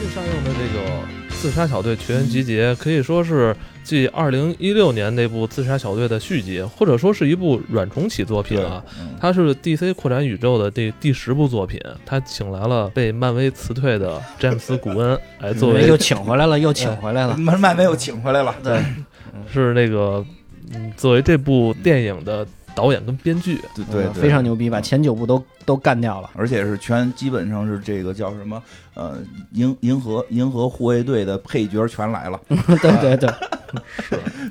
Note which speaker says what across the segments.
Speaker 1: 这个自杀小队全员集结，可以说是继二零一六年那部自杀小队的续集，或者说是一部软重启作品啊。
Speaker 2: 嗯
Speaker 1: 它是 DC 扩展宇宙的第第十部作品，他请来了被漫威辞退的詹姆斯·古恩来作
Speaker 3: 嗯又
Speaker 1: 为
Speaker 3: 请回来了，又请回来了。
Speaker 2: 漫漫威又请回来了，
Speaker 3: 对，
Speaker 1: 是那个嗯作为这部电影的导演跟编剧，
Speaker 2: 对对对，
Speaker 3: 非常牛逼，把前九部都都干掉了。
Speaker 2: 而且是全基本上是这个叫什么呃银银河银河护卫队的配角全来了，
Speaker 3: 对对对，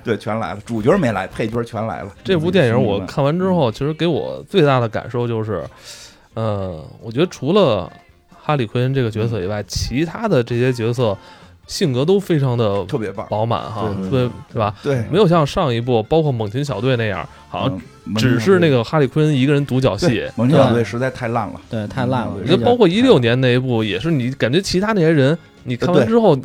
Speaker 2: 对，全来了，主角没来，配角全来了。
Speaker 1: 这部电影我
Speaker 2: 看
Speaker 1: 看完之后，其实给我最大的感受就是，呃，我觉得除了哈利奎恩这个角色以外，其他的这些角色性格都非常的
Speaker 2: 特别棒，
Speaker 1: 饱满哈，
Speaker 2: 对对
Speaker 1: 对对吧？
Speaker 2: 对，
Speaker 1: 没有像上一部包括猛禽小队那样，好像
Speaker 2: 嗯猛禽
Speaker 1: 只
Speaker 2: 小
Speaker 1: 是那
Speaker 2: 队
Speaker 1: 个哈利奎恩一个人独角戏
Speaker 2: 对。猛禽小
Speaker 3: 对
Speaker 2: 队实在太烂了，
Speaker 3: 对，太烂了。
Speaker 2: 我
Speaker 1: 我觉嗯得包括一六年那一部也是，你感觉其他那些人，你看完
Speaker 2: 对
Speaker 1: 之后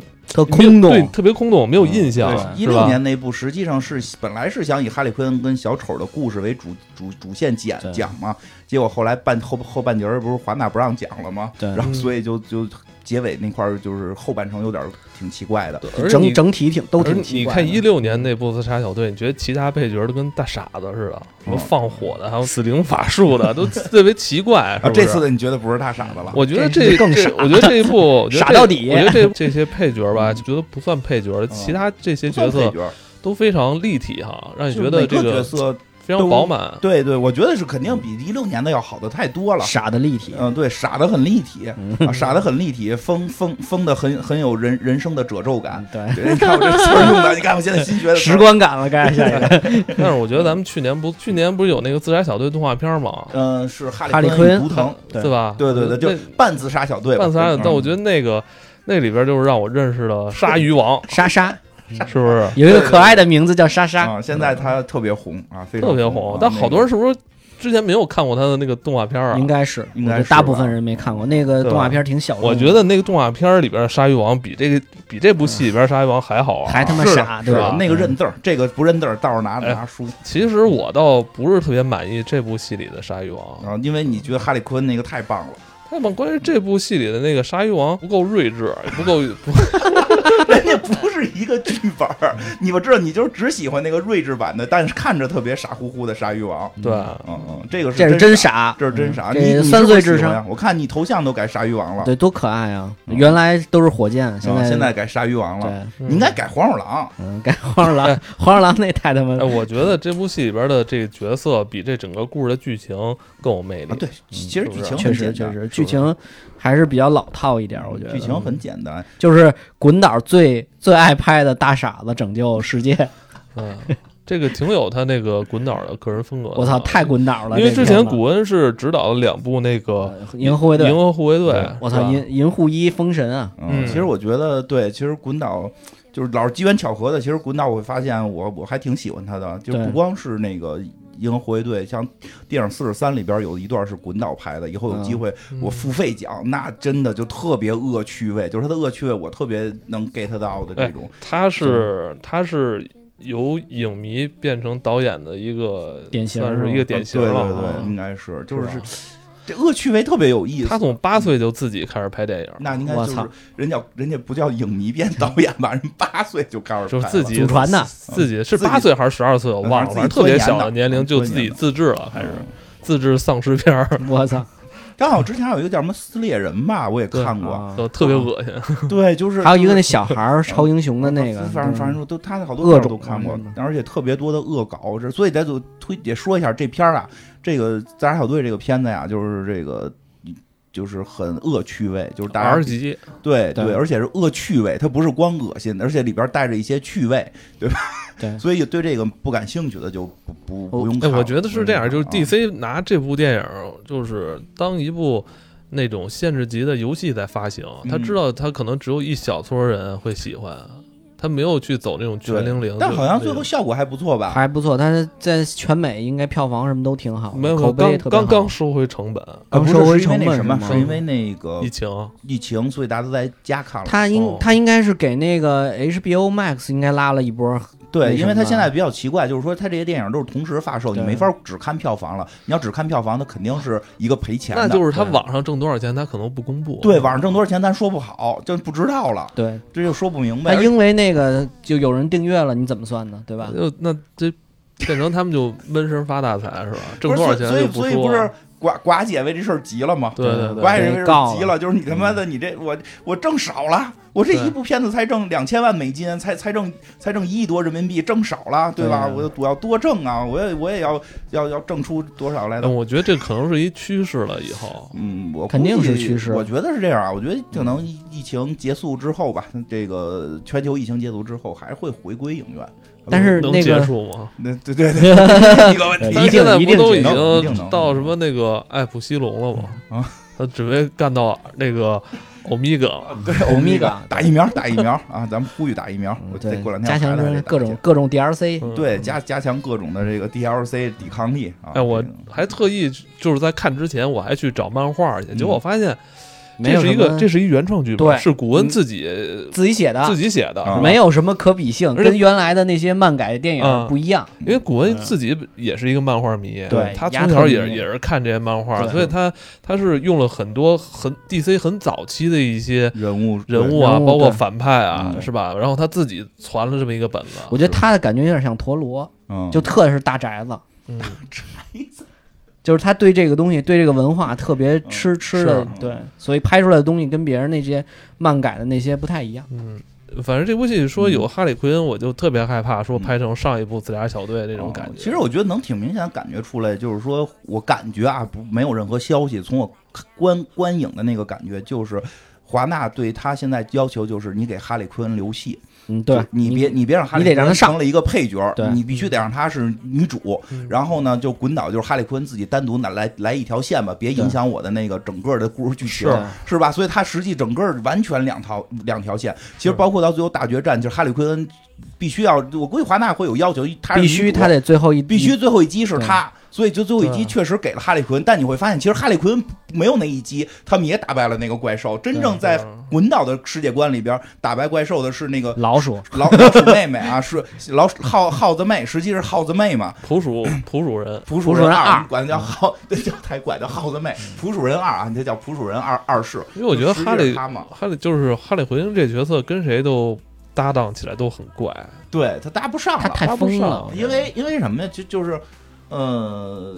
Speaker 1: 没
Speaker 3: 特
Speaker 1: 有
Speaker 3: 空
Speaker 1: 对
Speaker 3: 洞，
Speaker 1: 特别空洞，没有印象
Speaker 3: 对，
Speaker 2: 一
Speaker 1: 是
Speaker 2: 六
Speaker 1: 吧？
Speaker 2: 年那部实际上是本来是想以哈利奎恩跟小丑的故事为主主主线讲
Speaker 3: 对
Speaker 2: 讲嘛，结果后来半后后半截儿不是华纳不让讲了吗？
Speaker 3: 对
Speaker 2: 然后
Speaker 1: 嗯
Speaker 2: 所以就就结尾那块儿就是后半程有点儿挺奇怪的，
Speaker 1: 对而且你
Speaker 3: 整整体挺都
Speaker 1: 而
Speaker 3: 挺
Speaker 1: 你
Speaker 3: 奇怪的。
Speaker 1: 看一六年那部自杀小队，你觉得其他配角都跟大傻子似的，什么放火的，还有死灵法术的， 都特别奇怪，是
Speaker 2: 啊，
Speaker 1: 不是？
Speaker 2: 这次的你觉得不是大傻子了？
Speaker 1: 我觉得
Speaker 3: 这
Speaker 1: 这
Speaker 3: 这更
Speaker 1: 这
Speaker 3: 傻
Speaker 1: 我觉得这一部我觉得
Speaker 3: 傻
Speaker 1: 这
Speaker 3: 到底
Speaker 1: 我觉得这这些配角吧，觉得不算配角，其他这些
Speaker 2: 不算
Speaker 1: 角色
Speaker 2: 配角
Speaker 1: 都非常立体哈，让你
Speaker 2: 就
Speaker 1: 觉
Speaker 2: 是
Speaker 1: 得
Speaker 2: 每
Speaker 1: 这
Speaker 2: 个角
Speaker 1: 个
Speaker 2: 色
Speaker 1: 非常
Speaker 2: 都
Speaker 1: 饱满。
Speaker 2: 对对，我觉得是肯定比一六年的要好的太多了。
Speaker 3: 傻的立体，
Speaker 2: 嗯，对，傻的很立体，啊傻的很立体，疯疯疯的很很有人人生的褶皱感。
Speaker 3: 对，
Speaker 2: 对你看我这词儿用的，你看我现在新学的词儿
Speaker 3: 时光感了，该下一个。
Speaker 1: 但是我觉得咱们去年不去年不是有那个自杀小队动画片吗？
Speaker 2: 嗯，是哈嗯
Speaker 3: 哈利
Speaker 2: 奎
Speaker 3: 奎
Speaker 2: 恩
Speaker 3: 恩
Speaker 2: 图腾，
Speaker 3: 对
Speaker 1: 对吧？
Speaker 2: 对对对，嗯就
Speaker 1: 那
Speaker 2: 半自杀小队吧，
Speaker 1: 半杀，但我觉
Speaker 2: 得
Speaker 1: 得那个那里边就是让我认识了鲨鱼王，
Speaker 3: 莎莎
Speaker 1: 是不是？
Speaker 3: 有一个可爱的名字叫莎莎，
Speaker 2: 啊，现在他特别红啊，非常
Speaker 1: 特别
Speaker 2: 红
Speaker 1: 红
Speaker 2: 啊，，
Speaker 1: 但好多人
Speaker 2: 那
Speaker 1: 是不是之前没有看过他的那个动画片啊？
Speaker 3: 应该是，
Speaker 2: 应该是
Speaker 3: 我觉得大部分人没看过那个动画片，挺小众的。
Speaker 1: 我觉得那个动画片里边的鲨鱼王比这个比这部戏里边鲨鱼王还好啊。
Speaker 3: 还他妈
Speaker 2: 个是
Speaker 3: 傻，
Speaker 2: 的是嗯哎
Speaker 3: 对
Speaker 2: 的
Speaker 3: 吧？
Speaker 2: 那个认字儿，这个不认字儿，到时候拿拿书
Speaker 1: 其实我倒不是特别满意这部戏里的鲨鱼王，
Speaker 2: 啊，因为你觉得哈利奎恩那个太棒 了，
Speaker 1: 但关键是这部戏里的那个鲨鱼王不够睿智，也不够不
Speaker 2: 人家不是一个剧本儿，你们知道，你就是只喜欢那个睿智版的，但是看着特别傻乎乎的鲨鱼王，
Speaker 1: 对。
Speaker 2: 嗯嗯，这个
Speaker 3: 这
Speaker 2: 是
Speaker 3: 是真，傻，
Speaker 2: 这是真傻，
Speaker 3: 嗯
Speaker 2: 你
Speaker 3: 这
Speaker 2: 你
Speaker 3: 三岁
Speaker 2: 是不是
Speaker 3: 智
Speaker 2: 喜欢呀
Speaker 3: 商，，
Speaker 2: 我看你头像都改鲨鱼王了，
Speaker 3: 对，多可爱啊！
Speaker 2: 嗯
Speaker 3: 原来都是火箭，
Speaker 2: 嗯
Speaker 3: 在
Speaker 2: 现
Speaker 3: 现
Speaker 2: 在改鲨鱼王了，
Speaker 3: 对，
Speaker 1: 嗯
Speaker 2: 你应该改黄鼠狼，
Speaker 3: 嗯，改黄鼠狼，黄鼠狼那太他妈
Speaker 1: 哎，我觉得这部戏里边的这个角色比这整个故事的剧情更有魅力
Speaker 2: 啊，。对，
Speaker 3: 嗯
Speaker 2: 其实
Speaker 1: 是不
Speaker 2: 剧
Speaker 1: 是
Speaker 2: 情
Speaker 3: 确
Speaker 2: 很
Speaker 3: 实
Speaker 2: 简
Speaker 3: 确
Speaker 2: 单，
Speaker 3: 实剧情还是比较老套一点，我觉得嗯
Speaker 2: 剧情很简单，
Speaker 3: 就是滚导最最爱拍的大傻子拯救世界，
Speaker 1: 嗯，这个挺有他那个滚导的个人风格的啊。
Speaker 3: 我操，太滚导了！
Speaker 1: 因为
Speaker 3: 这
Speaker 1: 之
Speaker 3: 片
Speaker 1: 前
Speaker 3: 子
Speaker 1: 古恩是指导了两部那个
Speaker 3: 呃银河护卫队
Speaker 1: 银，河护卫队》，
Speaker 3: 我操，
Speaker 1: 是吧
Speaker 3: 银银护一封神啊，
Speaker 2: 嗯，
Speaker 1: 嗯
Speaker 2: 其实我觉得对，其实滚导就是老是机缘巧合的，其实滚导我会发现我我还挺喜欢他的，就是
Speaker 3: 对
Speaker 2: 不光是那个。银河护卫队，像电影《四十三》里边有一段是滚导拍的，以后有机会
Speaker 1: 嗯
Speaker 2: 我付费讲，那真的就特别恶趣味，就是他的恶趣味，我特别能 get 到的这种。
Speaker 1: 他是他是由影迷变成导演的一个
Speaker 3: 典型
Speaker 1: 算是一个典型
Speaker 2: 对
Speaker 1: 了
Speaker 2: 对
Speaker 1: 啊。
Speaker 2: 对，应该是，就是
Speaker 1: 是吧啊
Speaker 2: 这恶趣味特别有意思。
Speaker 1: 他从八岁就自己开始拍电影，
Speaker 2: 那应该
Speaker 3: 我
Speaker 2: 就是
Speaker 3: 操
Speaker 2: 人家人家不叫影迷变导演吧，人八岁就开始
Speaker 1: 就是
Speaker 2: 拍
Speaker 1: 自
Speaker 2: 了嗯
Speaker 1: 己
Speaker 3: 祖传的
Speaker 1: 自己是
Speaker 2: 自己
Speaker 1: 八岁还是十二岁，我忘了，
Speaker 2: 嗯
Speaker 1: 反正特别小的年龄
Speaker 2: 自己
Speaker 1: 就
Speaker 2: 钻研的
Speaker 1: 自己自制了，开始
Speaker 2: 嗯
Speaker 1: 自制丧尸片儿，
Speaker 3: 我操，
Speaker 2: 刚好之前还有一个叫什么撕裂人吧，我也看过，
Speaker 3: 啊
Speaker 1: 就特别恶
Speaker 2: 嗯
Speaker 1: 心。
Speaker 2: 对，就是
Speaker 3: 还有一个那小孩儿超英雄的那个，
Speaker 2: 反正反
Speaker 3: 嗯
Speaker 2: 正都他的好多
Speaker 3: 恶
Speaker 2: 片儿
Speaker 3: 种
Speaker 2: 都看过
Speaker 3: 嗯，
Speaker 2: 而且特别多的恶搞，这所以咱就推也说一下这片儿啊，这个《自杀小队》这个片子呀，就是这个。就是很恶趣味，就是大家
Speaker 1: R 级，
Speaker 2: 对
Speaker 3: 对
Speaker 2: 而且是恶趣味，它不是光恶心，而且里边带着一些趣味，对吧？
Speaker 3: 对
Speaker 2: 所以对这个不感兴趣的就不不不用
Speaker 1: 哎，
Speaker 2: 看了。
Speaker 1: 我觉得是这样，就是
Speaker 2: 啊
Speaker 1: DC 拿这部电影就是当一部。那种限制级的游戏在发行，他
Speaker 2: 嗯
Speaker 1: 知道他可能只有一小撮人会喜欢，他没有去走那种全龄龄。
Speaker 2: 但好像最
Speaker 1: 就
Speaker 2: 后效果还不错吧？
Speaker 3: 还不错，但是在全美应该票房什么都挺好的，
Speaker 1: 没有，没
Speaker 3: 口
Speaker 1: 有
Speaker 3: 碑
Speaker 1: 刚
Speaker 3: 特别
Speaker 1: 刚
Speaker 3: 好
Speaker 1: 刚收回成本，
Speaker 2: 啊不
Speaker 3: 刚
Speaker 2: 是
Speaker 3: 收回
Speaker 2: 是因为
Speaker 3: 成
Speaker 2: 那
Speaker 3: 本
Speaker 2: 什么？
Speaker 3: 是吗
Speaker 2: 是因为那个
Speaker 1: 疫情
Speaker 2: 疫情，所以大家都在家看了。
Speaker 3: 他应
Speaker 1: 哦
Speaker 3: 他应该是给那个 HBO Max 应该拉了一波
Speaker 2: 对，因为它
Speaker 3: 它
Speaker 2: 现在比较奇怪，就是说它这些电影都是同时发售，你
Speaker 3: 对
Speaker 2: 没法只看票房了。你要只看票房，它肯定是一个赔钱的。
Speaker 1: 那就是他
Speaker 3: 对
Speaker 1: 网上挣多少钱，他可能不公布。
Speaker 2: 对，网上挣多少钱咱说不好，就不知道了，
Speaker 3: 对，
Speaker 2: 这就说不明白。
Speaker 3: 那因为那个就有人订阅了，你怎么算呢？对吧？
Speaker 1: 就那这变成他们就闷声发大财是吧？挣
Speaker 2: 不是
Speaker 1: 多少钱
Speaker 2: 所以
Speaker 1: 就
Speaker 2: 所以所以
Speaker 1: 说
Speaker 2: 不是
Speaker 1: 了。
Speaker 2: 寡寡姐为这事儿急了吗？
Speaker 1: 对对对
Speaker 2: 寡姐为这事
Speaker 3: 告
Speaker 2: 儿
Speaker 3: 了
Speaker 2: 急了，就是你他妈的，你这我我挣少了，我这
Speaker 1: 嗯对
Speaker 2: 一部片子才挣两千万美金，才才挣才挣一亿多人民币，挣少了，对吧？
Speaker 3: 对
Speaker 2: 我我要多挣啊，我也我也要要要挣出多少来的
Speaker 1: 嗯，我觉得这可能是一趋势了，以后
Speaker 2: 嗯，我
Speaker 3: 肯
Speaker 2: 估
Speaker 3: 定是
Speaker 2: 计
Speaker 3: 趋势嗯
Speaker 2: 我觉得是这样啊，我觉得可能疫疫情结束之后吧，这个全球疫情结束之后，还是会回归影院。
Speaker 3: 但是
Speaker 1: 能
Speaker 3: 那
Speaker 1: 结
Speaker 3: 个
Speaker 1: 束吗？
Speaker 2: 那对对对， 这个问
Speaker 3: 对
Speaker 2: 题
Speaker 1: 但
Speaker 3: 一
Speaker 1: 是
Speaker 3: 定
Speaker 1: 现在不都
Speaker 3: 一
Speaker 1: 已
Speaker 3: 定嗯
Speaker 2: 能一
Speaker 1: 经
Speaker 2: 定能
Speaker 1: 到什么那个艾普西龙了吗？
Speaker 2: 啊，
Speaker 1: 他准备干到那个欧米伽了。
Speaker 2: 对
Speaker 3: 欧米伽
Speaker 2: 伽 打疫苗，打疫苗啊！咱们呼吁打疫苗。我这
Speaker 3: 嗯对
Speaker 2: 过两天
Speaker 3: 加
Speaker 2: 我孩
Speaker 3: 强
Speaker 2: 子还
Speaker 3: 这
Speaker 2: 得打
Speaker 3: 各种各种 DLC，
Speaker 1: 嗯
Speaker 2: 对加加强各种的这个 DLC 抵抗力啊！
Speaker 1: 哎，我
Speaker 2: 这个
Speaker 1: 还特意就是在看之前，我还去找漫画去，结果我发现
Speaker 3: 嗯没
Speaker 1: 这
Speaker 3: 有
Speaker 1: 是一
Speaker 3: 什
Speaker 1: 个
Speaker 3: 么
Speaker 1: 这是一原创剧
Speaker 3: 对嗯
Speaker 1: 本，是古恩自己
Speaker 3: 自己写的，
Speaker 1: 自己写的，
Speaker 2: 啊
Speaker 3: 没有什么可比性，
Speaker 1: 而且
Speaker 3: 跟原来的那些漫改电影
Speaker 1: 嗯
Speaker 3: 不一样。
Speaker 1: 因为古恩自己也是一个漫画迷，
Speaker 3: 对
Speaker 1: 他
Speaker 3: 亚
Speaker 1: 从小
Speaker 3: 特迷
Speaker 1: 也是也是看这些漫画，
Speaker 3: 对
Speaker 1: 所以他他是用了很多很 DC 很早期的一些
Speaker 2: 人物
Speaker 1: 人物啊，
Speaker 3: 人物
Speaker 1: 包括
Speaker 3: 对
Speaker 1: 反派啊，
Speaker 2: 嗯
Speaker 1: 是吧？然后他自己传了这么一个本子，
Speaker 3: 我觉得他的感觉有点像陀螺，
Speaker 2: 嗯，
Speaker 3: 就特是大宅子，
Speaker 1: 嗯，
Speaker 3: 就是他对这个东西、对这个文化特别吃吃的
Speaker 1: 嗯是，
Speaker 3: 对，所以拍出来的东西跟别人那些漫改的那些不太一样。
Speaker 1: 反正这部戏说
Speaker 2: 嗯
Speaker 1: 有哈利奎恩，我就特别害怕说拍成上一部《自杀小队》那种感
Speaker 2: 哦
Speaker 1: 觉。
Speaker 2: 其实我觉得能挺明显感觉出来，就是说我感觉啊，不没有任何消息，从我观观影的那个感觉就是。华纳对他现在要求就是，你给哈利奎恩留戏，
Speaker 3: 嗯，对
Speaker 2: 就，你别你别让哈利
Speaker 3: 你得让他上
Speaker 2: 成了一个配角
Speaker 3: 对，
Speaker 2: 你必须得让她是女主。
Speaker 1: 嗯
Speaker 2: 然后呢，就滚倒，就是哈利奎恩自己单独来来来一条线吧，别影响我的那个整个的故事剧情，
Speaker 3: 是
Speaker 2: 是吧？所以他实际整个完全两条两条线。其实包括到最后大决战，就是哈利奎恩必须要，我估计华纳会有要求，她是
Speaker 3: 必
Speaker 2: 女
Speaker 3: 须
Speaker 2: 主
Speaker 3: 他得最后一
Speaker 2: 必须最后一击是他，所以就最后一击
Speaker 1: 对
Speaker 2: 确实给了哈利奎恩。但你会发现，其实哈利奎恩没有那一击，他们也打败了那个怪兽。真正在
Speaker 1: 对
Speaker 2: 滚岛的世界观里边，打败怪兽的是那 个
Speaker 3: 老鼠，
Speaker 2: 老老鼠妹妹啊，是老鼠耗耗子妹，实际是耗子妹嘛。
Speaker 1: 捕 鼠捕鼠人，
Speaker 2: 捕鼠
Speaker 3: 捕鼠人二
Speaker 2: 二，你管它叫耗， 对，叫台管它叫耗子妹。捕鼠人二啊，你这叫捕鼠人二二世。
Speaker 1: 因为我觉得哈
Speaker 2: 实际
Speaker 1: 利
Speaker 2: 是他嘛，
Speaker 1: 哈利就是哈利奎恩这角色跟谁都搭档起来都很怪，
Speaker 2: 对他搭不上
Speaker 3: 他
Speaker 2: 了，
Speaker 3: 太
Speaker 1: 他不
Speaker 3: 疯
Speaker 1: 上
Speaker 3: 了，
Speaker 2: 因为因为什么呀？就就是，呃，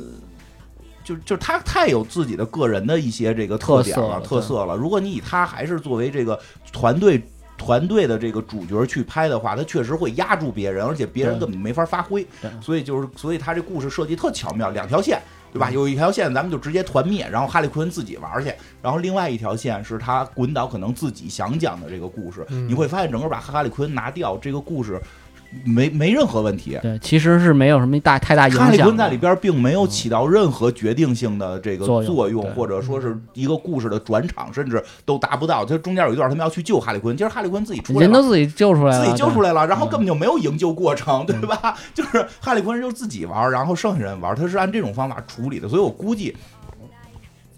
Speaker 2: 就就他太有自己的个人的一些这个特点了、
Speaker 3: 特色了
Speaker 2: 特色了。如果你以他还是作为这个团队团队的这个主角去拍的话，他确实会压住别人，而且别人
Speaker 3: 对
Speaker 2: 根本没法发挥
Speaker 3: 对。
Speaker 2: 所以就是，所以他这故事设计特巧妙，两条线。对吧？有一条线咱们就直接团灭，然后哈利奎恩自己玩儿去，然后另外一条线是他滚岛可能自己想讲的这个故事，
Speaker 1: 嗯
Speaker 2: 你会发现整个把哈利奎恩拿掉，这个故事没没任何问题。
Speaker 3: 对，其实是没有什么大太大影
Speaker 2: 哈利
Speaker 3: 响
Speaker 2: 坤在
Speaker 3: 的
Speaker 2: 里。边并没有起到任何决定性的这个
Speaker 3: 作
Speaker 2: 作
Speaker 3: 用
Speaker 2: 用，
Speaker 3: 对
Speaker 2: 或者说是一个故事的转场，甚至都达不到。它中间有一段他们要去救哈利坤，其实哈利坤自己出来
Speaker 3: 人
Speaker 2: 了。
Speaker 3: 都自己救出来了，
Speaker 2: 自己救出来了，然后
Speaker 3: 嗯
Speaker 2: 根本就没有营救过程，对吧？ 就是哈利坤就自己玩，然后剩下人玩，他是按这种方法处理的，所以我估计。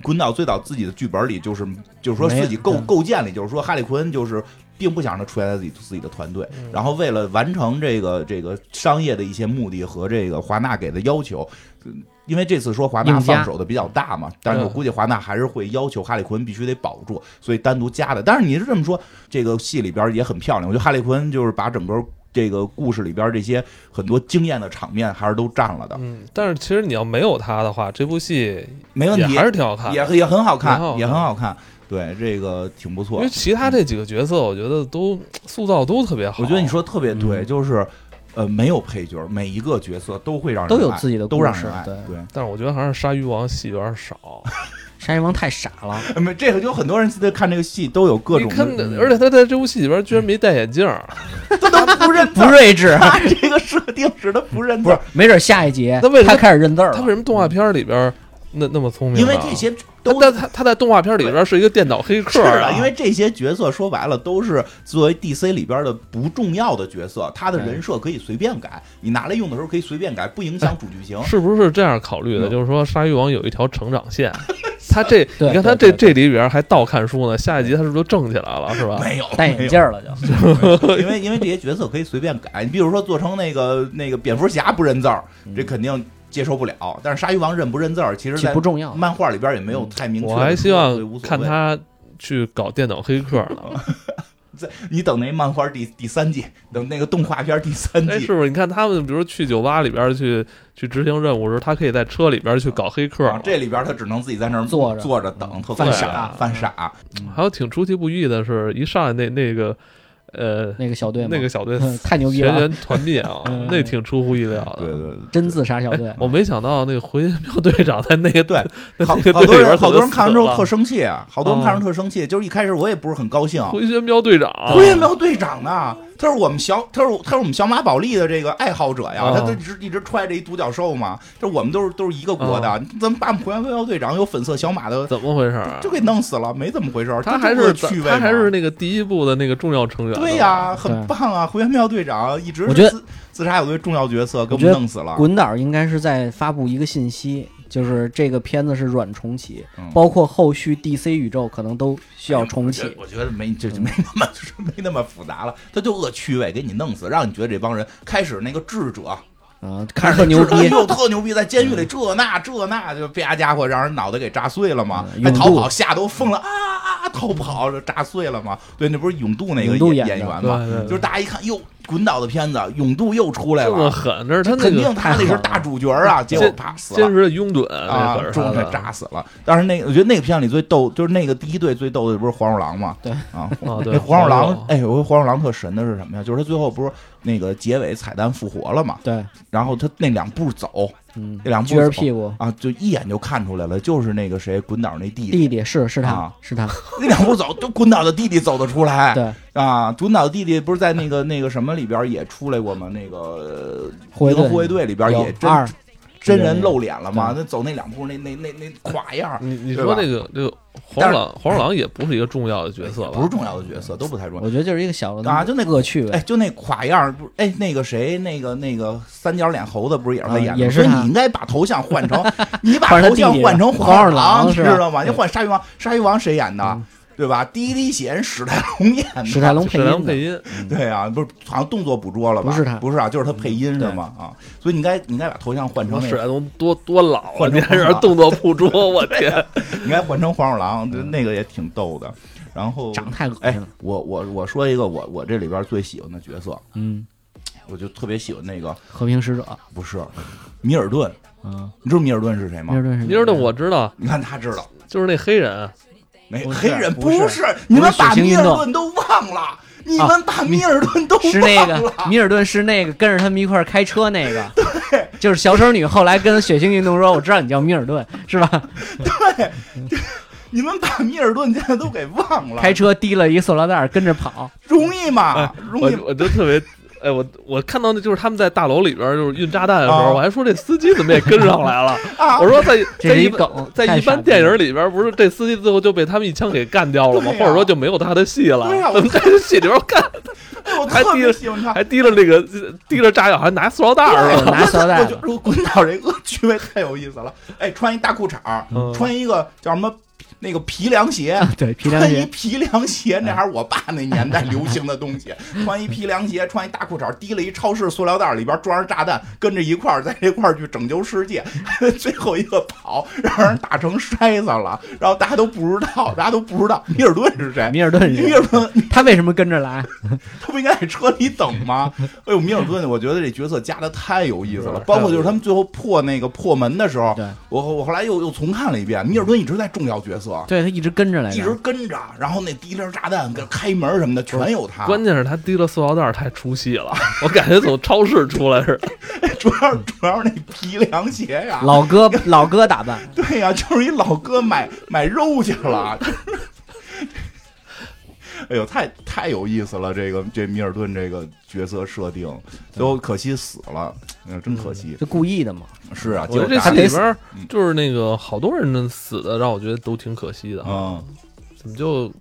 Speaker 2: 滚岛最早自己的剧本里就是，就是说
Speaker 3: 没有
Speaker 2: 自己构
Speaker 3: 嗯
Speaker 2: 构建里，就是说哈利坤就是并不想让他出现在自己自己的团队，
Speaker 1: 嗯
Speaker 2: 然后为了完成这个这个商业的一些目的和这个华纳给的要求，嗯因为这次说华纳
Speaker 3: 硬加
Speaker 2: 放手的比较大嘛，但是我
Speaker 1: 嗯
Speaker 2: 估计华纳还是会要求哈利坤必须得保住，所以单独加的。但是你是这么说，这个戏里边也很漂亮，我觉得哈利坤就是把整个这个故事里边这些很多惊艳的场面还是都占了的，
Speaker 1: 嗯，但是其实你要没有他的话，这部戏
Speaker 2: 没问
Speaker 1: 也
Speaker 2: 题，
Speaker 1: 还是挺好看的，
Speaker 2: 也也很好看
Speaker 1: 很好，看
Speaker 2: 也很好看。对，这个挺不
Speaker 1: 因
Speaker 2: 错
Speaker 1: 为。其他这几个角色，我觉得都塑造都特别好。
Speaker 2: 我觉得你说得特别对，
Speaker 3: 嗯
Speaker 2: 就是呃，没有配角，每一个角色都会让人
Speaker 3: 都有
Speaker 2: 爱
Speaker 3: 自己的
Speaker 2: 都
Speaker 3: 故
Speaker 2: 让
Speaker 3: 事
Speaker 2: 人爱。
Speaker 3: 对
Speaker 2: 对，
Speaker 1: 但是我觉得还是鲨鱼王戏有点少，
Speaker 3: 鲨鱼王太傻 了，
Speaker 2: 呃没，这个就很多人在看这个戏都有各
Speaker 1: 你
Speaker 2: 种嗯
Speaker 1: 看
Speaker 2: 的，，
Speaker 1: 而且他在这部戏里边居然没戴眼镜儿，
Speaker 2: 他都不认字
Speaker 3: 不
Speaker 2: 儿
Speaker 3: 睿智。
Speaker 2: 他这个设定使他不认字
Speaker 3: 不是
Speaker 2: 儿，，
Speaker 3: 没准下一节
Speaker 1: 那为什么
Speaker 3: 他开始认字儿
Speaker 1: 他为
Speaker 3: 了。
Speaker 1: 什么动画片里边那那么聪明
Speaker 2: 因
Speaker 1: 呢？
Speaker 2: 为这些
Speaker 1: 他
Speaker 2: 都
Speaker 1: 但他他在动画片里边是一个电脑黑客
Speaker 2: 是
Speaker 1: 啊，
Speaker 2: 的，因为这些角色说白了都是作为 DC 里边的不重要的角色，他的
Speaker 3: 对
Speaker 2: 人设可以随便改，你拿来用的时
Speaker 1: 啊
Speaker 2: 候可以随便改，不影响主剧情。
Speaker 1: 是不是这样考虑的？
Speaker 2: 嗯
Speaker 1: 就是说，鲨鱼王有一条成长线，他这，
Speaker 3: 对
Speaker 1: 你看他
Speaker 3: 对
Speaker 1: 这
Speaker 3: 对
Speaker 1: 这里边还倒看书呢，下一集他是不是就正起来了，是吧？
Speaker 2: 没有
Speaker 3: 戴眼镜 儿了就。
Speaker 2: 因为因为这些角色可以随便改，你比如说做成那个那个蝙蝠侠不认字儿，
Speaker 1: 嗯
Speaker 2: 这肯定接受不了。但是鲨鱼王认不认字儿，其实
Speaker 3: 这
Speaker 2: 在
Speaker 3: 不重要，
Speaker 2: 漫画里边也没有太明确的
Speaker 1: 嗯我
Speaker 2: 说。
Speaker 1: 还希
Speaker 2: 所以无
Speaker 1: 望
Speaker 2: 所
Speaker 1: 看
Speaker 2: 谓嗯
Speaker 1: 他去搞电脑黑客 呢。
Speaker 2: 你等那漫画第第三季，等那个动画片第三
Speaker 1: 哎，
Speaker 2: 季
Speaker 1: 是。不是？你看他们，比如去酒吧里边去去执行任务的时候，他可以在车里边去搞黑客
Speaker 2: 啊，这里边他只能自己在那儿
Speaker 3: 坐着
Speaker 2: 坐着
Speaker 1: 嗯
Speaker 2: 等，特
Speaker 3: 犯
Speaker 2: 傻
Speaker 3: 傻
Speaker 2: 犯傻。啊
Speaker 1: 还有挺出其不意的是，一上来那那个呃
Speaker 3: 那个小队嘛
Speaker 1: 那个小 队
Speaker 3: 嗯 太牛逼
Speaker 1: 全
Speaker 3: 了
Speaker 1: 员，团灭啊
Speaker 3: 嗯，
Speaker 1: 那挺出乎意料
Speaker 2: 对
Speaker 1: 的。
Speaker 2: 对对
Speaker 3: 真自杀小队。
Speaker 1: 我没想到那个回旋镖队长 在那个
Speaker 2: 对，
Speaker 1: 那
Speaker 2: 好
Speaker 1: 个
Speaker 2: 好多
Speaker 1: 队里
Speaker 2: 人
Speaker 1: 边
Speaker 2: 好多人看完之后特
Speaker 1: 特
Speaker 2: 生气啊，好多人看
Speaker 1: 嗯
Speaker 2: 完特生气，就是一开始我也不是很高兴。
Speaker 1: 回旋镖队 长，
Speaker 2: 回旋镖队长呢，他是我们小，他是我他是我们小马宝莉的这个爱好者呀，
Speaker 1: 啊
Speaker 2: 他都一直一直揣着一独角兽嘛，这我们都是都是一个国的，
Speaker 1: 嗯
Speaker 2: 你怎么把我们回旋镖队长有粉色小马的
Speaker 1: 怎么回事啊？
Speaker 2: 就给弄死了？没怎么回事儿，
Speaker 1: 他
Speaker 2: 这
Speaker 1: 还
Speaker 2: 这不
Speaker 1: 是
Speaker 2: 趣味
Speaker 1: 他还
Speaker 2: 吗
Speaker 1: 是那个第一部的那个重要成员。
Speaker 2: 对呀、很
Speaker 3: 对
Speaker 2: 棒啊！回旋镖队长一直是
Speaker 3: 我觉得
Speaker 2: 自自杀小队重要角色，给我
Speaker 3: 我觉
Speaker 2: 们
Speaker 3: 得
Speaker 2: 弄死了。
Speaker 3: 滚导应该是在发布一个信息，就是这个片子是软重启
Speaker 2: 嗯，
Speaker 3: 包括后续 DC 宇宙可能都需要重
Speaker 2: 我觉
Speaker 3: 启
Speaker 2: 得。我觉得没这就没那么 就是没那么复杂了，他就恶趣味，给你弄死，让你觉得这帮人开始那个智者
Speaker 3: 啊，看着特牛逼， 嗯
Speaker 2: 又特牛逼，在监狱里这那这那就啪家伙让人脑袋给炸碎了嘛，
Speaker 3: 嗯
Speaker 2: 还
Speaker 3: 勇
Speaker 2: 逃
Speaker 3: 度
Speaker 2: 跑吓都疯了啊啊啊逃跑这炸碎了嘛，对，那不是永度那个
Speaker 3: 永度
Speaker 2: 演
Speaker 3: 演的
Speaker 2: 员嘛，
Speaker 1: 对对，对
Speaker 2: 就是大家一看哟，滚导的片子永度又出来
Speaker 1: 这么
Speaker 2: 了，
Speaker 1: 狠，这是他那
Speaker 2: 肯
Speaker 1: 个
Speaker 2: 定他 那是大主角啊，结果啪死了
Speaker 1: 坚。持的拥趸，那
Speaker 2: 啊
Speaker 1: 可，是
Speaker 2: 中
Speaker 1: 他
Speaker 2: 给
Speaker 1: 的
Speaker 2: 炸死了。但是那个，我觉得那个片里最逗，就是那个第一队最逗的不是黄鼠狼吗？
Speaker 3: 对
Speaker 2: 啊，
Speaker 1: 啊！对，
Speaker 2: 那黄
Speaker 1: 黄
Speaker 2: 鼠狼
Speaker 1: 鼠，
Speaker 2: 哎，我觉得黄鼠狼特神的是什么呀？就是他最后不是那个结尾彩蛋复活了嘛？
Speaker 3: 对，
Speaker 2: 然后他那两步走
Speaker 3: 嗯，
Speaker 2: 那两步
Speaker 3: 撅着
Speaker 2: 走
Speaker 3: 屁股，
Speaker 2: 啊，就一眼就看出来了，就是那个谁滚导那弟弟，
Speaker 3: 弟弟是是他
Speaker 2: 啊
Speaker 3: 是他，
Speaker 2: 那两步走都滚导的弟弟走得出来。
Speaker 3: 对，
Speaker 2: 啊，滚导的弟弟不是在那个那个什么里边也出来过吗？那个
Speaker 3: 护卫
Speaker 2: 银河
Speaker 3: 队
Speaker 2: 护卫队里边
Speaker 3: 有
Speaker 2: 也真
Speaker 3: 二
Speaker 2: 真人露脸了嘛？那走那两步那那那那垮样儿。
Speaker 1: 你你
Speaker 2: 对
Speaker 1: 说
Speaker 2: 吧
Speaker 1: 那个这个
Speaker 2: 但
Speaker 1: 黄
Speaker 2: 是
Speaker 1: 鼠狼，黄鼠狼也不是一个重要的角色吧？
Speaker 2: 不是重要的角色，都不太重要。
Speaker 3: 我觉得就是一个小的
Speaker 2: 啊就那
Speaker 3: 恶趣味
Speaker 2: 哎，，就那垮样儿，不是？哎，那个谁，那个那个三角脸猴子，不是也是他
Speaker 3: 啊
Speaker 2: 演的吗？
Speaker 3: 也
Speaker 2: 所
Speaker 3: 是
Speaker 2: 以
Speaker 3: 他
Speaker 2: 你应该把头像换成，你把
Speaker 3: 换成
Speaker 2: 头
Speaker 3: 弟
Speaker 2: 像
Speaker 3: 弟
Speaker 2: 换成
Speaker 3: 黄
Speaker 2: 黄
Speaker 3: 鼠狼
Speaker 2: 你
Speaker 3: 是
Speaker 2: 知
Speaker 3: 吧
Speaker 2: 道吗？你换鲨鱼王，鲨鱼王谁演的
Speaker 3: 嗯？
Speaker 2: 对吧？第一滴血人史泰龙演
Speaker 3: 史
Speaker 2: 的。
Speaker 3: 泰龙配
Speaker 1: 是良
Speaker 3: 音
Speaker 1: 配
Speaker 3: 的，
Speaker 1: 音，
Speaker 2: 对啊，不是好像动作捕捉了吧？
Speaker 3: 不是他
Speaker 2: 不是啊，就是他配音是吗？啊，所以你应该你应该把头像换成
Speaker 1: 我
Speaker 2: 那
Speaker 1: 史
Speaker 2: 个，
Speaker 1: 莱东多多老了，
Speaker 2: 换成
Speaker 1: 你还是动作 捕捉，我天！
Speaker 2: 你应该换成黄鼠狼，就那个也挺逗的。然后，
Speaker 3: 长太恶
Speaker 2: 哎
Speaker 3: 心了，，
Speaker 2: 我我我说一个我我这里边最喜欢的角色，
Speaker 3: 嗯，
Speaker 2: 我就特别喜欢那个
Speaker 3: 和平使者，
Speaker 2: 不是，米尔顿，
Speaker 3: 嗯，
Speaker 2: 你知道米尔顿是谁
Speaker 3: 米尔
Speaker 2: 吗？
Speaker 3: 顿是
Speaker 1: 你知道我知道，
Speaker 2: 你看他知道，
Speaker 1: 就是那黑人，
Speaker 2: 没
Speaker 3: 不是
Speaker 2: 黑人
Speaker 3: 不是
Speaker 2: 是，你们把
Speaker 3: 血腥
Speaker 2: 米
Speaker 3: 运
Speaker 2: 尔
Speaker 3: 动啊
Speaker 2: 顿都忘了，你们把米尔顿都忘了，
Speaker 3: 是那个米尔顿是那个跟着他们一块儿开车那个， 就是小丑女后来跟血腥运动说：“我知道你叫米尔顿，是 吧
Speaker 2: 对，你们把米尔顿现在都给忘？”了，
Speaker 3: 开车提了一塑料袋儿跟 着跑，
Speaker 2: 容易吗
Speaker 1: 哎？
Speaker 2: 容
Speaker 1: 我
Speaker 2: 易。
Speaker 1: 我就特别。哎，我我看到那就是他们在大楼里边就是运炸弹的时
Speaker 2: 啊
Speaker 1: 候，我还说这司机怎么也跟上来了。
Speaker 2: 啊
Speaker 1: 我说在
Speaker 3: 这
Speaker 1: 在
Speaker 3: 是一
Speaker 1: 一
Speaker 3: 梗，
Speaker 1: 在一般电影里边，不是这司机最后就被他们一枪给干掉了吗？
Speaker 2: 对呀
Speaker 1: 或者说就没有他的戏了？
Speaker 2: 对呀我啊
Speaker 1: 怎么在这戏里边干，
Speaker 2: 哎我特别喜欢他。
Speaker 1: 还提了那个提了炸药，还拿塑料袋儿
Speaker 3: 对
Speaker 2: 啊
Speaker 1: 了？
Speaker 3: 拿塑料袋
Speaker 2: 我
Speaker 3: 子
Speaker 2: 觉得我滚倒这恶趣味太有意思了。哎，穿一大裤衩儿，
Speaker 1: 嗯
Speaker 2: 穿一个叫什么那个皮凉鞋，
Speaker 3: 对嗯皮凉
Speaker 2: 穿一
Speaker 3: 鞋，嗯
Speaker 2: 皮凉鞋，那还是我爸那年代流行的东 西。穿一皮凉鞋，穿一大裤衩，提了一超市塑料袋，里边装着炸弹，跟着一块儿在这块儿去拯救世界。 最后一个跑，让人打成筛子了，然后大家都不知道，大家都不知道米尔顿是谁。
Speaker 3: 米尔顿
Speaker 2: 米
Speaker 3: 是
Speaker 2: 尔顿，
Speaker 3: 他为什么跟着来？
Speaker 2: 他不应该在车里等吗？哎呦，米尔顿，我觉得这角色加的太有意思了
Speaker 1: 是，
Speaker 2: 包括就是他们最后破那个破门的时候
Speaker 3: 对，
Speaker 2: 我我后来又又重看了一遍，米尔顿一直在重要角色，
Speaker 3: 对他一直跟着来
Speaker 2: 一直跟着，然后那滴溜炸弹跟开门什么的全有他，
Speaker 1: 关键是他提了塑料袋儿太出戏了，我感觉从超市出来 似的。
Speaker 2: 主要主要是那皮凉鞋呀、
Speaker 3: 老哥老哥打扮，
Speaker 2: 对呀、就是一老哥买买肉去了。 哎呦，太太有意思了！这个这米尔顿这个角色设定，最后可惜死了，哎呦，真可惜。
Speaker 3: 就故意的嘛。
Speaker 2: 是啊，结
Speaker 1: 我觉
Speaker 2: 果
Speaker 1: 得这
Speaker 2: 大
Speaker 1: 戏
Speaker 2: 家
Speaker 1: 里边儿
Speaker 2: 嗯
Speaker 1: 就是那个好多人的死的，让我觉得都挺可惜的。
Speaker 2: 嗯
Speaker 1: 怎么就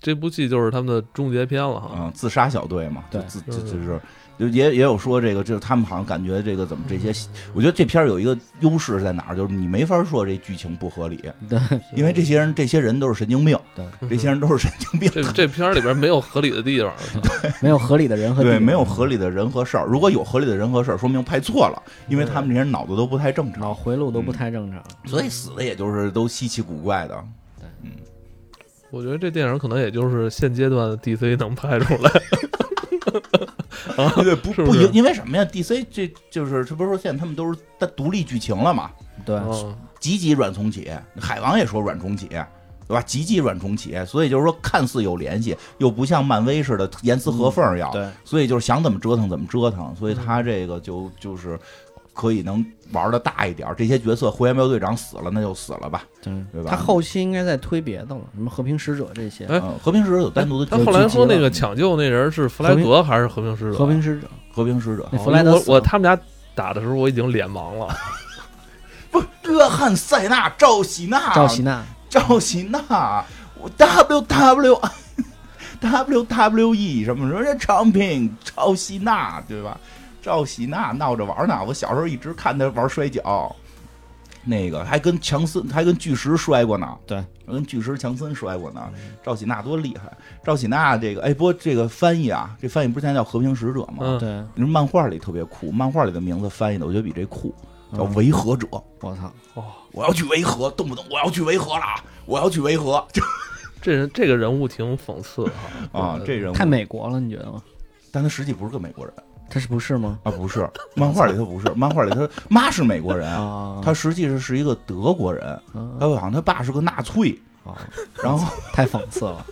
Speaker 1: 这部戏就是他们的终结篇了哈？
Speaker 2: 嗯，自杀小队嘛，
Speaker 3: 对
Speaker 2: 就自
Speaker 1: 就
Speaker 2: 就是就是就也也有说这个，这他们好像感觉这个怎么这些，我觉得这片儿有一个优势在哪儿，就是你没法说这剧情不合理，
Speaker 3: 对，
Speaker 2: 因为这些人这些人都是神经病，
Speaker 3: 对
Speaker 2: 这些人都是神经 病，
Speaker 1: 这这片儿里边没有合理的地方，
Speaker 3: 没有合理的人和
Speaker 2: 对，
Speaker 3: 地
Speaker 2: 没有合理的人和事儿。如果有合理的人和事儿，说明拍错了，因为他们这些人脑子都不太正
Speaker 3: 脑
Speaker 2: 常，
Speaker 3: 回路都不太正常。
Speaker 2: 所以死的也就是都稀奇古怪的。
Speaker 1: 我觉得这电影可能也就是现阶段的 DC 能拍出来。
Speaker 2: 对，不
Speaker 1: 是不
Speaker 2: 不
Speaker 1: 是
Speaker 2: 影，因为什么呀？DC 这就是这不是说现在他们都是单独立剧情了嘛？
Speaker 3: 对，
Speaker 2: 哦
Speaker 1: 嗯，
Speaker 2: 集集软重启，海王也说软重启，对吧？集集软重启，所以就是说看似有联系，又不像漫威似的严丝合缝
Speaker 1: 嗯
Speaker 2: 要，
Speaker 4: 对，
Speaker 2: 所以就是想怎么折腾怎么折腾，所以他这个就就是可以能玩的大一点儿。这些角色，灰原标队长死了，那就死了吧，
Speaker 3: 嗯
Speaker 2: 对吧？
Speaker 3: 他后期应该再推别的了，什么和平使者这些。
Speaker 1: 哎
Speaker 2: 嗯和平使者有单独的
Speaker 1: 他
Speaker 2: 角色
Speaker 1: 后来说那个
Speaker 2: 集集了
Speaker 1: 抢救那人是弗莱格还是和平使者？啊
Speaker 3: 和平使者，
Speaker 2: 和平使者
Speaker 3: 那弗莱德
Speaker 1: 我
Speaker 3: 死了
Speaker 1: 我他们俩打的时候我已经脸盲 了，
Speaker 2: 不约翰塞纳赵喜娜
Speaker 3: 赵喜娜，
Speaker 2: 赵喜娜我，W W W W E 什么什么这产品，赵喜娜对吧？赵喜娜闹着玩呢，我小时候一直看她玩摔跤，那个还跟强森还跟巨石摔过呢，
Speaker 4: 对，
Speaker 2: 跟巨石强森摔过呢。赵喜娜多厉害！赵喜娜这个哎，不过这个翻译啊，这翻译不是现在叫和平使者吗？
Speaker 1: 嗯，
Speaker 4: 对，
Speaker 2: 你说漫画里特别酷，漫画里的名字翻译的我觉得比这酷，叫维和者。
Speaker 3: 我操，
Speaker 2: 我要去维和，动不动我要去维和了啊，我要去维和， 就
Speaker 1: 这人这个人物挺讽刺的哈
Speaker 2: 啊，这人物
Speaker 3: 太，美国了，你觉得吗？
Speaker 2: 但他实际不是个美国人
Speaker 3: 他是不是吗？
Speaker 2: 啊，不是，漫画里他不是，漫画里他妈是美国人，
Speaker 3: 啊，
Speaker 2: 他实际是是一个德国人，
Speaker 3: 啊
Speaker 2: 他好像他爸是个纳粹，
Speaker 3: 啊
Speaker 2: 然后
Speaker 3: 太讽刺了。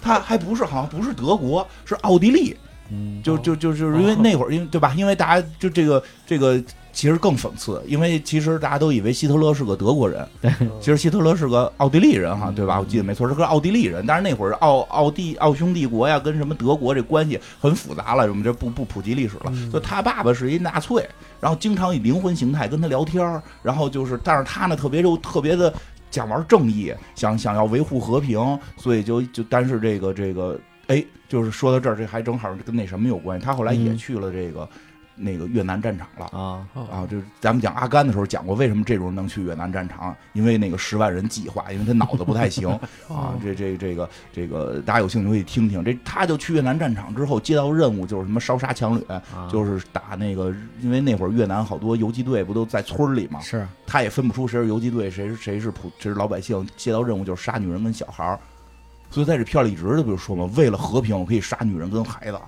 Speaker 2: 他还不是好像不是德国，是奥地利，
Speaker 3: 嗯，
Speaker 2: 就就就就是因为那会儿，因为对吧？因为大家就这个这个。其实更讽刺，因为其实大家都以为希特勒是个德国人，其实希特勒是个奥地利人哈，对吧？我记得没错，是个奥地利人。但是那会儿奥奥地奥匈帝国呀，跟什么德国这关系很复杂了，我们这不不普及历史了。
Speaker 1: 嗯
Speaker 2: 所以他爸爸是一纳粹，然后经常以灵魂形态跟他聊天儿，然后就是，但是他呢特别就特别的想玩正义，想想要维护和平，所以就就但是这个这个哎，就是说到这儿，这还正好跟那什么有关系。他后来也
Speaker 3: 嗯
Speaker 2: 去了这个、那个越南战场了。
Speaker 3: 啊，
Speaker 2: 啊，就是咱们讲阿甘的时候讲过，为什么这种人能去越南战场？因为那个十万人计划，因为他脑子不太 行
Speaker 3: 哦
Speaker 2: 啊。这这这个这个，大家有兴趣可以听听。这他就去越南战场之后，接到任务就是什么烧杀抢掠，
Speaker 3: 啊
Speaker 2: 就是打那个，因为那会儿越南好多游击队不都在村儿里嘛，
Speaker 3: 是
Speaker 2: 他也分不出谁是游击队，谁是谁是普，谁是老百姓。接到任务就是杀女人跟小孩儿，所以在这片儿里一直就不是说嘛，为了和平，我可以杀女人跟孩子，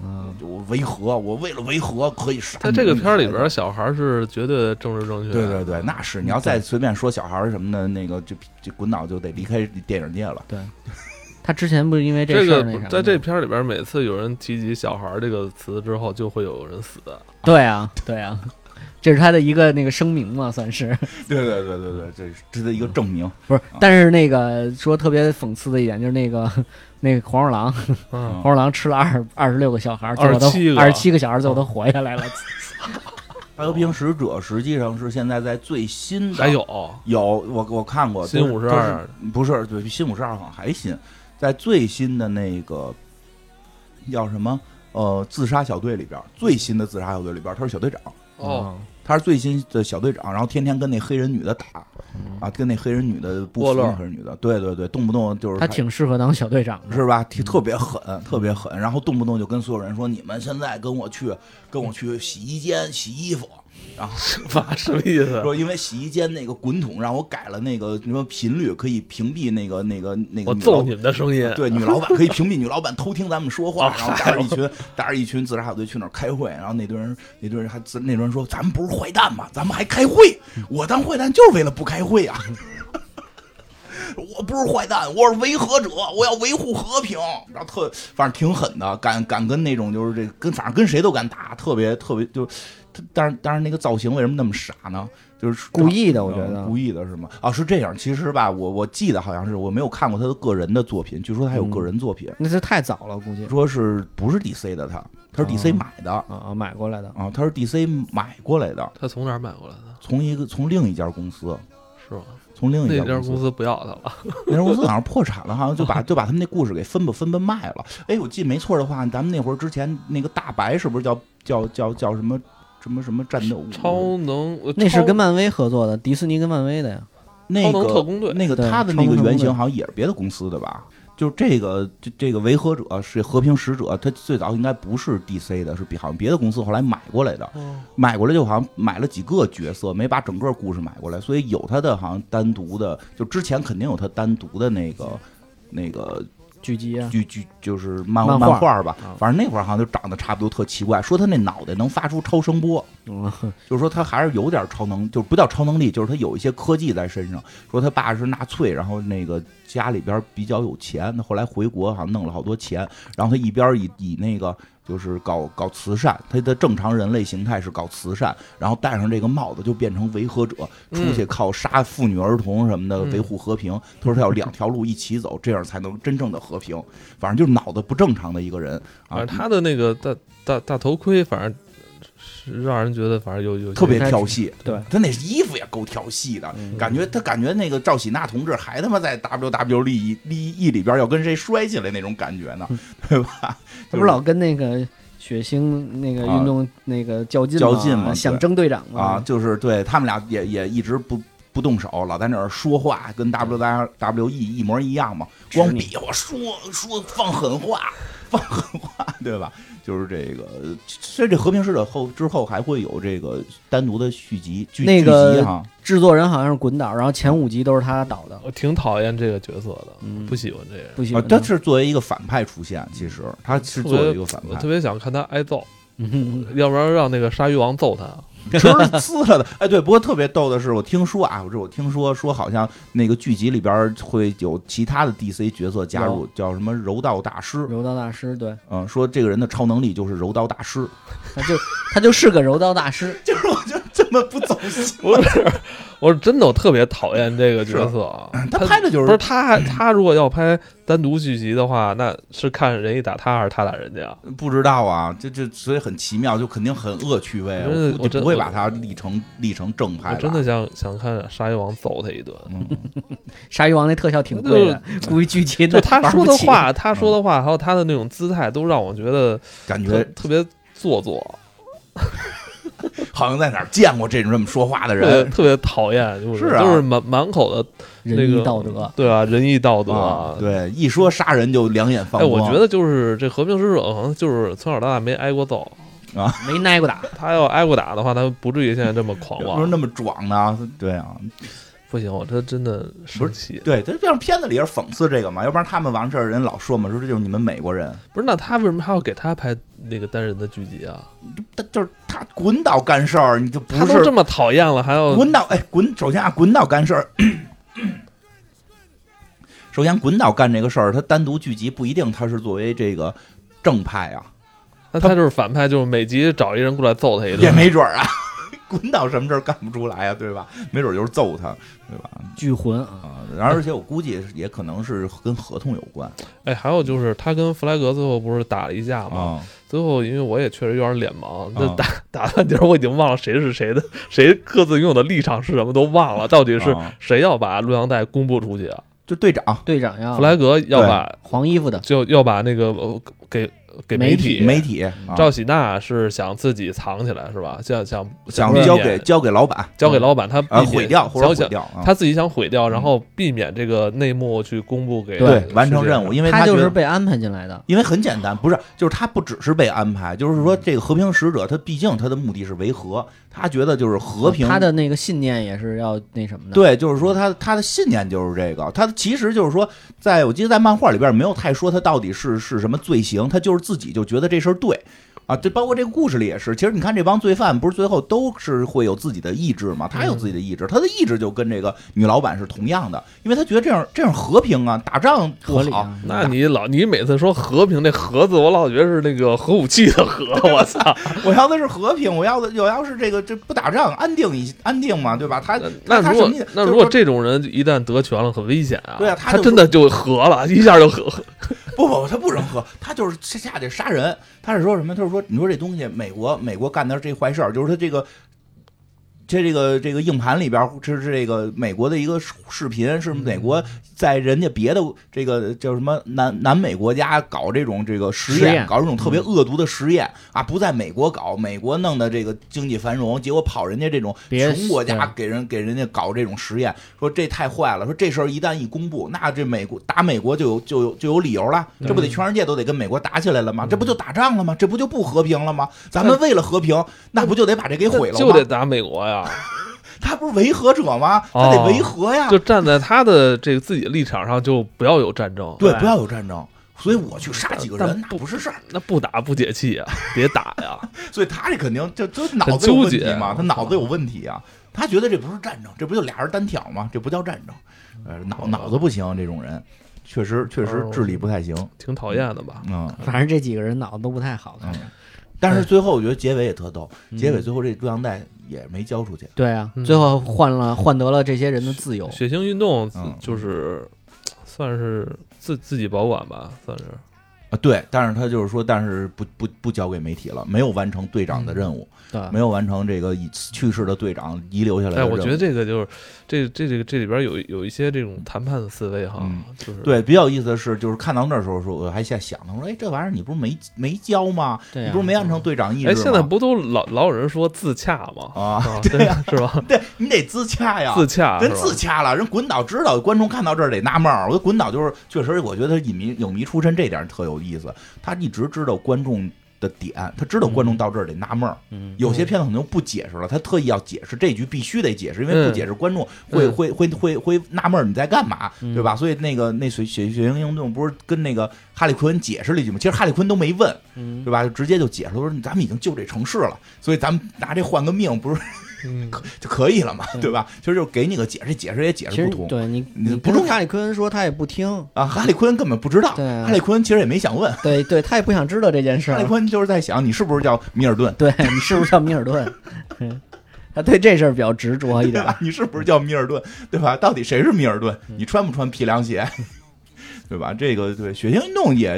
Speaker 3: 嗯，
Speaker 2: 就我维和，我为了维和可以杀。
Speaker 1: 在这个片儿里
Speaker 3: 嗯
Speaker 1: 边，，小孩是绝对的政治正确。
Speaker 2: 对对对，那是你要再随便说小孩儿什么的，那个就就滚脑就得离开电影界了。
Speaker 3: 他之前不是因为
Speaker 1: 这
Speaker 3: 事儿
Speaker 1: 个
Speaker 3: 那啥吗，
Speaker 1: 在这片儿里边，每次有人提及“小孩”这个词之后，就会有人死的。
Speaker 3: 对啊，对啊， 这是他的一个那个声明嘛，算 是
Speaker 2: 对对对对对，这是这的一个证明。
Speaker 3: 不是
Speaker 2: 啊？
Speaker 3: 但是那个说特别讽刺的一点就是那个 那个黄鼠狼，
Speaker 1: 嗯，
Speaker 3: 黄鼠狼吃了二二十六个小孩儿，最后
Speaker 1: 27
Speaker 3: 都
Speaker 1: 个
Speaker 3: 二十七个小孩儿，最后都活下来了。
Speaker 2: 大和平使者实际上是现在在最
Speaker 3: 嗯
Speaker 2: 新的
Speaker 1: 还有
Speaker 2: 有我我看过
Speaker 1: 新
Speaker 2: 都是
Speaker 1: 52
Speaker 2: 都是不是对新五十二好像还新，在最新的那个叫什么呃自杀小队里边儿，最新的自杀小队里边儿他是小队长。
Speaker 1: 哦，
Speaker 2: 他是最新的小队长，然后天天跟那黑人女的打，
Speaker 1: 嗯
Speaker 2: 啊，跟那黑人女的不
Speaker 1: 沃
Speaker 2: 服
Speaker 1: 勒
Speaker 2: 那黑人女的，对对对，动不动
Speaker 1: 嗯
Speaker 2: 就是
Speaker 3: 他挺适合当小队长的，
Speaker 2: 是吧？挺特别狠，特别狠，然后动不动就跟所有人说：“你们现在跟我去，跟我去洗衣间洗衣服。”然后
Speaker 3: 嗯
Speaker 1: 妈什么意思？
Speaker 2: 说，因为洗衣间那个滚筒让我改了那个什么频率，可以屏蔽那个那个那个
Speaker 1: 我
Speaker 2: 女嗯老
Speaker 1: 揍你们的声音。
Speaker 2: 对，女老板可以屏蔽女老板偷听咱们说话，
Speaker 1: 哦
Speaker 2: 然后带着一群带着一群自杀小队去那儿开会，然后那堆人那堆人还自那堆人说咱们不是坏蛋吗？咱们还开会，我当坏蛋就是为了不开会啊！我不是坏蛋，我是维和者，我要维护和平。然后特反正挺狠的，敢敢跟那种就是这跟反正跟谁都敢打，特别特别就，他但是但是那个造型为什么那么傻呢？就是
Speaker 3: 故意的，我觉得
Speaker 2: 嗯。故意的是吗？啊，是这样。其实吧，我我记得好像是我没有看过他的个人的作品，据说他有
Speaker 3: 嗯
Speaker 2: 个人作品，
Speaker 3: 那就太早了，估计
Speaker 2: 说是不是 DC 的他，他是 DC 买的、
Speaker 3: 啊啊，买过来的。
Speaker 2: 啊，他是 DC 买过来的，
Speaker 1: 他从哪儿买过来的？
Speaker 2: 从一个从另一家公司，
Speaker 1: 是吗？
Speaker 2: 从另一
Speaker 1: 那家
Speaker 2: 家公
Speaker 1: 公
Speaker 2: 司，
Speaker 1: 司不要他了。
Speaker 2: 那家公司好像破产了，好像就把就把他们那故事给分吧分吧卖了。哎，我记得没错的话，咱们那会儿之前那个大白是不是叫叫叫叫什么什么什么战斗
Speaker 1: 超能呃
Speaker 3: 那是
Speaker 1: 超
Speaker 3: 跟漫威合作的，迪士尼跟漫威的呀。
Speaker 2: 那
Speaker 1: 超能特
Speaker 2: 个
Speaker 1: 工队
Speaker 2: 那个
Speaker 3: 对
Speaker 2: 他的
Speaker 3: 超
Speaker 2: 那个原
Speaker 3: 能特工队
Speaker 2: 型好像也是别的公司的吧？就这个这这个维和者是和平使者，他最早应该不是 DC 的，是比好像别的公司后来买过来的，
Speaker 1: 哦
Speaker 2: 买过来就好像买了几个角色，没把整个故事买过来，所以有他的好像单独的，就之前肯定有他单独的那个那个
Speaker 3: 剧集啊，
Speaker 2: 剧剧就是漫
Speaker 3: 漫画
Speaker 2: 漫画吧
Speaker 1: 啊，
Speaker 2: 反正那会儿好像就长得差不多特奇怪，说他那脑袋能发出超声波，就是说他还是有点超能，就是不叫超能力，就是他有一些科技在身上。说他爸是纳粹，然后那个家里边比较有钱，他后来回国好像弄了好多钱，然后他一边以以那个就是搞搞慈善，他的正常人类形态是搞慈善，然后戴上这个帽子就变成维和者，
Speaker 1: 嗯
Speaker 2: 出去靠杀妇女儿童什么的
Speaker 1: 嗯
Speaker 2: 维护和平。他说他要两条路一起走，这样才能真正的和平。反正就是脑子不正常的一个人
Speaker 1: 反
Speaker 2: 啊，
Speaker 1: 正嗯他的那个大大大头盔，反正是让人觉得反正有有些
Speaker 2: 特别调戏，
Speaker 3: 对
Speaker 2: 他那衣服也够调戏的，
Speaker 3: 嗯
Speaker 2: 感觉他感觉那个赵喜娜同志还他妈在 WWE 利益里边要跟谁摔起来那种感觉呢，对吧？
Speaker 3: 嗯他不是老跟那个血腥那个运动那个较劲吗
Speaker 2: 啊较劲嘛对
Speaker 3: 想争队长吗？
Speaker 2: 啊，就是对他们俩也也一直不不动手，老在那儿说话，跟 WWE 一模一样嘛，
Speaker 3: 指
Speaker 2: 光
Speaker 3: 你
Speaker 2: 比划说说放狠话，放狠话，对吧？就是这个，所以这和平使者后之后还会有这个单独的续集剧
Speaker 3: 那个
Speaker 2: 剧集哈，
Speaker 3: 制作人好像是滚导，然后前五集都是他导的，
Speaker 1: 我挺讨厌这个角色的，
Speaker 3: 嗯
Speaker 1: 不喜欢这个人，
Speaker 3: 不行
Speaker 2: 啊，，他是作为一个反派出现，其实他是作为一个反
Speaker 1: 我
Speaker 2: 派
Speaker 1: 特， 别想看他挨揍，
Speaker 3: 嗯
Speaker 1: 要不然让那个鲨鱼王揍他。
Speaker 2: 其实撕了的。哎，对，不过特别逗的是，我听说啊，我这我听说说好像那个剧集里边会有其他的 DC 角色加入，叫什么柔道大师，
Speaker 3: 柔道大师，对，
Speaker 2: 嗯，说这个人的超能力就是柔道大师，
Speaker 3: 他就他就是个柔道大师，
Speaker 2: 就是我觉得这么不走心，
Speaker 1: 不是，我是真的我特别讨厌这个角色啊。
Speaker 2: 嗯他拍的就
Speaker 1: 不是
Speaker 2: 是。
Speaker 1: 他，他如果要拍单独续集的话，那是看人家打他还是他打人家？
Speaker 2: 不知道啊，这这所以很奇妙，就肯定很恶趣味啊，
Speaker 1: 我真的
Speaker 2: 我
Speaker 1: 我
Speaker 2: 估计
Speaker 1: 真
Speaker 2: 不会
Speaker 1: 我
Speaker 2: 把他立成立成正派
Speaker 1: 我
Speaker 2: 吧
Speaker 1: 真的想想看鲨鱼王揍他一顿。
Speaker 2: 嗯
Speaker 3: 鲨鱼王那特效挺贵的，
Speaker 2: 呃
Speaker 3: 估计剧集
Speaker 1: 就
Speaker 3: 都
Speaker 1: 他
Speaker 3: 玩
Speaker 1: 说
Speaker 3: 不
Speaker 1: 的
Speaker 3: 起，
Speaker 1: 话，他说
Speaker 2: 嗯
Speaker 1: 的话，还有他的那种姿态，都让我觉得
Speaker 2: 感
Speaker 1: 特
Speaker 2: 觉
Speaker 1: 特别做作，
Speaker 2: 好像在哪儿见过这种这么说话的
Speaker 1: 特别
Speaker 2: 人，
Speaker 1: 特别讨厌，就是
Speaker 2: 啊
Speaker 1: 就是满满口的那
Speaker 3: 仁义
Speaker 1: 个
Speaker 3: 道德，
Speaker 1: 对啊，仁义道德
Speaker 2: 啊，。对，一说杀人就两眼放
Speaker 1: 哎，
Speaker 2: 光。
Speaker 1: 我觉得就是这和平使者好像就是从小到大没挨过揍，
Speaker 3: 没挨过 打，
Speaker 1: 他要挨过打的话，他不至于现在这么狂
Speaker 2: 不是
Speaker 1: 妄。
Speaker 2: 那么壮呢？对啊，
Speaker 1: 不行，我这真的生气。
Speaker 2: 对，他像片子里也是讽刺这个嘛，要不然他们完事儿人老说嘛，说这就是你们美国人，
Speaker 1: 不是，那他为什么还要给他拍那个单人的剧集啊？
Speaker 2: 他就是他滚倒干事儿，你就不
Speaker 1: 他都这
Speaker 2: 是
Speaker 1: 么讨厌了，还要
Speaker 2: 滚倒哎滚，首先啊滚倒干事儿。 首先，滚倒干这个事儿，他单独聚集不一定他是作为这个正派啊，
Speaker 1: 那他就是反派，就是每集找一人过来揍他一
Speaker 2: 也
Speaker 1: 顿。
Speaker 2: 没准儿啊。 滚倒什么事儿干不出来啊，对吧？没准儿就是揍他，对吧？
Speaker 3: 巨魂啊，
Speaker 2: 啊，而且我估计也可能是跟合同有关
Speaker 1: 哎，还有就是他跟弗莱格最后不是打了一架吗？
Speaker 2: 啊。
Speaker 1: 最后因为我也确实有点脸盲，那
Speaker 2: 啊
Speaker 1: 打打半截儿我已经忘了谁是谁的，谁各自拥有的立场是什么都忘了，到底是
Speaker 2: 啊
Speaker 1: 谁要把录像带公布出去啊？
Speaker 2: 就队长
Speaker 3: 队长呀
Speaker 1: 弗，莱格要把
Speaker 3: 黄衣服的，
Speaker 1: 就要把那个呃给给
Speaker 3: 媒
Speaker 1: 体
Speaker 2: 媒体啊
Speaker 1: 赵喜娜是想自己藏起来是吧？想想
Speaker 2: 想
Speaker 1: 避免
Speaker 2: 交给交给老板，
Speaker 1: 交给老板，他避
Speaker 2: 啊
Speaker 1: 免
Speaker 2: 毁掉或者
Speaker 1: 想
Speaker 2: 毁
Speaker 1: 想
Speaker 2: 掉，啊
Speaker 1: 他自己想毁掉，然后避免这个内幕去公布给
Speaker 2: 对
Speaker 1: 世
Speaker 2: 完成
Speaker 1: 界啊
Speaker 2: 任务，。因为
Speaker 3: 他
Speaker 2: 觉
Speaker 3: 就是
Speaker 2: 得
Speaker 3: 被安排进来的，
Speaker 2: 因为很简单，不是，就是他不只是被安排，就是
Speaker 1: 嗯
Speaker 2: 说这个和平使者，他毕竟他的目的是维和，他觉得就是和平，
Speaker 3: 哦他的那个信念也是要那什么的，
Speaker 2: 对，就是说他他的信念就是这个，他其实就是说，在我记得在漫画里边没有太说他到底是是什么罪行，他就是自己就觉得这事儿对。啊，这包括这个故事里也是。其实你看，这帮罪犯不是最后都是会有自己的意志嘛？他有自己的
Speaker 1: 嗯
Speaker 2: 意志，他的意志就跟这个女老板是同样的，因为他觉得这样这样和平啊，打仗不
Speaker 3: 合理
Speaker 2: 好
Speaker 3: 啊，。
Speaker 1: 那你老你每次说和平那“和”字，我老觉得是那个核武器的“ 核”，
Speaker 2: 啊
Speaker 1: 我操！
Speaker 2: 我要的是和平，我要的我要是这个这不打仗，安定一安定嘛，对吧？他
Speaker 1: 那
Speaker 2: 他
Speaker 1: 如
Speaker 2: 什
Speaker 1: 果
Speaker 2: 么意思？
Speaker 1: 那
Speaker 2: 就是
Speaker 1: 如果
Speaker 2: 说
Speaker 1: 这种人一旦得权了，很危险啊！
Speaker 2: 对啊他
Speaker 1: 他
Speaker 2: 就
Speaker 1: 真的就和了一下就和，
Speaker 2: 不不，他不能喝，他就是下去杀人。他是说什么？他是说，你说这东西，美国美国干的这坏事儿，就是他这个这这个这个硬盘里边，这是这个美国的一个视视频，是美
Speaker 3: 嗯
Speaker 2: 国在人家别的这个叫什么南南美国家搞这种这个实
Speaker 3: 实
Speaker 2: 验，
Speaker 3: 验嗯
Speaker 2: 搞这种特别恶毒的实验、啊，不在美国搞，美国弄的这个经济繁荣，结果跑人家这种
Speaker 3: 别
Speaker 2: 穷国家
Speaker 3: 对
Speaker 2: 给人给人家搞这种实验，说这太坏了，说这事儿一旦一公布，那这美国打美国就有就有就有理由了，
Speaker 1: 嗯
Speaker 2: 这不得全世界都得跟美国打起来了吗？这不就打仗了吗？这不就不和平了吗？咱们为了和平，那不就得把这给毁了吗？
Speaker 1: 嗯就得打美国呀，
Speaker 2: 他不是维和者吗？他得维和呀，
Speaker 1: 哦就站在他的这个自己的立场上，就不要有战争。
Speaker 2: 对，
Speaker 3: 对
Speaker 2: 不要有战争。所以我去杀几个
Speaker 1: 但
Speaker 2: 人，
Speaker 1: 不
Speaker 2: 那不是事儿。
Speaker 1: 那不打不解气呀，啊别打呀。
Speaker 2: 所以他这肯定就就脑子有问题嘛，
Speaker 1: 很纠结
Speaker 2: 他脑子有问题啊。他觉得这不是战争，这不就俩人单挑吗？这不叫战争，呃，脑脑子不行，这种人确实确实
Speaker 1: 哦
Speaker 2: 智力不太行，
Speaker 1: 挺讨厌的吧？
Speaker 2: 嗯。
Speaker 3: 反正这几个人脑子都不太好，嗯看着
Speaker 2: 但是嗯最后我觉得结尾也特逗，啊结尾最后这录像带也没交出去，
Speaker 3: 对啊
Speaker 1: 嗯，
Speaker 3: 最后换了换得了这些人的自由，
Speaker 1: 血腥运动自
Speaker 2: 嗯
Speaker 1: 就是算是自自己保管吧，算是。
Speaker 2: 啊，对，但是他就是说，但是不不不交给媒体了，没有完成队长的任务，
Speaker 3: 对，啊
Speaker 2: 没有完成这个已去世的队长遗留下来的
Speaker 1: 哎，
Speaker 2: 任务。
Speaker 1: 我觉得这个就是这这这个这里边有有一些这种谈判的思维哈
Speaker 2: 嗯，
Speaker 1: 就是
Speaker 2: 对，比较有意思的是，就是看到那儿的时候，说我还在想呢，我说哎，这玩意儿你不是没没交吗？
Speaker 3: 对啊
Speaker 2: 你不是没按成队长意志吗？
Speaker 1: 哎，现在不都老老有人说自洽吗？
Speaker 2: 啊，
Speaker 1: 对呀，是吧？
Speaker 2: 对你得自洽呀，
Speaker 1: 自洽，
Speaker 2: 人
Speaker 1: 啊是吧
Speaker 2: 自洽了，人滚导知道，观众看到这儿得纳闷儿。我觉得滚导就是确实，我觉得他影迷影迷出身这点儿特有意思，他一直知道观众的点，他知道观众到这儿得纳闷儿。
Speaker 3: 嗯
Speaker 2: 有些片子可能不解释了，他特意要解释这局必须得解释，因为不
Speaker 1: 嗯
Speaker 2: 解释观众会、
Speaker 1: 嗯
Speaker 2: 会会会会纳闷儿你在干嘛，对吧？所以那个那水血血型运动不是跟那个哈利奎恩解释了一句吗？其实哈利奎恩都没问，
Speaker 3: 嗯
Speaker 2: 对吧？就直接就解释了，说咱们已经救这城市了，所以咱们拿这换个命不是
Speaker 1: 嗯，
Speaker 2: 就可以了嘛，
Speaker 3: 对
Speaker 2: 对吧？其实就是给你个解释，解释也解
Speaker 3: 其
Speaker 2: 释
Speaker 3: 实
Speaker 2: 不通。
Speaker 3: 对你
Speaker 2: 你
Speaker 3: 你
Speaker 2: 不
Speaker 3: 跟
Speaker 2: 重要
Speaker 3: 哈里坤说他也不听，
Speaker 2: 啊，哈利昆根本不知道，
Speaker 3: 对啊
Speaker 2: 哈利昆其实也没想问，
Speaker 3: 对对，他也不想知道这件事
Speaker 2: 哈利
Speaker 3: 儿，
Speaker 2: 昆就是在想你是不是叫米尔 顿，
Speaker 3: 对你是不是叫米尔顿？ 嗯他对这事儿比较执着一
Speaker 2: 对
Speaker 3: 点 儿，
Speaker 2: 吧？你是不是叫米尔顿，对吧？到底谁是米尔顿？
Speaker 3: 嗯
Speaker 2: 你穿不穿皮凉鞋， 对吧？这个对血腥运动也，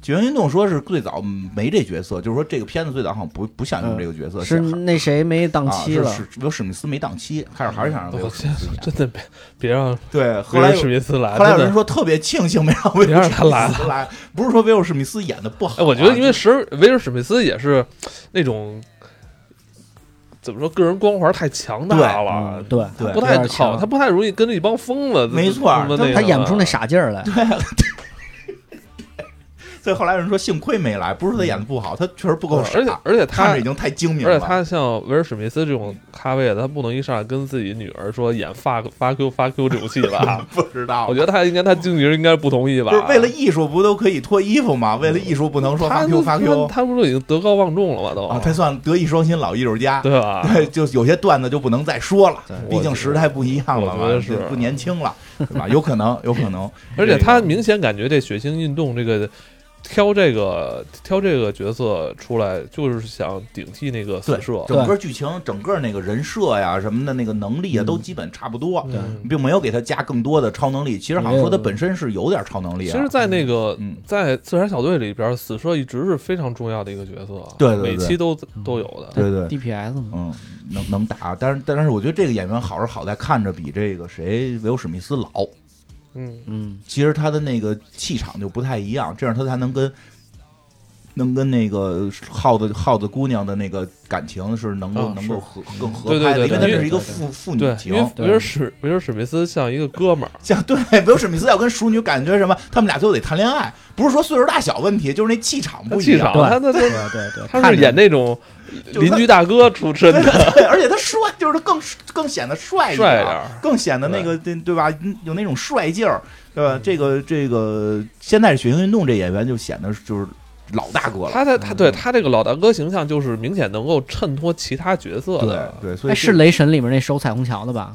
Speaker 2: 血腥运动说是最早没这角色，就是说这个片子最早好像不不想用这个角色，
Speaker 3: 嗯是
Speaker 2: 还
Speaker 3: 那谁没档
Speaker 2: 啊，
Speaker 3: 期
Speaker 2: 是
Speaker 3: 了？
Speaker 2: 是有史密斯没档期，开始还是想让他有
Speaker 1: 我
Speaker 2: 史密斯演
Speaker 1: 真的别别让
Speaker 2: 对，
Speaker 1: 威
Speaker 2: 后来
Speaker 1: 尔
Speaker 2: 有
Speaker 1: 史密斯来，
Speaker 2: 后来有
Speaker 1: 啊真
Speaker 2: 人
Speaker 1: 的
Speaker 2: 说特别庆幸没让 威
Speaker 1: 别让
Speaker 2: 尔
Speaker 1: 他
Speaker 2: 史密
Speaker 1: 来
Speaker 2: 斯 来，不是说威尔史密斯演的不好啊，
Speaker 1: 哎，我觉得因为史维尔史密斯也是那种怎么说，个人光环太强大了
Speaker 3: 嗯，对
Speaker 1: 他
Speaker 2: 啊对
Speaker 1: 不
Speaker 3: 有
Speaker 1: 太
Speaker 3: 点
Speaker 1: 好，
Speaker 3: 强
Speaker 1: 他不太容易跟这一帮疯子，
Speaker 2: 没错
Speaker 1: 这么
Speaker 2: 他
Speaker 1: 那
Speaker 3: 他
Speaker 1: 个啊
Speaker 3: 演不出那傻劲儿来，
Speaker 2: 所以后来有人说幸亏没来，不是说他演的不好，他确实不够傻，
Speaker 1: 而且而且他
Speaker 2: 看啊着已。经太精明了。
Speaker 1: 而且他像威尔史密斯这种咖位的，他不能一上来跟自己女儿说演 fuck fuck you fuck you 这种戏吧
Speaker 2: ？不知道，
Speaker 1: 我觉得他应该他经纪人应该不同意吧？
Speaker 2: 就是为了艺术不都可以脱衣服吗？为了艺术不能说
Speaker 1: 他
Speaker 2: 发 Q 发 Q
Speaker 1: 他他不是已经德高望重了吗？都
Speaker 2: 啊，他算德艺双馨老艺术家。
Speaker 1: 对吧？
Speaker 2: 对，就有些段子就不能再说了，毕竟时代不一样了嘛
Speaker 1: 我觉得是，
Speaker 2: 不年轻了，对吧？有可能，有 可能。
Speaker 1: 而且他
Speaker 2: 这个
Speaker 1: 明显感觉这血腥运动这个挑这个挑这个角色出来，就是想顶替那个
Speaker 2: 对
Speaker 1: 死射。
Speaker 2: 整个剧情、整个那个人设呀什么的那个能力啊，都基本差不多，
Speaker 1: 嗯
Speaker 2: 并没有给他加更多的超能力。其实好像说他本身是有点超能力
Speaker 1: 其
Speaker 2: 啊，
Speaker 1: 实，在那个、
Speaker 2: 嗯
Speaker 1: 在自杀小队里边，死射一直是非常重要的一个角色，
Speaker 2: 对
Speaker 1: 每
Speaker 2: 对对
Speaker 1: 期都都有的。嗯
Speaker 2: 对对
Speaker 3: DPS 嘛，
Speaker 2: 嗯，能能打，但是但是我觉得这个演员好是好在看着比这个谁维欧史密斯老，
Speaker 1: 嗯，
Speaker 3: 嗯，
Speaker 2: 其实他的那个气场就不太一样，这样他才能跟能跟那个耗子耗子姑娘的那个感情是能够、
Speaker 1: 啊
Speaker 2: 能够合更合
Speaker 1: 对对
Speaker 2: 拍的，
Speaker 1: 对
Speaker 2: 因为
Speaker 1: 对
Speaker 2: 他是一个
Speaker 3: 对对
Speaker 2: 父父
Speaker 1: 对
Speaker 2: 女，
Speaker 1: 因为
Speaker 2: 情。
Speaker 1: 维尔史维尔史密斯像一个哥们儿，
Speaker 2: 像对维欧史密斯要跟熟女感觉什么，他们俩最后得谈恋爱，不是说岁数大小问题，就是那气场
Speaker 1: 他
Speaker 2: 不一
Speaker 1: 气场。
Speaker 2: 样
Speaker 3: 对
Speaker 1: 他 他
Speaker 3: 对
Speaker 1: 他
Speaker 3: 对对，
Speaker 1: 他
Speaker 2: 看
Speaker 1: 是
Speaker 2: 着
Speaker 1: 演那种
Speaker 2: 就是
Speaker 1: 邻
Speaker 2: 他
Speaker 1: 居大哥出身
Speaker 2: 对
Speaker 1: 的，
Speaker 2: 对对，而且他帅，就是他更更显得帅一
Speaker 1: 帅一
Speaker 2: 点，
Speaker 1: 点儿
Speaker 2: 更显得那个对对吧？有那种帅劲儿，对吧？这个这个，现在血腥运动这演员就显得就是老大哥了，嗯
Speaker 1: 他在他对他这个老大哥形象，就是明显能够衬托其他角色
Speaker 2: 对
Speaker 1: 的。
Speaker 2: 对，所以
Speaker 3: 哎，
Speaker 2: 这
Speaker 3: 是雷神里面那守彩虹桥 的吧？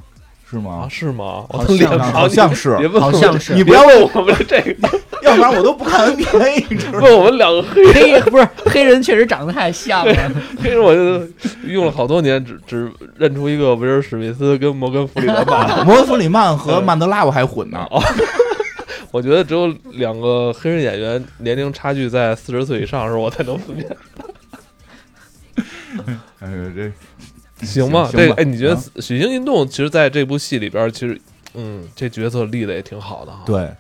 Speaker 2: 是
Speaker 1: 啊，
Speaker 2: 吗？
Speaker 1: 是吗？我
Speaker 2: 好
Speaker 1: 的
Speaker 2: 像
Speaker 1: 脸
Speaker 2: 是
Speaker 1: 盲
Speaker 2: 好
Speaker 1: 你
Speaker 2: 像是
Speaker 1: 别问我
Speaker 3: 好
Speaker 1: 们
Speaker 3: 像是
Speaker 1: 你别问我们这 个，
Speaker 2: 要不然我都不看 NBA，你知 道吗？
Speaker 1: 问我们两个黑
Speaker 3: 黑不是黑人，确实长得太像了。
Speaker 1: 黑人，我就用了好多年，只只认出一个维尔史密斯跟摩根弗里德 曼，
Speaker 2: 摩根弗里曼和曼德拉我还混呢，
Speaker 1: 哦 我觉得只有两个黑人演员年龄差距在四十岁以上的时候，我才能分辨。
Speaker 2: 哎呦这。
Speaker 1: 行吗？
Speaker 2: 行
Speaker 1: 这
Speaker 2: 吧
Speaker 1: 哎，你觉得
Speaker 2: 啊
Speaker 1: 许昕运动其实在这部戏里边，其实嗯，这角色立的也挺好的哈。，
Speaker 2: 对，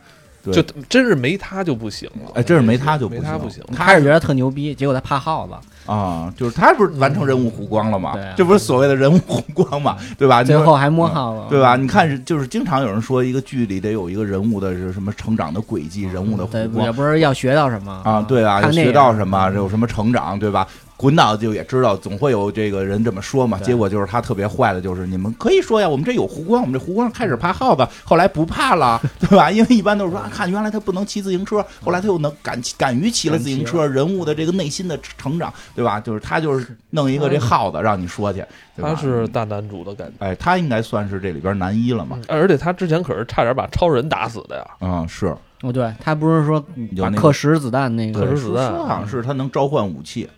Speaker 2: 对
Speaker 1: 就真是没他就不行了。
Speaker 2: 哎，真是没
Speaker 1: 他
Speaker 2: 他就不
Speaker 1: 没
Speaker 2: 行，
Speaker 1: 不行。
Speaker 3: 开始觉得特牛逼，结果他怕耗子，
Speaker 2: 啊，就是他不是完成人物弧光了吗？
Speaker 3: 对啊
Speaker 2: 这不是所谓的人物弧光嘛，对吧？
Speaker 3: 最
Speaker 2: 你说
Speaker 3: 后还摸耗子，
Speaker 2: 嗯对吧？你看是，就是经常有人说，一个剧里得有一个人物的是什么成长的轨迹，人物的
Speaker 3: 嗯对
Speaker 2: 弧，
Speaker 3: 也
Speaker 2: 光
Speaker 3: 不是要学到什么
Speaker 2: 呃啊，对吧？
Speaker 3: 看
Speaker 2: 有
Speaker 3: 那
Speaker 2: 学
Speaker 3: 个
Speaker 2: 到什么，有什么成长，对吧？滚导就也知道，总会有这个人这么说嘛。
Speaker 3: 对
Speaker 2: 结果就是他特别坏的，就是你们可以说呀，我们这有弧光，我们这弧光开始怕耗子，后来不怕了，对吧？因为一般都是说，啊，看原来他不能骑自行车，后来他又能敢敢于骑了自行
Speaker 3: 嗯
Speaker 2: 车，人物的这个内心的成长，对吧？就是他就是弄一个这耗子让你说去，对吧
Speaker 1: 他是大男主的感觉，
Speaker 2: 哎，他应该算是这里边男一了嘛。
Speaker 1: 而且他之前可是差点把超人打死的呀。
Speaker 2: 嗯，是，
Speaker 3: 哦，对他不是说
Speaker 2: 有
Speaker 1: 嗯
Speaker 3: 把
Speaker 2: 那个
Speaker 3: 克什子弹那
Speaker 1: 克
Speaker 3: 个
Speaker 1: 什
Speaker 2: 对，
Speaker 1: 子
Speaker 2: 说
Speaker 1: 弹嗯
Speaker 2: 说好啊像是他能召唤武器，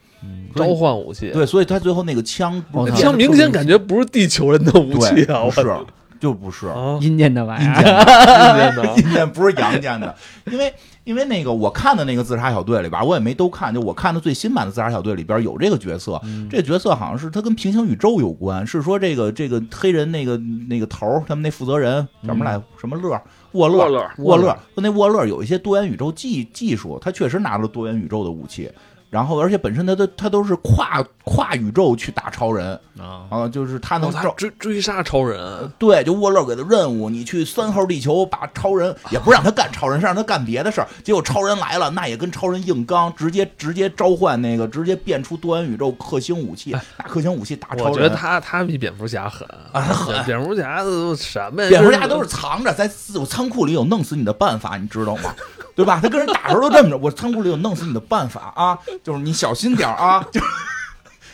Speaker 1: 召唤武器，
Speaker 2: 嗯对，所以他最后那个枪不是变
Speaker 3: 哦
Speaker 2: 得
Speaker 1: 枪明
Speaker 2: 特别
Speaker 1: 显感觉不是地球人的武器
Speaker 2: 对
Speaker 1: 啊！我
Speaker 2: 不是， 就不是。
Speaker 1: 啊，
Speaker 3: 阴间的玩意
Speaker 2: 阴
Speaker 3: 儿
Speaker 2: 间，
Speaker 1: 真的
Speaker 2: 的，阴间不是阳间的，因为因为那个我看的那个自杀小队里边，我也没都看，就我看的最新版的自杀小队里边有这个角色，
Speaker 1: 嗯
Speaker 2: 这角色好像是他跟平行宇宙有关，是说这个这个黑人那个那个头儿，他们那负责人叫什么来什么乐沃勒
Speaker 1: 嗯沃勒
Speaker 2: 沃
Speaker 1: 沃
Speaker 2: 勒
Speaker 1: 勒，
Speaker 2: 就那沃勒有一些多元宇宙技技术，他确实拿了多元宇宙的武器。然后，而且本身他都他都是跨跨宇宙去打超人
Speaker 3: 啊，
Speaker 2: 啊，就是他能
Speaker 1: 哦，他
Speaker 2: 照
Speaker 1: 追追杀超人，
Speaker 2: 对，就沃勒给的任务，你去三号地球把超人，也不让他干超人，是让他干别的事儿。结果超人来了，那也跟超人硬刚，直接直接召唤那个，直接变出多元宇宙克星武器，拿克星武器打
Speaker 1: 哎我
Speaker 2: 超
Speaker 1: 觉得
Speaker 2: 人。
Speaker 1: 他他比蝙蝠侠狠
Speaker 2: 啊他狠
Speaker 1: 蝙蝠侠都什么呀？
Speaker 2: 蝙蝠侠都是藏着，在自我仓库里有弄死你的办法，你知道吗？对吧？他跟人打的时候都这么着，我仓库里有弄死你的办法啊，就是你小心点儿啊，就是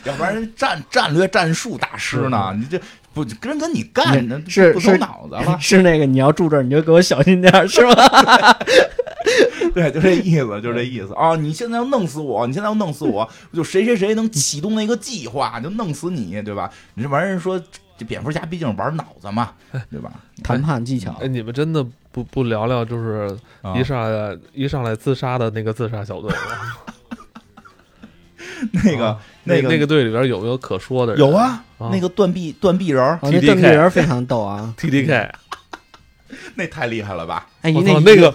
Speaker 2: 要不然人战战略战术大师呢，你这不跟跟你 干，那
Speaker 3: 是
Speaker 2: 不走
Speaker 3: 是
Speaker 2: 脑子了。
Speaker 3: 是那个你要住这儿你就给我小心点儿，是吗？
Speaker 2: 对，就这意思，就这意思啊！你现在要弄死我，你现在要弄死我，就谁谁谁能启动那个计划，就弄死你，对吧？你这玩意儿说，这蝙蝠侠毕竟是玩脑子嘛，对吧？
Speaker 3: 谈判技 巧
Speaker 1: 哎，你们真的不不聊聊，就是
Speaker 2: 啊
Speaker 1: 一上来、一上来自杀的那个自杀 小队吗？
Speaker 2: 啊那个、
Speaker 1: 那
Speaker 2: 个、
Speaker 1: 那个队里边有没有可说的人？
Speaker 2: 有啊，
Speaker 1: 啊
Speaker 2: 那个断臂断臂人儿，
Speaker 3: 哦，那
Speaker 1: TDK
Speaker 3: 邓丽人非常逗啊！
Speaker 1: ，TDK，
Speaker 2: 那太厉害了吧？
Speaker 3: 哎，你
Speaker 1: 我操，
Speaker 3: 那
Speaker 1: 那个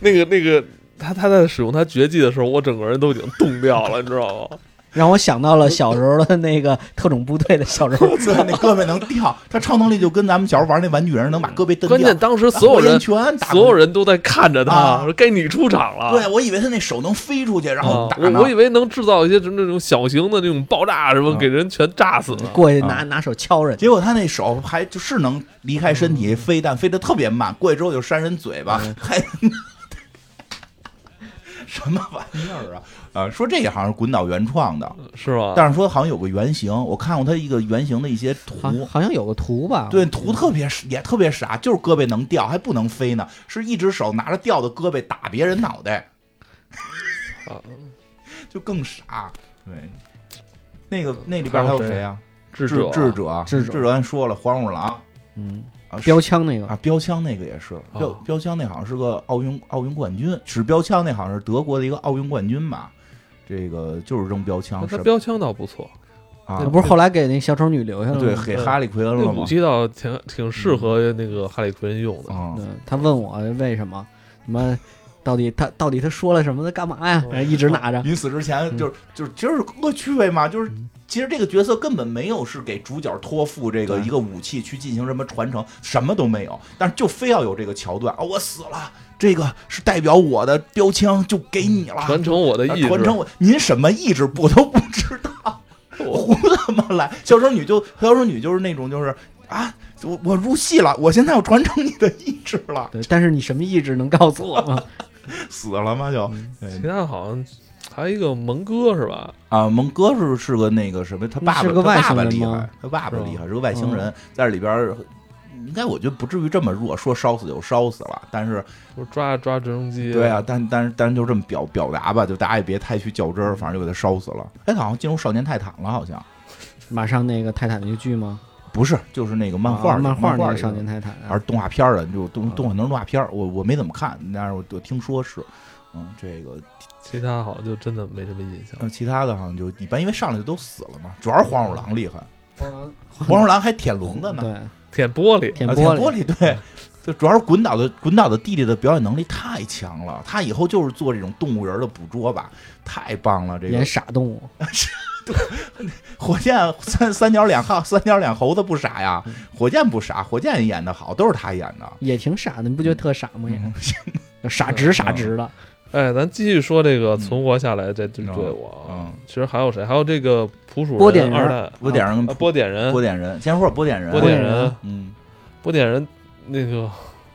Speaker 1: 那个那个，他他在使用他绝技的时候，我整个人都已经冻掉了，你知道 吗？
Speaker 3: 让我想到了小时候的那个 特种部队的小 时候
Speaker 2: 我，操， 那胳膊能掉，他超能力就跟咱们小时候玩那玩具人能把胳膊蹬掉。
Speaker 1: 关键当时所有
Speaker 2: 打火焰
Speaker 1: 人
Speaker 2: 拳打
Speaker 1: 所有。人都在看着他，
Speaker 2: 啊
Speaker 1: 说该你出场了。
Speaker 2: 对，我以为他那手能飞出去，然后
Speaker 1: 啊
Speaker 2: 打呢。
Speaker 1: 我我以为能制造一些什么那种小型的那种爆炸什么，
Speaker 2: 啊
Speaker 1: 给人全炸死呢。
Speaker 3: 过去拿拿手敲人，
Speaker 2: 结果他那手还就是能离开身
Speaker 1: 嗯
Speaker 2: 体飞，但飞得特别慢，过去之后就扇人嘴巴，还 什么玩意儿啊？啊，说这个好像是滚岛原创的，
Speaker 1: 是吗？
Speaker 2: 但是说好像有个原型，我看过他一个原型的一些
Speaker 1: 啊
Speaker 3: 好
Speaker 2: 图。
Speaker 3: 好像有个图吧？
Speaker 2: 对，图特别也特别傻，就是胳膊能掉，还不能飞呢，是一只手拿着掉的胳膊打别人脑袋，
Speaker 1: 啊
Speaker 2: 就更傻。对，那个那里边还有谁啊？
Speaker 1: 智
Speaker 2: 智
Speaker 1: 者，
Speaker 2: 智者，
Speaker 3: 智者
Speaker 2: 智者，咱说了，黄鼠狼
Speaker 3: 嗯，
Speaker 2: 啊，
Speaker 3: 标枪那个
Speaker 2: 啊，标枪那个也是，标、
Speaker 1: 哦
Speaker 2: 标枪那好像是个奥运奥运冠军，使标枪那好像是德国的一个奥运冠军吧。这个就是扔标枪，
Speaker 1: 他
Speaker 2: 是
Speaker 1: 标枪倒不错，
Speaker 2: 啊
Speaker 1: 那，
Speaker 3: 不是后来给那小丑女留下了吗？
Speaker 2: 对，给
Speaker 1: 嗯
Speaker 2: 哈利奎恩
Speaker 1: 那
Speaker 2: 了
Speaker 1: 武
Speaker 2: 吗？
Speaker 1: 器倒挺挺
Speaker 2: 嗯
Speaker 1: 适合那个哈利奎恩用的。
Speaker 2: 啊，
Speaker 3: 对，他问我为什么，什么到底他到底他说了什么？他干嘛
Speaker 2: 哦
Speaker 3: 呀？哎然后一直拿着。
Speaker 2: 临死之前就是就是其实是恶趣味嘛，就是其实这个角色根本没有是给主角托付这个
Speaker 3: 对
Speaker 2: 一个武器去进行什么传承，什么都没有，但是就非要有这个桥段啊、我死了，这个是代表我的标枪，就给你了，呃
Speaker 1: 传承我的意志，
Speaker 2: 啊传承我，您什么意志我都不知道，胡他妈来。小丑女就小丑女就是那种就是啊，我我入戏了，我现在要传承你的意志了，
Speaker 3: 对，但是你什么意志能告诉我 吗？
Speaker 2: 死了吗就？
Speaker 1: 其他好像还有一个蒙哥是吧？
Speaker 2: 啊，蒙哥是是个那个什么，他
Speaker 3: 那
Speaker 2: 爸
Speaker 3: 是
Speaker 2: 爸
Speaker 3: 个
Speaker 2: 他
Speaker 3: 外
Speaker 2: 爸爸
Speaker 3: 星人
Speaker 2: 厉
Speaker 3: 吗哦
Speaker 2: 害，他爸爸
Speaker 1: 是吧
Speaker 2: 厉害，是个外星人，在这里边儿。应该我觉得不至于这么弱，说烧死就烧死了，但是
Speaker 1: 不是抓抓直升机？
Speaker 2: 对啊，，但但是但是就这么表表达吧，就大家也别太去较真儿，反正就给他烧死了。哎，好像进入少年泰坦了，好像
Speaker 3: 马上那个泰坦那个剧吗？
Speaker 2: 不是，就是那个漫画
Speaker 3: 啊
Speaker 2: 儿、
Speaker 3: 漫
Speaker 2: 画
Speaker 3: 画
Speaker 2: 儿
Speaker 3: 那
Speaker 2: 里
Speaker 3: 个
Speaker 2: 的
Speaker 3: 少年泰坦啊，
Speaker 2: 而动画片儿的，就动
Speaker 3: 啊
Speaker 2: 动画能动画片儿，我我没怎么看，但是我我听说是，嗯，这个
Speaker 1: 其他好像就真的没什么印象。
Speaker 2: 呃其他的好像就一般，因为上来就都死了嘛，主要是黄鼠狼厉害，黄鼠狼还舔笼子呢，
Speaker 3: 对，
Speaker 1: 舔玻璃，
Speaker 3: 舔
Speaker 2: 啊
Speaker 3: 玻璃，嗯
Speaker 2: 玻璃对。就主要是滚岛的滚岛的弟弟的表演能力太强了，他以后就是做这种动物人的捕捉吧，太棒了！这个
Speaker 3: 演傻动物，
Speaker 2: 火箭三三角两号三角两猴子不傻呀，
Speaker 3: 嗯
Speaker 2: 火箭不傻，火箭演的好，都是他演的。
Speaker 3: 也挺傻的，你不觉得特傻吗？
Speaker 2: 嗯
Speaker 3: 也就傻直傻直的，
Speaker 1: 哎，咱继续说这个存活下来这这
Speaker 2: 嗯
Speaker 1: 队伍啊，
Speaker 2: 嗯，
Speaker 1: 其实还有谁？还有这个捕鼠
Speaker 3: 波点人
Speaker 1: 二代，
Speaker 2: 波点人
Speaker 1: 啊，波点人
Speaker 2: 波，点人，先说嗯说波点人。啊
Speaker 1: 波
Speaker 3: 点
Speaker 1: 点
Speaker 3: 人
Speaker 1: 人，
Speaker 2: 嗯，
Speaker 1: 波点人，那个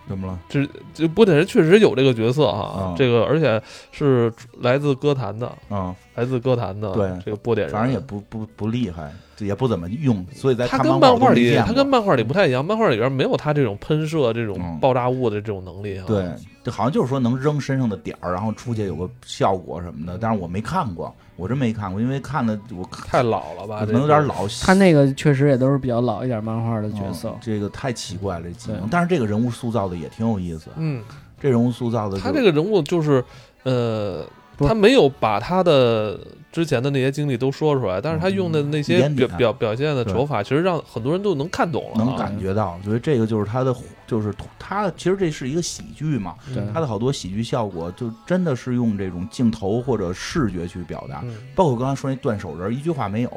Speaker 2: 怎么了？
Speaker 1: 这这波点人确实有这个角色啊
Speaker 2: 嗯，
Speaker 1: 这个而且是来自歌坛的，
Speaker 2: 啊、
Speaker 1: 来自歌坛的，
Speaker 2: 对
Speaker 1: 这个波点人，
Speaker 2: 反正也不不不厉害，也不怎么用，所以在
Speaker 1: 他
Speaker 2: 看
Speaker 1: 跟漫
Speaker 2: 漫
Speaker 1: 画
Speaker 2: 我都没
Speaker 1: 里，
Speaker 2: 见
Speaker 1: 他跟
Speaker 2: 过
Speaker 1: 漫画里不太一样，漫画里边没有他这种喷射、这种
Speaker 2: 嗯
Speaker 1: 爆炸物的这种能力啊。
Speaker 2: 对，就好像就是说能扔身上的点儿，然后出去有个效果什么的，但是我没看过，我真没看过，因为看的我
Speaker 1: 太老了
Speaker 3: 啊
Speaker 1: 吧？
Speaker 2: 可
Speaker 1: 这
Speaker 2: 能有
Speaker 1: 个
Speaker 2: 点老。
Speaker 3: 他那个确实也都是比较老一点漫画的角色
Speaker 2: 嗯，这个太奇怪了，这技能
Speaker 3: 对。
Speaker 2: 但是这个人物塑造的也挺有意思，
Speaker 1: 嗯，
Speaker 2: 这人物塑造的就
Speaker 1: 他这个人物就是，呃，
Speaker 3: 不是
Speaker 1: 他没有把他的之前的那些经历都说出来，但是他用的那些
Speaker 2: 嗯
Speaker 1: 表
Speaker 2: 烟笔
Speaker 1: 表表现的手法，其实让很多人都能看懂了啊。
Speaker 2: 能感觉到，所以这个就是他的，就是他其实这是一个喜剧嘛，
Speaker 1: 嗯
Speaker 3: 对
Speaker 2: 他的好多喜剧效果就真的是用这种镜头或者视觉去表达，
Speaker 1: 嗯
Speaker 2: 包括刚才说那断手人，一句话没有。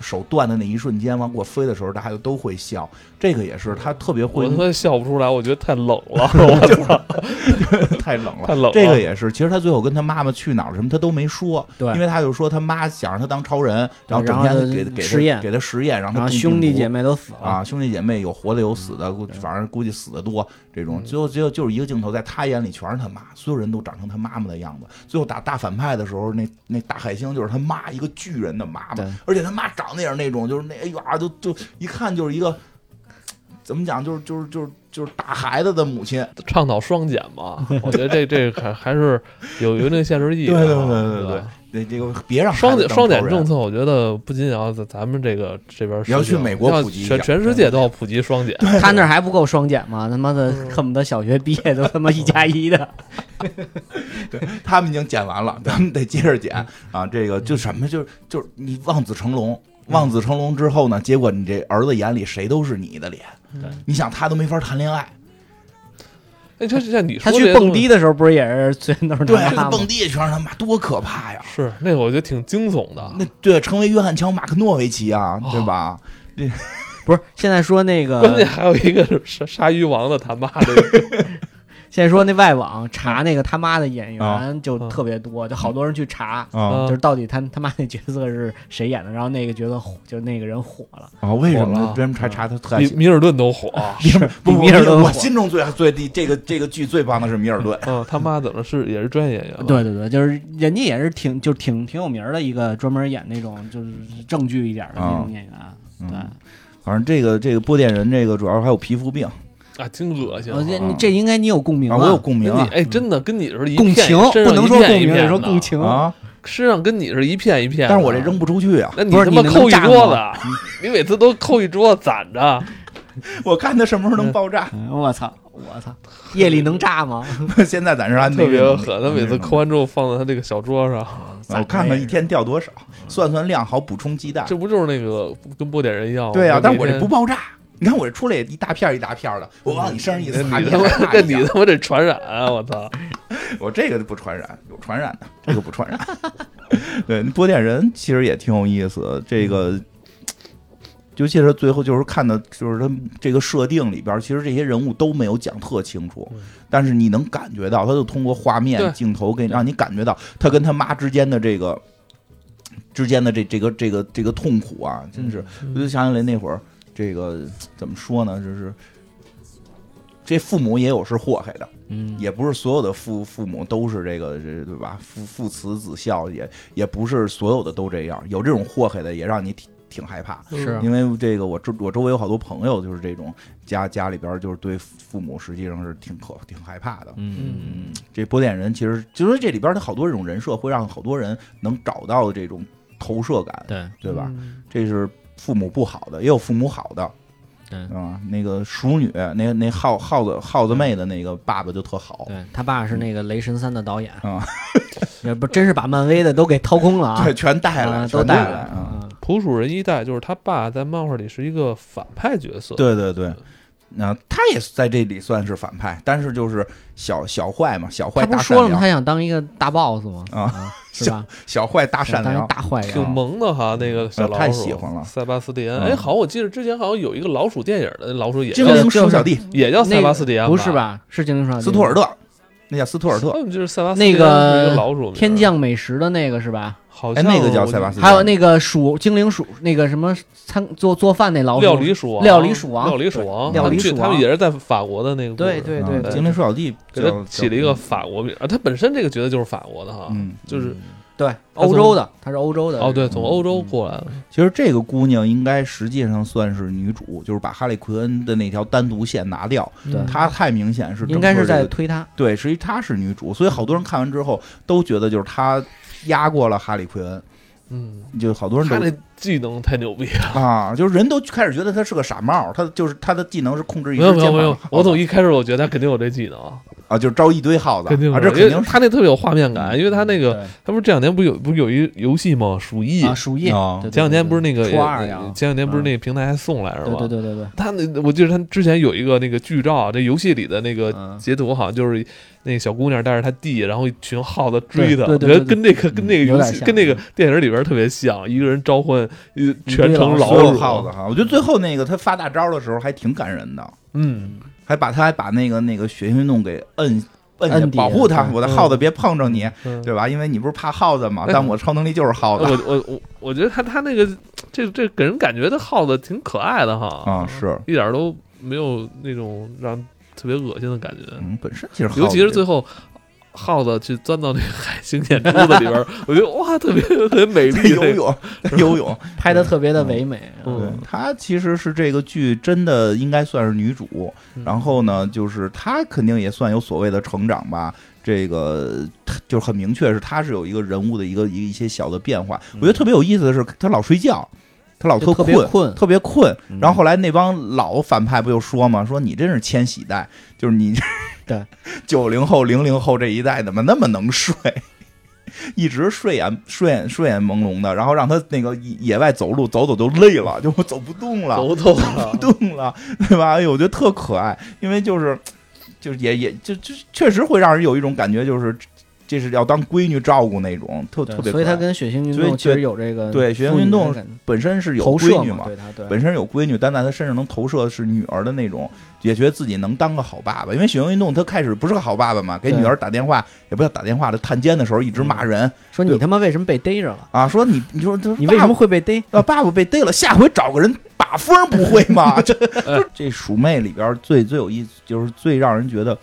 Speaker 2: 手断的那一瞬间，往过飞的时候，大家就都会笑。这个也是他特别会
Speaker 1: 我他 妈笑不出来，我觉得太冷了，我操，
Speaker 2: 太冷了，
Speaker 1: 太冷了
Speaker 2: 这个也是，其实他最后跟他妈妈去哪儿什么，他都没说，
Speaker 3: 嗯对
Speaker 2: 因为他就说他妈想让他当超人，然后
Speaker 3: 然
Speaker 2: 整
Speaker 3: 后
Speaker 2: 天
Speaker 3: 就
Speaker 2: 给给他
Speaker 3: 实验
Speaker 2: 给他实验，让
Speaker 3: 然
Speaker 2: 他
Speaker 3: 后
Speaker 2: 中
Speaker 3: 兄弟
Speaker 2: 病毒
Speaker 3: 姐妹都死了，
Speaker 2: 啊，兄弟姐妹有活的有死的，估反正估计死的多。这种最后最后就是一个镜头，在他眼里全是他妈，所有人都长成他妈妈的样子。最后打大反派的时候，那那大海星就是他妈，一个巨人的妈
Speaker 3: 对
Speaker 2: 妈，而且他妈长得也是那种，就是那哎呀，就就一看就是一个怎么讲，就是就是就是就是打孩子的母亲。
Speaker 1: 倡导双减嘛，我觉得这这个还还是有有一定现实意义的啊。
Speaker 2: 对对对
Speaker 1: 吧
Speaker 2: 对对那这个别让
Speaker 1: 双减
Speaker 2: 减
Speaker 1: 双减政
Speaker 2: 策，
Speaker 1: 策，我觉得不仅要在咱们这个这边实行，
Speaker 2: 也要去美国
Speaker 1: 要
Speaker 2: 普及一
Speaker 1: 全
Speaker 2: 下
Speaker 1: 全世界都要普及双减。
Speaker 3: 他那儿还不够双减吗？他妈的，
Speaker 2: 嗯
Speaker 3: 恨不得小学毕业都他妈一加一的，
Speaker 2: 他们已经剪完了，咱们得接着剪
Speaker 3: 嗯
Speaker 2: 啊。这个就什么就是就是你望子成龙。望
Speaker 3: 嗯
Speaker 2: 子成龙之后呢，结果你这儿子眼里谁都是你的脸，你想他都没法谈恋爱，
Speaker 1: 哎，就是像你
Speaker 3: 他
Speaker 1: 说
Speaker 3: 去
Speaker 1: 这
Speaker 3: 蹦迪的时候不是也是最都是
Speaker 2: 对，啊
Speaker 3: 他妈吗
Speaker 2: 蹦？迪也全是他妈，多可怕呀！
Speaker 1: 是那个，我觉得挺惊悚的。
Speaker 2: 那对，成为约翰乔马克诺维奇啊，
Speaker 1: 哦
Speaker 2: 对吧？
Speaker 3: 不是，现在说那
Speaker 1: 关键
Speaker 3: 个，
Speaker 1: 还有一个是鲨鲨鱼王的他妈 的，
Speaker 3: 现在说那外网查那个他妈的演员
Speaker 2: 啊
Speaker 3: 就特别多，就好多人去查，
Speaker 2: 啊
Speaker 1: 嗯
Speaker 3: 就是到底他他妈那角色是谁演的，然后那个角色火，就那个人火了，
Speaker 2: 啊，为什
Speaker 1: 火了
Speaker 2: 么
Speaker 1: 啊
Speaker 2: 别人查查他特爱
Speaker 1: 米
Speaker 2: 喜？
Speaker 1: 米尔顿都火。
Speaker 2: 啊不
Speaker 3: 比
Speaker 2: 不，
Speaker 3: 米尔顿
Speaker 2: 我
Speaker 3: 火
Speaker 2: 心中最最第这个这个剧最棒的是米尔顿，
Speaker 1: 嗯，他妈怎么是也是专业演员吧？啊
Speaker 3: 对对对，就是人家也是挺就挺挺有名儿的一个专门演那种就是正剧一点的那种演员，
Speaker 2: 嗯
Speaker 3: 对，
Speaker 2: 反正这个这个波点人这个主要还有皮肤病
Speaker 1: 啊，真恶心啊
Speaker 3: 我。觉得你这应该你有共鸣
Speaker 2: 啊，
Speaker 3: 吧
Speaker 2: 我有共鸣
Speaker 1: 跟你
Speaker 2: 啊
Speaker 1: 哎，真的跟你是一
Speaker 3: 共
Speaker 1: 片
Speaker 3: 情，
Speaker 1: 身上
Speaker 3: 不能
Speaker 1: 一
Speaker 3: 说
Speaker 1: 片
Speaker 3: 共
Speaker 1: 一
Speaker 3: 鸣，
Speaker 1: 片
Speaker 3: 得说
Speaker 1: 的
Speaker 3: 共情。
Speaker 2: 啊，
Speaker 1: 身上跟你是一片一片的。
Speaker 2: 但是我这扔不出去啊，
Speaker 1: 那你
Speaker 3: 不是
Speaker 1: 他
Speaker 3: 你
Speaker 1: 妈
Speaker 3: 能
Speaker 1: 扣一
Speaker 3: 炸
Speaker 1: 桌
Speaker 3: 吗
Speaker 1: 子啊，你每次都扣一桌子攒着。
Speaker 3: 哎
Speaker 2: 我看他什么时候能爆炸。
Speaker 3: 嗯我操，我操，夜里能炸吗？
Speaker 2: 现在暂时还没
Speaker 1: 特别
Speaker 2: 有
Speaker 1: 狠，他每次抠完之后放在他这个小桌
Speaker 3: 啊
Speaker 1: 上，
Speaker 2: 我看看一天掉多少，算算量好补充鸡蛋。
Speaker 1: 这不就是那个跟波点人一样吗？
Speaker 2: 对呀、
Speaker 1: 呀，
Speaker 2: 但我这不爆炸。你看我这出来也一大片儿一大片儿的，我往你身上一
Speaker 1: 那
Speaker 2: 擦，
Speaker 1: 你
Speaker 2: 你
Speaker 1: 他
Speaker 2: 还
Speaker 1: 妈
Speaker 2: 怕
Speaker 1: 这
Speaker 2: 一下
Speaker 1: 你他妈得传染啊！我操！
Speaker 2: 我这个不传染，有传染的，这个不传染。 对，波点人其实也挺有意思，这个。
Speaker 1: 嗯
Speaker 2: 尤其是最后，就是看的，就是他这个设定里边，其实这些人物都没有讲特清楚，但是你能感觉到，他就通过画
Speaker 1: 对
Speaker 2: 面、镜头给你让你感觉到他跟他妈之间的这个之间的这这个这个这个痛苦啊，真是，
Speaker 1: 嗯
Speaker 2: 我就想起来那会儿，这个怎么说呢，就是这父母也有是祸害的，
Speaker 3: 嗯，
Speaker 2: 也不是所有的父父母都是这个，这对吧？父父慈子孝，也也不是所有的都这样。有这种祸害的，也让你挺挺害怕。
Speaker 3: 是
Speaker 2: 因为这个，我周我周围有好多朋友，就是这种家家里边儿就是对父母实际上是挺可挺害怕的。
Speaker 1: 嗯
Speaker 2: 嗯，这波点人其实就说这里边儿的好多这种人设，会让好多人能找到这种投射感，
Speaker 3: 对，
Speaker 2: 对吧？
Speaker 1: 嗯
Speaker 2: 这是父母不好的，也有父母好的。
Speaker 3: 对
Speaker 1: 嗯
Speaker 2: 啊，那个熟女，那那耗耗子耗子妹的那个爸爸就特好，
Speaker 3: 对他爸是那个《雷神三》的导演
Speaker 2: 啊，
Speaker 3: 也不真是把漫威的都给掏空了 啊，
Speaker 2: 对，全带来，
Speaker 3: 啊
Speaker 2: 全
Speaker 3: 都带
Speaker 2: 来啊！
Speaker 3: 啊，
Speaker 1: 普属人一代就是他爸在漫画里是一个反派角色，
Speaker 2: 对对对，那他也在这里算是反派，但是就是小小坏嘛，小坏
Speaker 3: 他不
Speaker 2: 大
Speaker 3: 是说
Speaker 2: 善
Speaker 3: 了吗？
Speaker 2: 良，
Speaker 3: 他想当一个大 boss 吗？
Speaker 2: 啊
Speaker 3: 是吧？
Speaker 2: 小坏大善
Speaker 3: 想当一
Speaker 2: 良，
Speaker 3: 大坏人
Speaker 1: 挺萌的哈，那个小老鼠、
Speaker 2: 太喜欢了
Speaker 1: 塞巴斯蒂安。
Speaker 2: 嗯
Speaker 1: 哎，好，我记得之前好像有一个老鼠电影的老鼠也
Speaker 2: 精
Speaker 1: 叫
Speaker 2: 灵鼠小弟
Speaker 1: 也叫塞巴斯蒂安，
Speaker 3: 不是？吧？是精灵双
Speaker 2: 斯图尔特，那叫斯图尔特，
Speaker 1: 他们就是塞巴斯蒂
Speaker 3: 那
Speaker 1: 安是一个
Speaker 3: 个
Speaker 1: 老鼠名儿
Speaker 3: 天，降美食的那个是吧？
Speaker 1: 好
Speaker 2: 哎，
Speaker 1: 像
Speaker 2: 那个叫塞巴
Speaker 1: 斯
Speaker 2: 斯蒂安，
Speaker 3: 还有那个鼠精灵鼠那个什么餐做做饭那老鼠
Speaker 1: 料理鼠王，
Speaker 3: 料理鼠王
Speaker 1: 料理鼠王，
Speaker 3: 对料理鼠
Speaker 1: 他们去他
Speaker 3: 王
Speaker 1: 们也是在法国的那个故
Speaker 3: 对
Speaker 1: 事，
Speaker 3: 对
Speaker 2: 嗯
Speaker 3: 对
Speaker 2: 精
Speaker 3: 对，
Speaker 2: 灵鼠小弟
Speaker 1: 给
Speaker 2: 叫
Speaker 1: 他起了一个，法国名儿，啊他本身这个角色就是法国的哈
Speaker 2: 叫，嗯，
Speaker 1: 就是
Speaker 3: 对
Speaker 1: 从
Speaker 3: 欧洲的，他是欧洲的
Speaker 1: 哦对，从欧洲过来的，
Speaker 2: 嗯其实这个姑娘应该实际上算是女主，就是把哈利奎恩的那条单独线拿掉，
Speaker 3: 对
Speaker 2: 她太明显是
Speaker 3: 嗯应该是
Speaker 2: 整个这
Speaker 3: 在
Speaker 2: 个
Speaker 3: 推他，
Speaker 2: 对，实际她是女主，所以好多人看完之后都觉得就是她压过了哈利奎恩，
Speaker 1: 嗯，
Speaker 2: 就好多人
Speaker 1: 他
Speaker 2: 都
Speaker 1: 那技能太牛逼了，
Speaker 2: 啊，就是人都开始觉得她是个傻帽，她就是她的技能是控制一
Speaker 1: 没
Speaker 2: 只
Speaker 1: 有
Speaker 2: 肩
Speaker 1: 没有没
Speaker 2: 膀的
Speaker 1: 有
Speaker 2: 耗，子，
Speaker 1: 我从一开始我觉得他肯定有这技能，
Speaker 2: 啊，就是招一堆耗子，
Speaker 1: 肯定有
Speaker 2: 啊，这肯
Speaker 1: 因为
Speaker 2: 定
Speaker 1: 他那特别有画面感，因为他那个
Speaker 3: 对
Speaker 1: 他不是这两年不是有不是有一游戏吗？鼠疫，
Speaker 3: 啊，鼠疫
Speaker 2: 是，啊
Speaker 3: 对
Speaker 1: 前两天不是那个
Speaker 3: 初二呀
Speaker 1: 前两天不是
Speaker 3: 嗯
Speaker 1: 那个平台还送来着
Speaker 3: 对
Speaker 1: 吗？
Speaker 3: 对对对对，
Speaker 1: 他那我记得他之前有一个那个剧照啊，这游戏里的那个
Speaker 2: 嗯
Speaker 1: 截图好像就是那个小姑娘带着她弟，然后一群耗子追她，
Speaker 3: 对
Speaker 1: 我
Speaker 3: 对
Speaker 1: 觉
Speaker 3: 对
Speaker 1: 得跟那个
Speaker 3: 嗯
Speaker 1: 跟那个游
Speaker 3: 有点
Speaker 1: 戏
Speaker 3: 像
Speaker 1: 跟那个电影里边特别像，一个人召唤呃全程
Speaker 3: 老
Speaker 1: 老
Speaker 2: 所有
Speaker 1: 鼠
Speaker 2: 耗子，哈，我觉得最后那个她发大招的时候还挺感人的，
Speaker 1: 嗯，
Speaker 2: 还把她还把那个那个血运动给摁摁下
Speaker 3: 摁，底下
Speaker 2: 保护她，
Speaker 3: 对
Speaker 2: 我的
Speaker 1: 嗯
Speaker 2: 耗子别碰着你，
Speaker 1: 嗯
Speaker 2: 对吧？因为你不是怕耗子嘛，
Speaker 1: 哎
Speaker 2: 但我超能力就是耗子
Speaker 1: 我我我我觉得他他那个这这给人感觉这耗子挺可爱的
Speaker 3: 嗯
Speaker 1: 哈，
Speaker 2: 啊，是，
Speaker 1: 一点都没有那种让人特别恶心的感觉，
Speaker 2: 嗯，本身其实耗子
Speaker 1: 尤其是最后。耗子去钻到那个海星眼珠子里边儿，我觉得哇，特别特别美
Speaker 2: 这
Speaker 1: 丽。
Speaker 2: 游泳 游泳，
Speaker 3: 拍的特别的唯美，啊
Speaker 1: 嗯
Speaker 2: 对她其实是这个剧真的应该算是女主，
Speaker 1: 嗯
Speaker 2: 然后呢，就是她肯定也算有所谓的成长吧。这个她就是很明确是她是有一个人物的一个一一些小的变化。我觉得特别有意思的是，她老睡觉，她老
Speaker 3: 就特别
Speaker 2: 困。
Speaker 3: 困，
Speaker 2: 特别困，
Speaker 3: 嗯
Speaker 2: 然后后来那帮老反派不就说嘛，说你真是千禧代，就是你
Speaker 3: 对
Speaker 2: 九零后、零零后这一代怎么那么能睡， 一直睡眼睡眼睡眼朦胧的，然后让他那个野野外走路走走就累了，就走不动了，
Speaker 1: 走 走了
Speaker 2: 不，动了，对吧？哎呦，我觉得特可爱，因为就是就是也也就就确实会让人有一种感觉，就是这是要当闺女照顾那种，特特别可爱。
Speaker 3: 所以他跟血腥运
Speaker 2: 所以
Speaker 3: 动其实有这个
Speaker 2: 对血腥
Speaker 3: 妇女
Speaker 2: 运动
Speaker 3: 的感觉
Speaker 2: 本身是有
Speaker 3: 投射
Speaker 2: 闺女嘛，
Speaker 3: 对他对
Speaker 2: 本身有闺女，但在她身上能投射是女儿的那种，也觉得自己能当个好爸爸。因为雪鹰运动他开始不是个好爸爸嘛，给
Speaker 3: 对
Speaker 2: 女儿打电话也不叫打电话，他探监的时候一直骂人
Speaker 3: 说你他妈为什么被逮着了？
Speaker 2: 啊，说你你说
Speaker 3: 你为什么
Speaker 2: 么？
Speaker 3: 会被逮？
Speaker 2: 啊，爸爸被逮了，下回找个人把风儿不会吗？ 这这鼠妹里边最最有意思，就是最让人觉得，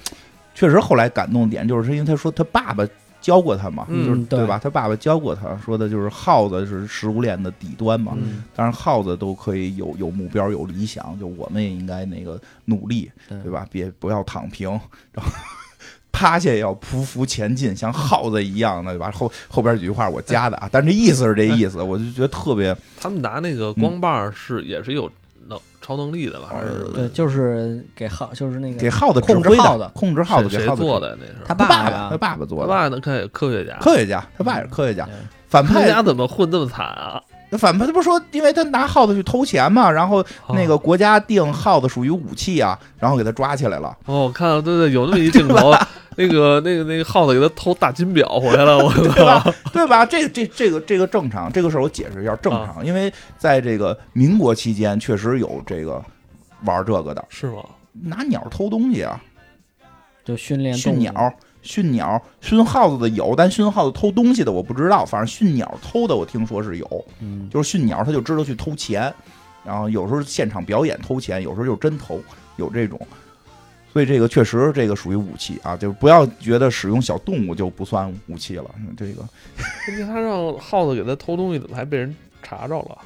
Speaker 2: 确实后来感动点，就是因为他说他爸爸教过他嘛，
Speaker 1: 嗯
Speaker 2: 就是
Speaker 3: 对
Speaker 2: 吧？他爸爸教过他，说的就是耗子是食物链的底端嘛，
Speaker 1: 嗯
Speaker 2: 当然，耗子都可以有有目标、有理想，就我们也应该那个努力，
Speaker 3: 对
Speaker 2: 对吧？别不要躺平， 然后趴下也要匍匐前进，像耗子一样的，对吧？后后边几句话我加 的啊，但这意思是这意思，我就觉得特别
Speaker 1: 他们拿那
Speaker 2: 嗯
Speaker 1: 个光棒儿是也是有能超能力的吧？还是什么
Speaker 3: 对，就是给耗，就是那
Speaker 2: 呃给
Speaker 3: 个
Speaker 2: 耗子指
Speaker 3: 控
Speaker 2: 挥
Speaker 3: 制耗子
Speaker 2: 的，控制耗子
Speaker 1: 谁
Speaker 2: 给
Speaker 1: 谁
Speaker 2: 耗子指
Speaker 1: 做
Speaker 2: 挥，
Speaker 1: 的呀那是
Speaker 3: 他
Speaker 2: 他
Speaker 3: 爸
Speaker 2: 爸
Speaker 3: 呀嗯
Speaker 2: 他，爸爸做
Speaker 1: 他
Speaker 2: 的，
Speaker 1: 爸呢？看科学家，
Speaker 2: 科学家，他爸也是科学家，
Speaker 3: 对
Speaker 2: 反
Speaker 1: 科学
Speaker 2: 派
Speaker 1: 家怎么混这么惨啊？
Speaker 2: 反派他不是说，因为他拿耗子去偷钱嘛，然
Speaker 3: 哦
Speaker 2: 后那
Speaker 1: 哦
Speaker 2: 个国家定耗子属于武器啊，然后给他抓起来了。
Speaker 1: 哦，我看了，对对，有那么一镜头，那个那个那个耗子给他偷大金表回来了，我
Speaker 2: 对
Speaker 1: 操！
Speaker 2: 吧？对吧？这这这个这个正常，这个事儿我解释一下正
Speaker 3: 啊
Speaker 2: 常，因为在这个民国期间确实有这个玩这个的，
Speaker 1: 是吗？
Speaker 2: 拿鸟偷东西啊，
Speaker 3: 就训练动
Speaker 2: 驯
Speaker 3: 物
Speaker 2: 鸟、驯鸟、熏耗子的有，但熏耗子偷东西的我不知道，反正驯鸟偷的我听说是有，
Speaker 3: 嗯，
Speaker 2: 就是驯鸟他就知道去偷钱，然后有时候现场表演偷钱，有时候就真偷，有这种。所以这个确实，这个属于武器啊，就是不要觉得使用小动物就不算武器了。嗯这个
Speaker 1: 关键他让耗子给他偷东西，怎么还被人查着了？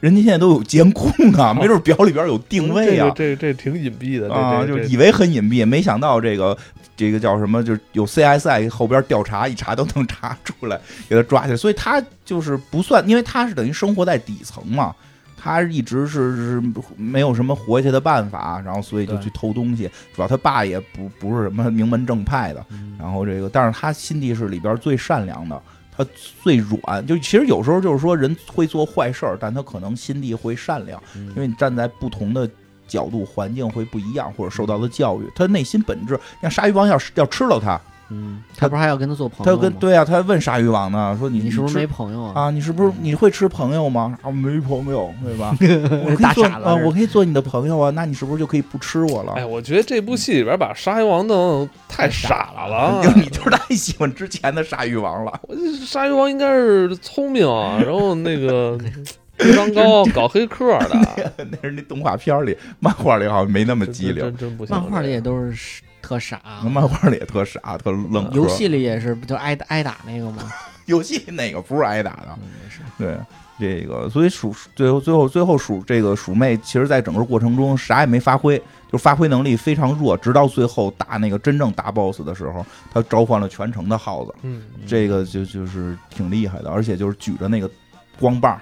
Speaker 2: 人家现在都有监控啊，没准表里边有定位啊，
Speaker 1: 嗯这个这这挺隐蔽的
Speaker 2: 啊，就
Speaker 1: 这这
Speaker 2: 以为很隐蔽，没想到这个这个叫什么，就是有 CSI 后边调查，一查都能查出来，给他抓起来。所以他就是不算，因为他是等于生活在底层嘛，他一直是是没有什么活下去的办法，然后所以就
Speaker 3: 对
Speaker 2: 去偷东西。主要他爸也
Speaker 3: 嗯
Speaker 2: 嗯不不是什么名门正派的，然后这个，但是他心地是里边最善良的。他呃最软。就其实有时候就是说人会做坏事儿，但他可能心地会善良，
Speaker 3: 嗯
Speaker 2: 因为你站在不同的。角度环境会不一样，或者受到的教育，他内心本质，像鲨鱼王要要吃了他，
Speaker 3: 嗯，他不是还要跟他做朋
Speaker 2: 他
Speaker 3: 友
Speaker 2: 就
Speaker 3: 吗？
Speaker 2: 跟对啊，他问鲨鱼王呢，说你
Speaker 3: 你是不是
Speaker 2: 吃
Speaker 3: 没朋友啊？
Speaker 2: 啊，你是不是你会吃朋友吗？啊，没朋友，对 吧？我可以
Speaker 3: 大
Speaker 2: 做
Speaker 3: 傻了
Speaker 2: 啊，
Speaker 3: 是
Speaker 2: 我可以做你的朋友啊，那你是不是就可以不吃我了？
Speaker 1: 哎，我觉得这部戏里边把鲨鱼王弄得太傻 了，
Speaker 2: 就你就是太喜欢之前的鲨鱼王了，
Speaker 1: 我这鲨鱼王应该是聪明啊，然后那 个智商高，搞黑客的，
Speaker 2: 那是那动画片里，漫画里好像没那么
Speaker 1: 真
Speaker 2: 机灵
Speaker 1: 真，真不行。
Speaker 3: 漫画里也都是特傻，啊
Speaker 2: 漫画里也特傻，特愣核。
Speaker 3: 游戏里也是，不就挨打挨打那个 吗？
Speaker 2: 游戏哪个不是挨打的？
Speaker 3: 嗯没事
Speaker 2: 对，这个所以鼠最后最后最后鼠这个鼠妹，其实在整个过程中啥也没发挥，就发挥能力非常弱，直到最后打那个真正打 BOSS 的时候，她召唤了全城的耗子，
Speaker 1: 嗯，
Speaker 2: 这个就就是挺厉害的，而且就是举着那个光棒。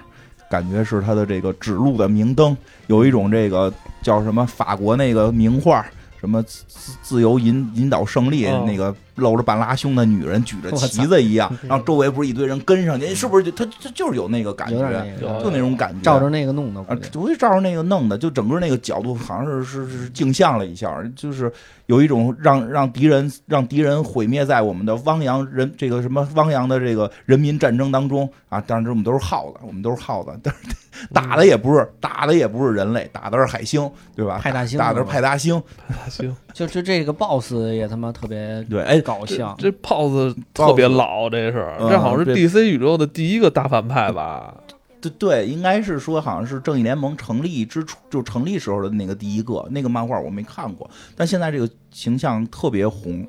Speaker 2: 感觉是她的这个指路的明灯，有一种这个叫什么法国那个名画，什么自自自由引引导胜利，
Speaker 1: 哦
Speaker 2: 那个露着半拉胸的女人举着
Speaker 3: 嗯我操嗯
Speaker 2: 旗子一样，然后周围不是一堆人跟上去，是不是就？她她就是有那个感觉，
Speaker 3: 有点那
Speaker 1: 有
Speaker 3: 个，
Speaker 2: 就那种感觉。
Speaker 3: 照着那个弄的，
Speaker 2: 啊
Speaker 3: 估计，
Speaker 2: 我就照着那个弄的，就整个那个角度好像是是是是镜像了一下，就是有一种让让敌人让敌人毁灭在我们的汪洋人这个什么汪洋的这个人民战争当中啊！当然，这我们都是耗子，我们都是耗子，但是
Speaker 1: 嗯
Speaker 2: 打的也不是打的也不是人类，打的是海星，对吧？
Speaker 3: 派大星
Speaker 2: 打的是派大星，
Speaker 1: 行，
Speaker 3: 就就这个 boss 也他妈特别
Speaker 2: 对，哎，
Speaker 3: 搞笑，
Speaker 1: 这炮子特别老，这是
Speaker 2: 嗯
Speaker 1: 这好像是
Speaker 2: 对
Speaker 1: DC 宇宙的第一个大反派吧？
Speaker 2: 对对，应该是说好像是正义联盟成立之初就成立时候的那个第一个那个漫画我没看过，但现在这个形象特别红，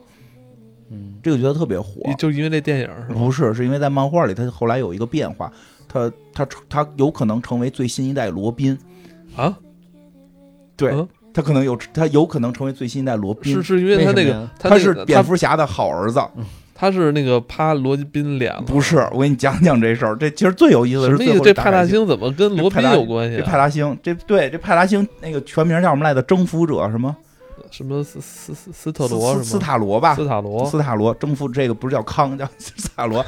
Speaker 3: 嗯，
Speaker 2: 这个角色特别火。
Speaker 1: 就因为这电影是吧？
Speaker 2: 不是，是因为在漫画里他后来有一个变化，他他他有可能成为最新一代罗宾，
Speaker 1: 啊，
Speaker 2: 对
Speaker 1: 嗯
Speaker 2: 他可能有他有可能成为最新一代罗宾
Speaker 1: 是，是因为他那
Speaker 3: 为什么
Speaker 1: 个
Speaker 3: 呀
Speaker 1: 他
Speaker 2: 他
Speaker 1: 那
Speaker 2: 是
Speaker 1: 个
Speaker 2: 蝙
Speaker 1: 他嗯
Speaker 2: 蝠侠的好儿子，
Speaker 1: 他是那个趴罗宾脸了，
Speaker 2: 不是？我给你讲讲这事儿，这其实最有意思
Speaker 1: 什
Speaker 2: 的是
Speaker 1: 么意
Speaker 2: 最
Speaker 1: 思？
Speaker 2: 后
Speaker 1: 这
Speaker 2: 大
Speaker 1: 派大
Speaker 2: 改
Speaker 1: 星怎么跟罗宾有关系
Speaker 2: 这
Speaker 1: 啊？
Speaker 2: 派大星，这对这派大星那个全名叫什么来着？征服者什么？
Speaker 1: 什么斯斯斯斯特
Speaker 2: 斯
Speaker 1: 罗
Speaker 2: 斯
Speaker 1: 是
Speaker 2: 斯
Speaker 1: 吗？
Speaker 2: 塔罗吧？
Speaker 1: 斯塔罗，
Speaker 2: 斯塔罗征服这个不是叫康，叫斯塔罗。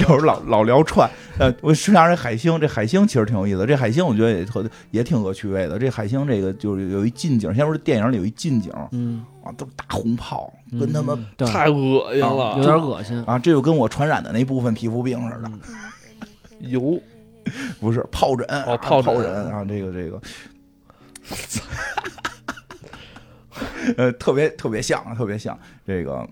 Speaker 2: 有时候老老聊串，呃，我实际上这海星，这海星其实挺有意思的。这海星我觉得也特也挺恶趣味的。这海星这个就是有一近景，先说这电影里有一近景啊，
Speaker 3: 嗯，
Speaker 2: 都是大红炮，跟他们
Speaker 3: 嗯对
Speaker 1: 太恶心
Speaker 2: 啊
Speaker 3: 有
Speaker 1: 了，
Speaker 3: 点恶心，
Speaker 2: 啊，这就跟我传染的那部分皮肤病似的，
Speaker 1: 油
Speaker 2: 不是疱疹啊，
Speaker 1: 哦疱疹
Speaker 2: 疱疹啊，这个这个， 呃，特别特别像，特别像这个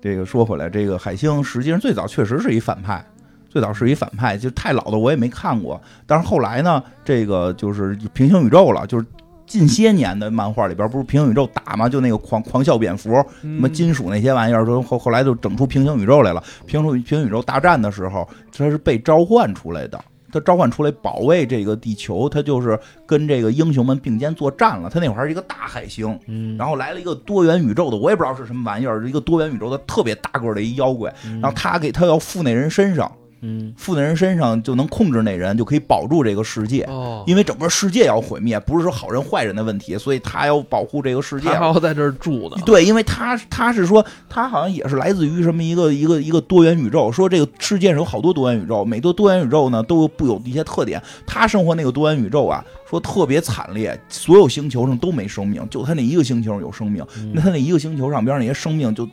Speaker 2: 这个。说回来，这个海星实际上最早确实是一反派，最早是一反派，就太老的我也没看过。但是后来呢，这个就是平行宇宙了，就是。近些年的漫画里边不是平行宇宙打吗？就那个狂狂笑蝙蝠，
Speaker 1: 嗯
Speaker 2: 什么金属那些玩意儿，都后后来就整出平行宇宙来了。平行平行宇宙大战的时候，他是被召唤出来的，他召唤出来保卫这个地球，他就是跟这个英雄们并肩作战了。他那会儿还是一个大海星，
Speaker 3: 嗯，
Speaker 2: 然后来了一个多元宇宙的，我也不知道是什么玩意儿，一个多元宇宙的特别大个儿的一妖怪，
Speaker 3: 嗯
Speaker 2: 然后他给他要附那人身上，
Speaker 3: 嗯，
Speaker 2: 附那人身上就能控制那人，就可以保住这个世界。
Speaker 1: 哦，
Speaker 2: 因为整个世界要毁灭，不是说好人坏人的问题，所以他要保护这个世界。
Speaker 1: 他还要在这儿住呢，
Speaker 2: 对，因为他他是说，他好像也是来自于什么一个一个一个多元宇宙，说这个世界上有好多多元宇宙，每个多元宇宙呢都有不有一些特点。他生活那个多元宇宙啊，说特别惨烈，所有星球上都没生命，就他那一个星球上有生命，那他那一个星球上边那些生命就。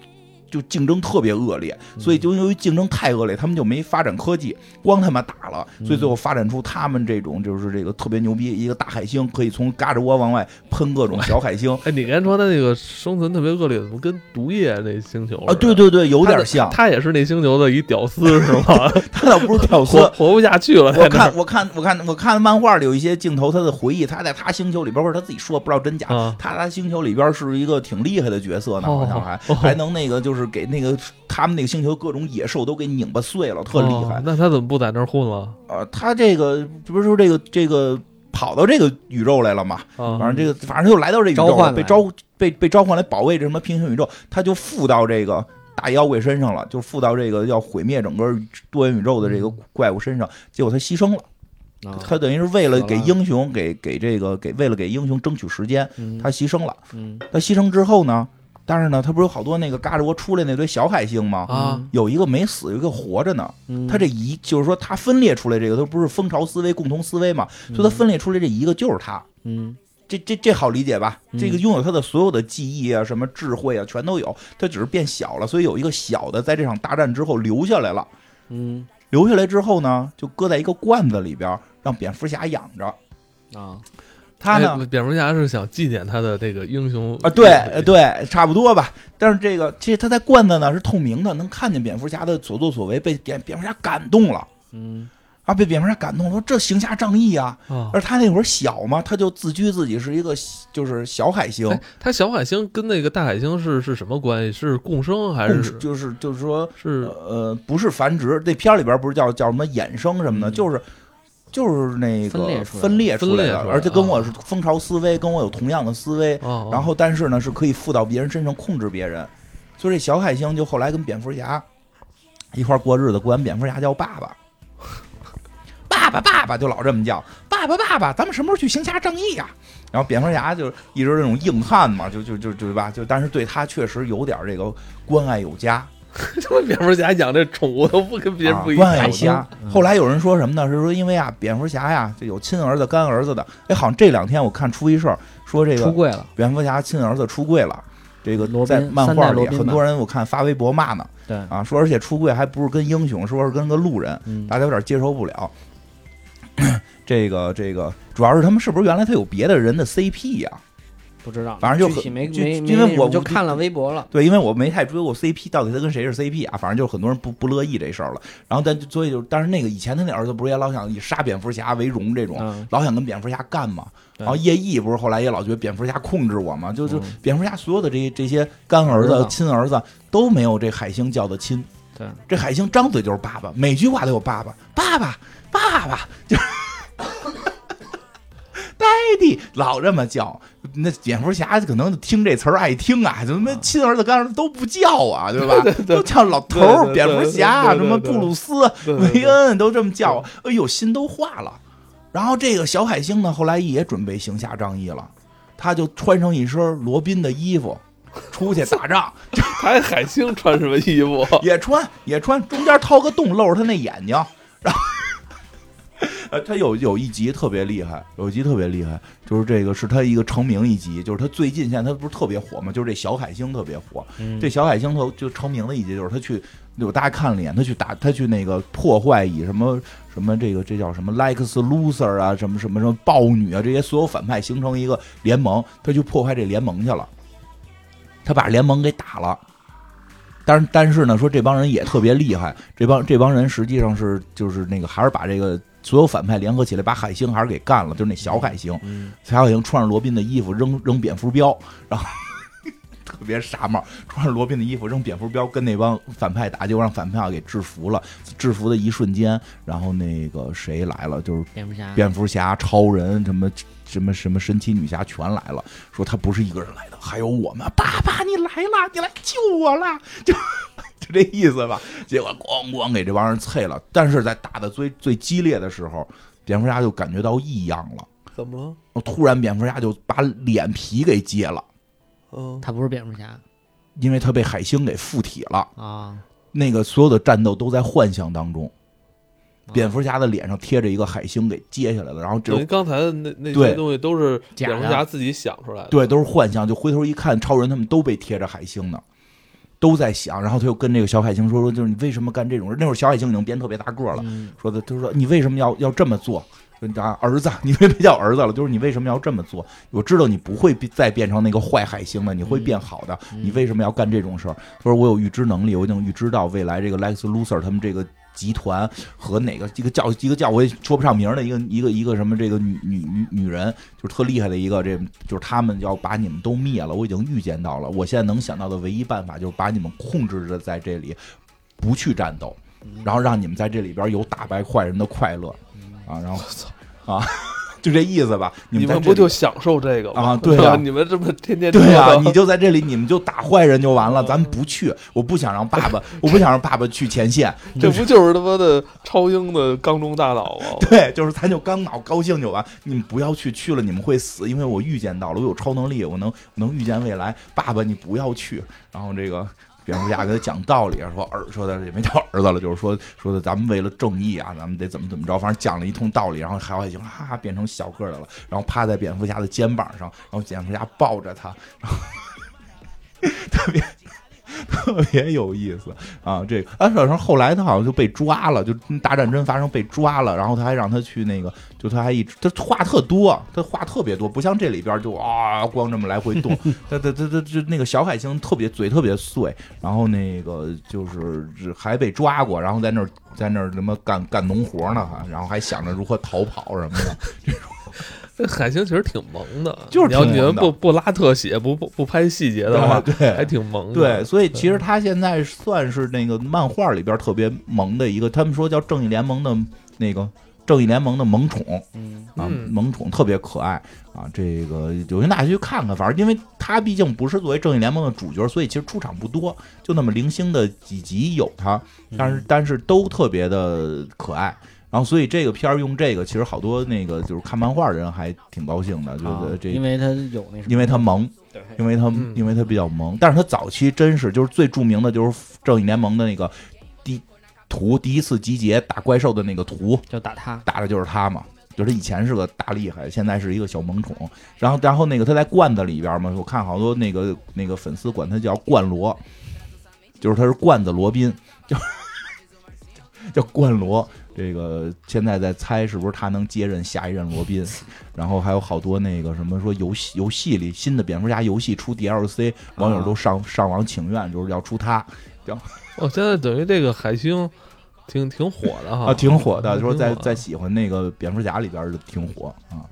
Speaker 2: 就竞争特别恶劣，所以就由于竞争太恶劣，他们就没发展科技，光他妈打了，所以最后发展出他们这种就是这个特别牛逼，一个大海星可以从嘎吱窝往外喷各种小海星，
Speaker 1: 哎，你刚才说他那个生存特别恶劣，怎么跟毒液那星球似的
Speaker 2: 啊，对，对对，有
Speaker 1: 他
Speaker 2: 点
Speaker 1: 的
Speaker 2: 像，
Speaker 1: 他也是那星球的一屌 丝是吗？
Speaker 2: 他倒不是屌丝
Speaker 1: 活。活不下去了， 在
Speaker 2: 我
Speaker 1: 那儿
Speaker 2: 看，我看，我看，我看漫画里有一些镜头，他的回忆，他在他星球里边，或者他自己说，不知道真假。
Speaker 1: 啊
Speaker 2: 他他星球里边是一个挺厉害的角色呢，
Speaker 1: 哦
Speaker 2: 好像还、
Speaker 1: 哦
Speaker 2: 还能那个，就是给那个他们那个星球各种野兽都给拧巴碎了，特厉害
Speaker 1: 哦。那他怎么不在那儿混了
Speaker 2: 呃，他这个不是说这个这个跑到这个宇宙来了嘛？
Speaker 1: 啊？
Speaker 2: 反正这个反正就来到这宇宙
Speaker 3: 嗯召唤
Speaker 2: 了，
Speaker 3: 来
Speaker 2: 被召被被召唤来保卫这什么平行宇宙，他就附到这个大妖怪身上了，就附到这个要毁灭整个多元宇宙的这个
Speaker 3: 嗯
Speaker 2: 怪物身上，结果他牺牲了，
Speaker 3: 啊
Speaker 2: 他等于是为了
Speaker 3: 死了
Speaker 2: 给英雄给给这个给为了给英雄争取时间，
Speaker 3: 嗯
Speaker 2: 他牺牲了。
Speaker 3: 嗯
Speaker 2: 他牺牲之后呢，但是呢，他不是有好多那个嘎吱窝出来那堆小海星吗？
Speaker 1: 啊
Speaker 3: 嗯，
Speaker 2: 有一个没死，有一个活着呢。
Speaker 3: 嗯
Speaker 2: 他这一就是说，他分裂出来这个，他不是蜂巢思维、共同思维嘛？所以他分裂出来这一个就是他。
Speaker 3: 嗯
Speaker 2: 这这这好理解吧？
Speaker 3: 嗯
Speaker 2: 这个拥有他的所有的记忆啊，什么智慧啊，全都有，他只是变小了，所以有一个小的在这场大战之后留下来了。
Speaker 3: 嗯
Speaker 2: 留下来之后呢，就搁在一个罐子里边儿，让蝙蝠侠养着。
Speaker 3: 啊
Speaker 2: 他呢，
Speaker 1: 哎蝙蝠侠是想祭奠他的这个英雄
Speaker 2: 啊，对呃对，差不多吧。但是这个其实他在罐子呢是透明的，能看见蝙蝠侠的所作所为，被蝙蝙蝠侠感动了
Speaker 3: 嗯
Speaker 2: 啊，被蝙蝠侠感动了，说这行侠仗义啊。
Speaker 1: 啊。
Speaker 2: 而他那会儿小嘛，他就自居自己是一个就是小海星，
Speaker 1: 哎，他小海星跟那个大海星是是什么关系？是共生还
Speaker 2: 共
Speaker 1: 是
Speaker 2: 是就是就是说
Speaker 1: 是
Speaker 2: 呃不是繁殖，那片儿里边不是叫叫什么衍生什么的，
Speaker 3: 嗯
Speaker 2: 就是。就是那
Speaker 3: 分裂
Speaker 2: 个
Speaker 3: 出来
Speaker 2: 分裂出
Speaker 1: 分
Speaker 2: 来
Speaker 1: 裂
Speaker 2: 的，
Speaker 1: 出来
Speaker 2: 而且跟我
Speaker 1: 啊
Speaker 2: 是蜂巢思维，跟我有同样的思维，
Speaker 1: 哦，
Speaker 2: 然后但是呢是可以附到别人身上控制别人，所以这小海星就后来跟蝙蝠侠一块儿过日子，管蝙蝠侠叫爸爸，爸爸爸爸就老这么叫，爸爸爸爸，咱们什么时候去行侠仗义呀、然后蝙蝠侠就一直这种硬汉嘛，就就就就对吧？就但是对他确实有点这个关爱有加，
Speaker 1: 他妈蝙蝠侠养这宠物都不跟别人不一样，
Speaker 2: 啊关爱有加
Speaker 3: 嗯。
Speaker 2: 后来有人说什么呢？是说因为啊，蝙蝠侠呀，这有亲儿子、干儿子的。哎，好像这两天我看出一事儿，说这个
Speaker 3: 出柜了，
Speaker 2: 蝙蝠侠亲儿子出柜了，这个
Speaker 3: 罗宾
Speaker 2: 在漫
Speaker 3: 三代
Speaker 2: 画
Speaker 3: 罗
Speaker 2: 里
Speaker 3: 宾吧
Speaker 2: 很多人我看发微博骂呢，
Speaker 3: 对
Speaker 2: 啊，说而且出柜还不是跟英雄，说是跟个路人，
Speaker 3: 嗯
Speaker 2: 大家有点接受不了。 这个这个，主要是他们是不是原来他有别的人的 CP 呀、
Speaker 3: 不知道，
Speaker 2: 反正就
Speaker 3: 具体
Speaker 2: 很
Speaker 3: 没
Speaker 2: 就
Speaker 3: 没没
Speaker 2: 因为
Speaker 3: 那什么
Speaker 2: 我
Speaker 3: 就看了微博了，
Speaker 2: 对，因为我没太追过 CP，到底他跟谁是 CP 啊？反正就是很多人不不乐意这事儿了。然后但所以就，但是那个以前他那儿子不是也老想以杀蝙蝠侠为荣这种，
Speaker 3: 嗯
Speaker 2: 老想跟蝙蝠侠干嘛。
Speaker 3: 对
Speaker 2: 然后叶毅不是后来也老觉得蝙蝠侠控制我嘛，就就
Speaker 3: 嗯
Speaker 2: 蝙蝠侠所有的这些这些干儿
Speaker 3: 儿
Speaker 2: 子
Speaker 3: 子、
Speaker 2: 亲儿子都没有这海星叫的亲。
Speaker 3: 对，
Speaker 2: 这海星张嘴就是爸爸，每句话都有爸爸，爸爸，爸爸，就是 daddy，老这么叫。那蝙蝠侠可能听这词儿爱听啊，怎么亲儿子干儿子都不叫啊，对吧？都叫老头
Speaker 1: 对对
Speaker 2: 儿、
Speaker 1: 对
Speaker 2: 蝙蝠侠、啊
Speaker 1: 对
Speaker 2: 什
Speaker 1: 对
Speaker 2: 么
Speaker 1: 对
Speaker 2: 布鲁斯、
Speaker 1: 对对对
Speaker 2: 维恩都这么叫，哎呦，心都化了。然后这个小海星呢，后来也准备行侠仗义了，他就穿上一身罗宾的衣服，出去 打仗。
Speaker 1: 还海星穿什么衣服？
Speaker 2: 也穿也穿，中间掏个洞露着他那眼睛，然后 呃，他有有一集特别厉害，有一集特别厉害，就是这个是他一个成名一集，就是他最近现在他不是特别火嘛，就是这小海星特别火，
Speaker 3: 嗯
Speaker 2: 这小海星头就成名的一集就是他去，有大家看了一眼，他去打他去那个破坏以什么什么这个这叫什么 Lex Luthor 啊，什么什么什么豹女啊，这些所有反派形成一个联盟，他去破坏这联盟去了，他把联盟给打了。但是但是呢，说这帮人也特别厉害，这帮这帮人实际上是就是那个还是把这个所有反派联合起来，把海星还是给干了，就是那小海星，
Speaker 3: 嗯
Speaker 2: 小海星穿着罗宾的衣服扔扔蝙蝠镖，然后 特别傻帽，穿着罗宾的衣服扔蝙蝠镖，跟那帮反派打，结果让反派给制服了。制服的一瞬间，然后那个谁来了，就是
Speaker 3: 蝙蝠侠，
Speaker 2: 蝙蝠侠、超人什么。什么什么神奇女侠全来了，说他不是一个人来的，还有我们。爸爸，你来了，你来救我了，就 就这意思吧。结果咣咣给这帮人啐了，但是在打的最最激烈的时候，蝙蝠侠就感觉到异样了。
Speaker 1: 怎么了？
Speaker 2: 然后突然蝙蝠侠就把脸皮给揭了，
Speaker 1: 嗯，
Speaker 3: 他不是蝙蝠侠
Speaker 2: 因为他被海星给附体了。
Speaker 3: 啊，
Speaker 2: 那个所有的战斗都在幻象当中，蝙蝠侠的脸上贴着一个海星给揭下来了，然后这
Speaker 1: 等于刚才的那那
Speaker 2: 对
Speaker 1: 些东西都是
Speaker 3: 假
Speaker 1: 蝙蝠
Speaker 3: 的
Speaker 1: 侠自己想出来的。
Speaker 2: 对都是幻象，就回头一看，超人他们都被贴着海星呢。都在想，然后他又跟这个小海星说说，就是你为什么干这种事？那会儿小海星已经变特别大个了，
Speaker 3: 嗯
Speaker 2: 说的就是说你为什么要要这么做？说你啊，儿子， 你别叫儿子了，就是你为什么要这么做？我知道你不会变再变成那个坏海星了，你会变好的。
Speaker 3: 嗯
Speaker 2: 你为什么要干这种事儿？他说我有预知能力，我已经预知到未来这个 Lex Luthor 他们这个集团和哪个一个叫一个叫我也说不上名儿的一个一个一个什么这个女女女女人，就是特厉害的一个，这就是他们要把你们都灭了。我已经预见到了，我现在能想到的唯一办法就是把你们控制着在这里，不去战斗，
Speaker 4: 嗯
Speaker 2: 然后让你们在这里边有打败坏人的快乐啊，然后。啊， 就这意思吧。你
Speaker 4: 你
Speaker 2: 们在
Speaker 4: 们
Speaker 2: 这
Speaker 4: 不
Speaker 2: 里
Speaker 4: 就享受这个吗？
Speaker 2: 啊对啊
Speaker 4: 你们这么天天
Speaker 2: 对啊，
Speaker 4: 折腾
Speaker 2: 你就在这里，你们就打坏人就完了，咱们不去。我不想让爸爸，我不想让爸爸去前线。
Speaker 4: 这不就是他妈的超英的缸中大脑
Speaker 1: 啊
Speaker 4: 吗？
Speaker 2: 对，就是咱就刚脑高兴就完，你们不要去，去了你们会死，因为我预见到了，我有超能力，我能能预见未来。爸爸，你不要去。然后这个蝙蝠侠给他讲道理，啊说儿说的也没叫儿子了，就是说说的咱们为了正义啊，咱们得怎么怎么着，反正讲了一通道理，然后海外行哈哈变成小个儿的了，然后趴在蝙蝠侠的肩膀上，然后蝙蝠侠抱着他，然后 特别。特别有意思啊！这个，啊，然后后来他好像就被抓了，就大战争发生被抓了，然后他还让他去那个，就他还一直他话特多，他话特别多，不像这里边就啊光这么来回动，他他他他就那个小海星特别嘴特别碎，然后那个就是还被抓过，然后在那儿在那儿什么干干农活呢，还然后还想着如何逃跑什么的，
Speaker 1: 这海星其实挺萌的，
Speaker 2: 就是
Speaker 1: 你要
Speaker 2: 挺
Speaker 1: 你
Speaker 2: 萌
Speaker 1: 们
Speaker 2: 的
Speaker 1: 不不拉特写，不不不拍细节的话，
Speaker 2: 对
Speaker 1: 还挺萌的。
Speaker 2: 对，，所以其实他现在算是那个漫画里边特别萌的一个，他们说叫正义联盟的那个正义联盟的萌宠
Speaker 4: 嗯，
Speaker 2: 啊，
Speaker 1: 嗯
Speaker 2: 萌宠特别可爱啊。这个有兴趣大家去看看，反正因为他毕竟不是作为正义联盟的主角，所以其实出场不多，就那么零星的几集有他，
Speaker 3: 嗯
Speaker 2: 但是但是都特别的可爱。然后，所以这个片儿用这个，其实好多那个就是看漫画的人还挺高兴的，觉得这
Speaker 3: 啊因为他有那什么，
Speaker 2: 因为它萌，
Speaker 3: 对
Speaker 2: 因为它
Speaker 1: 嗯
Speaker 2: 因为它比较萌，但是它早期真是就是最著名的就是正义联盟的那个第图，第一次集结打怪兽的那个图，
Speaker 3: 就打他，
Speaker 2: 打的就是它嘛。就是以前是个大厉害，现在是一个小萌宠。然后，然后那个它在罐子里边嘛，我看好多那个那个粉丝管它叫罐罗，就是它是罐子罗宾，叫叫罐罗。这个现在在猜是不是他能接任下一任罗宾，然后还有好多那个什么说游戏游戏里新的蝙蝠侠游戏出 DLC，网友都上上网请愿，就是要出他
Speaker 1: 哦，现在等于这个海星挺挺火的哈，
Speaker 2: 啊，挺火的，
Speaker 1: 嗯
Speaker 2: 说在
Speaker 1: 挺火
Speaker 2: 在喜欢那个蝙蝠侠里边儿的挺火啊。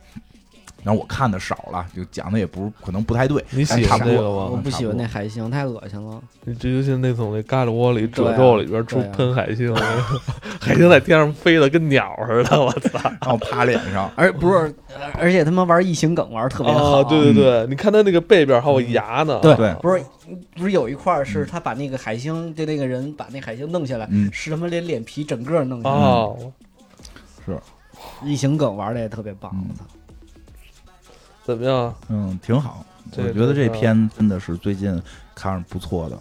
Speaker 2: 然后我看的少了，就讲的也不可能不太对，
Speaker 1: 你喜
Speaker 2: 哦差
Speaker 1: 欢
Speaker 2: 不
Speaker 1: 这
Speaker 2: 多哦
Speaker 1: 个
Speaker 3: 我
Speaker 1: 吗？
Speaker 3: 不喜欢那海星，太恶心了。
Speaker 1: 你这就像那从那旮旯窝里
Speaker 3: 对
Speaker 1: 褶
Speaker 3: 啊
Speaker 1: 皱里边出
Speaker 3: 对啊
Speaker 1: 喷海 星，海星在天上飞的跟鸟似的，我操！
Speaker 2: 然后趴脸 上
Speaker 3: 而不是，呃而且他妈玩异形梗玩得特别好，
Speaker 1: 啊，
Speaker 2: 哦
Speaker 1: 对对对，你看它那个背边还有牙呢，啊
Speaker 3: 对
Speaker 2: 对
Speaker 3: 不是不是有一块儿是他把那个海星就那个人把那海星弄下来，
Speaker 2: 嗯
Speaker 3: 是他妈连脸皮整个弄下来，
Speaker 1: 哦，
Speaker 3: 异形梗玩的也特别棒，
Speaker 2: 嗯
Speaker 3: 我操！
Speaker 1: 怎么样？
Speaker 2: 嗯，挺好。
Speaker 1: 这
Speaker 2: 我
Speaker 1: 个
Speaker 2: 觉得这
Speaker 1: 是
Speaker 2: 片真的是最近看着不错的，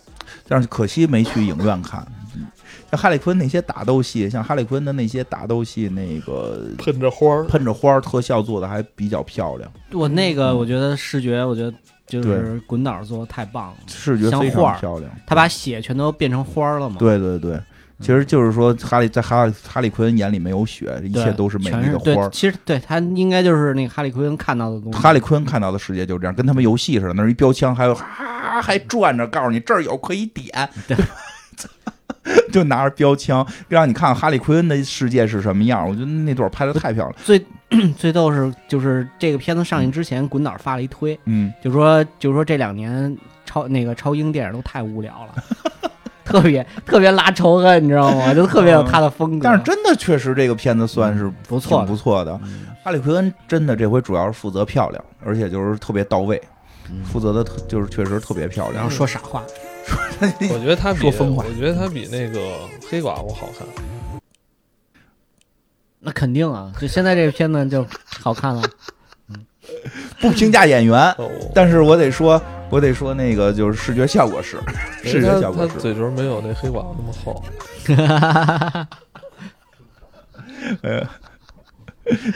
Speaker 2: 但是可惜没去影院看。嗯像哈利坤那些打斗戏，像哈利坤的那些打斗戏，那个
Speaker 1: 喷着花儿，
Speaker 2: 喷着花儿特效做的还比较漂亮，
Speaker 3: 我那个我觉得视觉，我觉得就是
Speaker 2: 嗯对
Speaker 3: 滚导做的太棒了，
Speaker 2: 视觉
Speaker 3: 像
Speaker 2: 非
Speaker 3: 画
Speaker 2: 常
Speaker 3: 儿
Speaker 2: 漂亮。
Speaker 3: 他把血全都变成花儿了嘛，
Speaker 2: 对对对，其实就是说哈利在哈哈利奎恩眼里没有血，一
Speaker 3: 对，
Speaker 2: 切都是美
Speaker 3: 全
Speaker 2: 丽的
Speaker 3: 对
Speaker 2: 花儿。
Speaker 3: 其实对他应该就是那个哈利奎恩看到的东西，
Speaker 2: 哈利奎恩看到的世界就是这样，跟他们游戏似的，那儿一标枪，还有哈还转着，告诉你这儿有可以点
Speaker 3: 对，
Speaker 2: 就拿着标枪让你看看哈利奎恩的世界是什么样。我觉得那段拍的太漂亮了，
Speaker 3: 最 最逗是就是这个片子上映之前，滚导发了一推，
Speaker 2: 嗯，
Speaker 3: 就说就说这两年超那个超英电影都太无聊 了，特别特别拉仇恨，你知道吗？就特别有他的风格，
Speaker 2: 嗯但是真的确实这个片子算是
Speaker 3: 嗯不
Speaker 2: 挺
Speaker 3: 错嗯
Speaker 2: 不错的。哈利奎恩真的这回主要是负责漂亮，而且就是特别到位，负责的特就是确实特别漂
Speaker 3: 嗯然
Speaker 2: 亮
Speaker 3: 后。说傻话，
Speaker 1: 我觉得它比
Speaker 2: 说疯话
Speaker 1: 我觉得它比那个黑寡妇好看。
Speaker 3: 那肯定啊，就现在这个片子就 好看了，
Speaker 2: 不评价演员，
Speaker 1: 哦，
Speaker 2: 但是我得说，我得说那个就是视觉效果是，
Speaker 1: 哎
Speaker 2: 视觉效
Speaker 1: 它
Speaker 2: 果
Speaker 1: 它
Speaker 2: 是，
Speaker 1: 嘴唇没有那黑寡妇那么厚。
Speaker 2: 呃，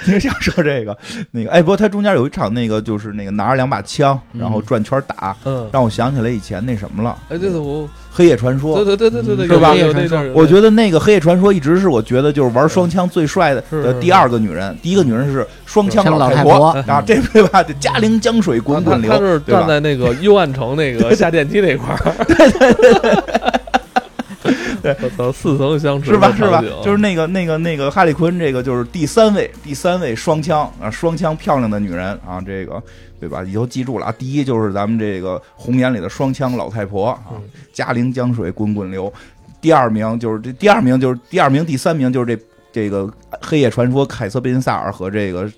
Speaker 2: 挺想说这个那个，哎，不过他中间有一场那个就是那个拿着两把枪，然后转圈打，
Speaker 1: 嗯，
Speaker 2: 让我想起来以前那什么了，
Speaker 1: 哎，对对，我，
Speaker 2: 《黑夜传说
Speaker 1: 对》。对对对对对，
Speaker 2: 嗯是
Speaker 1: 有
Speaker 2: 吧
Speaker 1: 那有那段儿，
Speaker 2: 我觉得那个《黑夜传说》一直是我觉得就是玩双枪最帅的
Speaker 1: 是
Speaker 2: 的第二个女人，第一个女人是双枪
Speaker 3: 像老
Speaker 2: 太
Speaker 3: 太
Speaker 2: 婆
Speaker 3: 婆
Speaker 2: 啊，这对吧？这嘉陵江水滚滚
Speaker 1: 他他
Speaker 2: 流，
Speaker 1: 是
Speaker 2: 对吧
Speaker 1: 站在那 个幽暗城那个下电梯那块儿，对 对对，我 操，似曾相识
Speaker 2: 是吧？
Speaker 1: 的
Speaker 2: 是吧啊
Speaker 1: 场景？
Speaker 2: 就是那个那个那个哈利坤，这个就是第三位第三位双枪啊，双枪漂亮的女人啊，这个对吧？以后记住了啊，第一就是咱们这个红岩里的双枪老太婆啊
Speaker 1: 嗯，
Speaker 2: 嘉陵江水滚滚流。第二名就是这，第二名就是第二名，第三名就是这这个《黑夜传说》凯瑟琳·萨尔和这个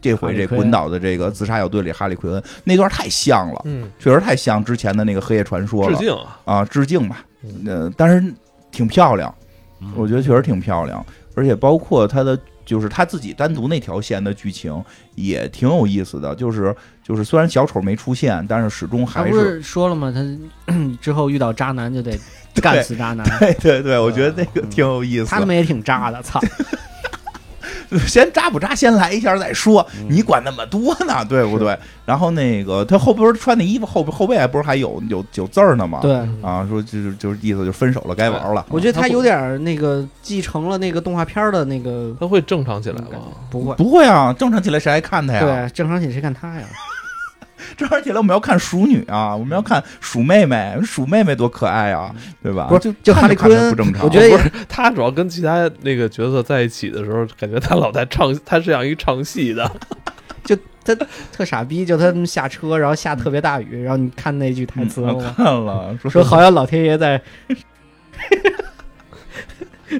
Speaker 2: 这回这滚岛的这个自杀小队里哈利奎恩那段太像了，
Speaker 1: 嗯，
Speaker 2: 确实太像之前的那个黑夜传说
Speaker 1: 致
Speaker 2: 了
Speaker 1: 敬啊，
Speaker 2: 啊，致敬吧
Speaker 1: 嗯，
Speaker 2: 呃，但是挺漂亮，
Speaker 5: 嗯
Speaker 2: 我觉得确实挺漂亮，而且包括他的就是他自己单独那条线的剧情也挺有意思的，就是就是虽然小丑没出现，但是始终
Speaker 3: 他
Speaker 2: 还
Speaker 3: 不
Speaker 2: 是
Speaker 3: 是说了吗？他 之后遇到渣男就 得干死渣 男，
Speaker 2: 对对对，我觉得那个挺有意思。
Speaker 3: 他们也挺渣的，操！
Speaker 2: 先扎不扎，先来一下再说，你管那么多呢，对不对？然后那个他后边穿的衣服后后背还不是还有有有字儿呢吗？
Speaker 3: 对，
Speaker 2: 啊，说就是就是意思就是分手了，该玩了。
Speaker 3: 我觉得他有点儿那个继承了那个动画片儿的那个
Speaker 1: 他会正常起来
Speaker 2: 嗯
Speaker 3: 感觉
Speaker 1: 吗？
Speaker 3: 不会，
Speaker 2: 不会啊，正常起来谁还看他呀？
Speaker 3: 对，啊正常起谁看他呀？
Speaker 2: 正常起来我们要看熟女啊，我们要看鼠妹妹，鼠妹妹多可爱啊，对吧？
Speaker 3: 嗯不是，就哈利
Speaker 2: 看
Speaker 3: 奎
Speaker 2: 着看着不，正
Speaker 3: 恩
Speaker 2: 常，
Speaker 3: 我觉得
Speaker 1: 不
Speaker 3: 也
Speaker 1: 是他主要跟其他那个角色在一起的时候，感觉他老在唱，他是像一唱戏的，
Speaker 3: 特傻逼，就他们下车，然后下特别大雨，然后你看那句台词了
Speaker 2: 嗯
Speaker 3: 吗？
Speaker 2: 看了
Speaker 3: 说好像老天爷在，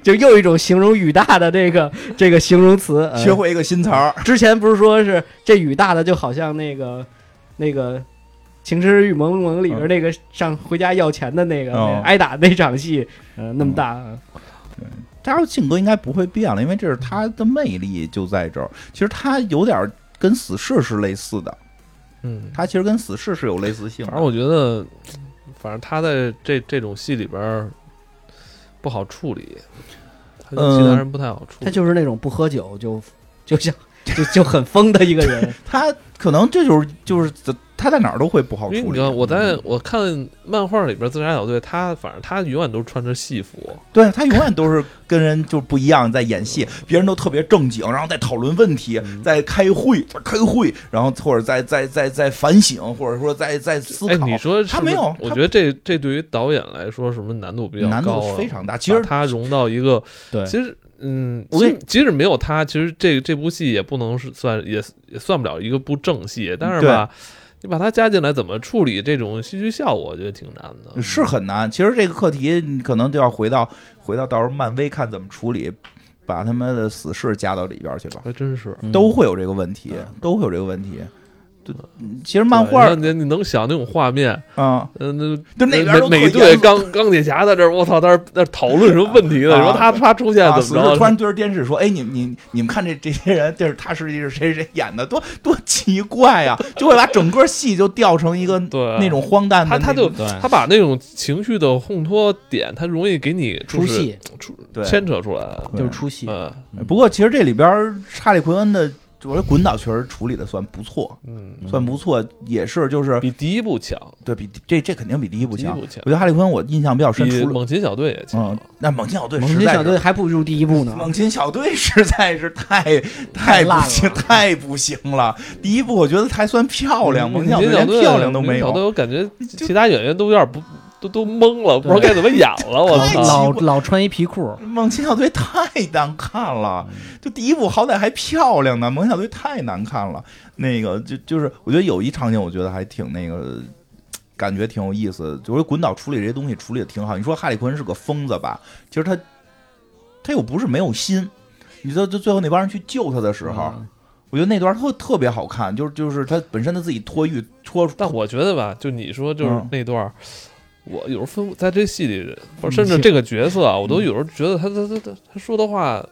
Speaker 3: 就又一种形容雨大的这个这个形容词。呃
Speaker 2: 学会一个新词儿，
Speaker 3: 之前不是说是这雨大的就好像那个那个《情深深雨蒙蒙》里边那个上回家要钱的那个、
Speaker 2: 嗯哦嗯
Speaker 3: 那个挨打那场戏，呃，那么大。
Speaker 2: 他性格应该不会变了，因为这是他的魅力就在这儿。其实他有点跟死侍是类似的，
Speaker 1: 嗯，
Speaker 2: 他其实跟死侍是有类似性的
Speaker 1: 反正我觉得，反正他在这这种戏里边儿不好处理，他
Speaker 2: 嗯
Speaker 1: 跟其他人不太好处
Speaker 3: 他
Speaker 1: 理。
Speaker 3: 就是那种不喝酒就就像就就很疯的一个人。
Speaker 2: 他可能这就是就是他在哪儿都会不好处
Speaker 1: 因为你
Speaker 2: 理。嗯
Speaker 1: 看，我在我看漫画里边，自杀小队他反正他永远都穿着戏服，
Speaker 2: 对他永远都是跟人就不一样，在演戏，别人都特别正经，然后在讨论问题，
Speaker 1: 嗯
Speaker 2: 在开会，在开会，然后或者在在在在反省，或者说在在思
Speaker 1: 哎，
Speaker 2: 考。
Speaker 1: 你说是
Speaker 2: 他
Speaker 1: 不是
Speaker 2: 没有
Speaker 1: 我
Speaker 2: 他
Speaker 1: 觉得这这对于导演来说，什么难度比较高、啊，
Speaker 2: 难度非常大其实
Speaker 1: 把他融到一个，
Speaker 3: 对
Speaker 1: 其实嗯，
Speaker 2: 我跟
Speaker 1: 其实即使没有他，其实这这部戏也不能是算也也算不了一个不正戏，但是
Speaker 2: 对
Speaker 1: 吧，你把他加进来，怎么处理这种戏剧效果，我觉得挺难的。
Speaker 2: 是很难。其实这个课题，你可能就要回到回到到时候漫威看怎么处理，把他们的死侍加到里边去吧，
Speaker 1: 还真是。
Speaker 2: 都会有这个问题，都会有这个问题。对，其实漫
Speaker 1: 嗯对你
Speaker 2: 画
Speaker 1: 看你你能想那种画面，
Speaker 2: 啊，
Speaker 1: 嗯，那
Speaker 2: 就那边都
Speaker 1: 美美
Speaker 2: 特严
Speaker 1: 队
Speaker 2: 肃
Speaker 1: 钢钢铁侠在这儿，我操，在那儿在那儿讨论什么问题呢？
Speaker 2: 啊
Speaker 1: 你说他他出现
Speaker 2: 啊！
Speaker 1: 怎
Speaker 2: 死
Speaker 1: 么着？
Speaker 2: 侍突然对着电视说：“哎，你你你们看这这些人，这是他实际是谁谁谁演的，多多奇怪呀、 就会把整个戏就调成一个
Speaker 1: 对啊
Speaker 2: 那种荒诞的
Speaker 1: 他
Speaker 2: 那
Speaker 1: 他就
Speaker 2: 种，
Speaker 5: 对
Speaker 1: 他把那种情绪的烘托点，他容易给你就
Speaker 3: 出
Speaker 1: 是
Speaker 3: 戏
Speaker 2: 对
Speaker 1: 牵扯出来。
Speaker 2: 对
Speaker 3: 就是出
Speaker 2: 呃
Speaker 3: 戏，
Speaker 1: 嗯
Speaker 2: 不过其实这里边儿哈利奎恩的，我觉得滚岛确实处理的算不错，
Speaker 1: 嗯，
Speaker 2: 算不错，也是就是
Speaker 1: 比第一部强，
Speaker 2: 对比这这肯定比第一部
Speaker 1: 第一
Speaker 2: 强。
Speaker 1: 部
Speaker 2: 我
Speaker 1: 强
Speaker 2: 觉，得哈利奎恩我印象比较深，
Speaker 1: 比
Speaker 2: 除了
Speaker 1: 猛禽小队也强
Speaker 2: 嗯。，那猛禽小队
Speaker 3: 猛
Speaker 2: 实
Speaker 3: 禽
Speaker 2: 在
Speaker 3: 小
Speaker 2: 是
Speaker 3: 队还不如第一部呢。
Speaker 2: 猛禽小队实在是太太
Speaker 3: 太烂
Speaker 2: 不行，
Speaker 3: 了
Speaker 2: 太不行了。第一部我觉得还算漂亮，猛禽小队连
Speaker 1: 小队
Speaker 2: 漂亮都
Speaker 1: 嗯猛
Speaker 2: 没
Speaker 1: 禽小队
Speaker 2: 有。
Speaker 1: 我感觉其他演员都有点不都都懵了，不知道该怎么演了。我
Speaker 2: 太
Speaker 1: 操！
Speaker 3: 老
Speaker 2: 奇怪
Speaker 3: 老穿一皮裤，
Speaker 2: 猛禽小队太难看
Speaker 1: 嗯
Speaker 2: 了，就第一部好歹还漂亮呢，猛禽小队太难看了。那个就就是，我觉得有一场景，我觉得还挺那个，感觉挺有意思。就是滚岛处理这些东西处理的挺好。你说哈利奎恩是个疯子吧？其实他他又不是没有心。你知道，就最后那帮人去救他的时
Speaker 1: 嗯
Speaker 2: 候，
Speaker 3: 嗯
Speaker 2: 我觉得那段特特别好看，就是就是他本身他自己脱狱脱出，
Speaker 1: 但我觉得吧，就你说就是
Speaker 2: 嗯
Speaker 1: 那段儿，我有时候分不在这戏里，不
Speaker 3: 嗯
Speaker 1: 是甚至
Speaker 3: 是
Speaker 1: 这个角色啊，我都有时候觉得他他他他他说的话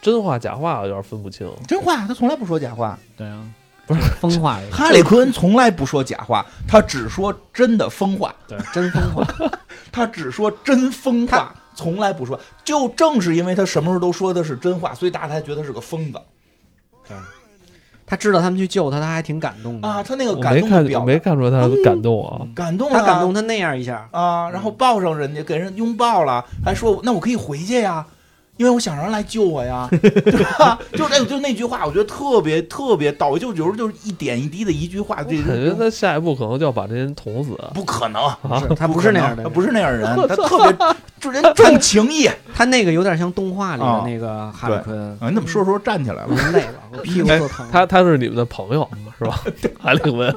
Speaker 1: 真话假话，我有点分不清。
Speaker 2: 真话，他从来不说假话。
Speaker 3: 对啊，不是疯话也
Speaker 2: 哈利奎恩从来不说假话，他只说真的疯话，
Speaker 3: 对，真疯话。
Speaker 2: 他只说真疯话，从来不说。就正是因为他什么时候都说的是真话，所以大家才觉得是个疯子
Speaker 3: 他知道他们去救他，他还挺感动的
Speaker 2: 啊！。他那个
Speaker 1: 我
Speaker 2: 感
Speaker 1: 没
Speaker 2: 动的嗯
Speaker 1: 看
Speaker 2: 表
Speaker 1: 我没
Speaker 2: 达，
Speaker 1: 看出来他的感动啊。
Speaker 2: 感动
Speaker 3: 他
Speaker 2: 了，
Speaker 3: 感动他那样一下，
Speaker 2: 啊，然后抱上人家，给人拥抱了，还说那我可以回去呀，因为我想让人来救我 呀，对吧？就是那就那句话，我觉得特别特别到位，就有时候就是一点一滴的一句话，这
Speaker 1: 感觉
Speaker 2: 人
Speaker 1: 他下一步可能就要把这人捅死。啊
Speaker 2: 不可能。
Speaker 3: 不是他不
Speaker 2: 不
Speaker 3: 是
Speaker 2: 可
Speaker 3: 那
Speaker 2: 能
Speaker 3: 样
Speaker 2: 他
Speaker 3: 的人，
Speaker 2: 啊不是那样的人， 他特别就人 重情义啊！
Speaker 3: 他那个有点像动画里的
Speaker 2: 啊
Speaker 3: 那个哈利
Speaker 2: 对
Speaker 3: 奎恩，
Speaker 2: 你怎么说着说着站起来
Speaker 3: 我
Speaker 2: 了？
Speaker 3: 累了，我屁
Speaker 2: 哎
Speaker 3: 股都疼。
Speaker 1: 他他是你们的朋友是 吧？韩立文，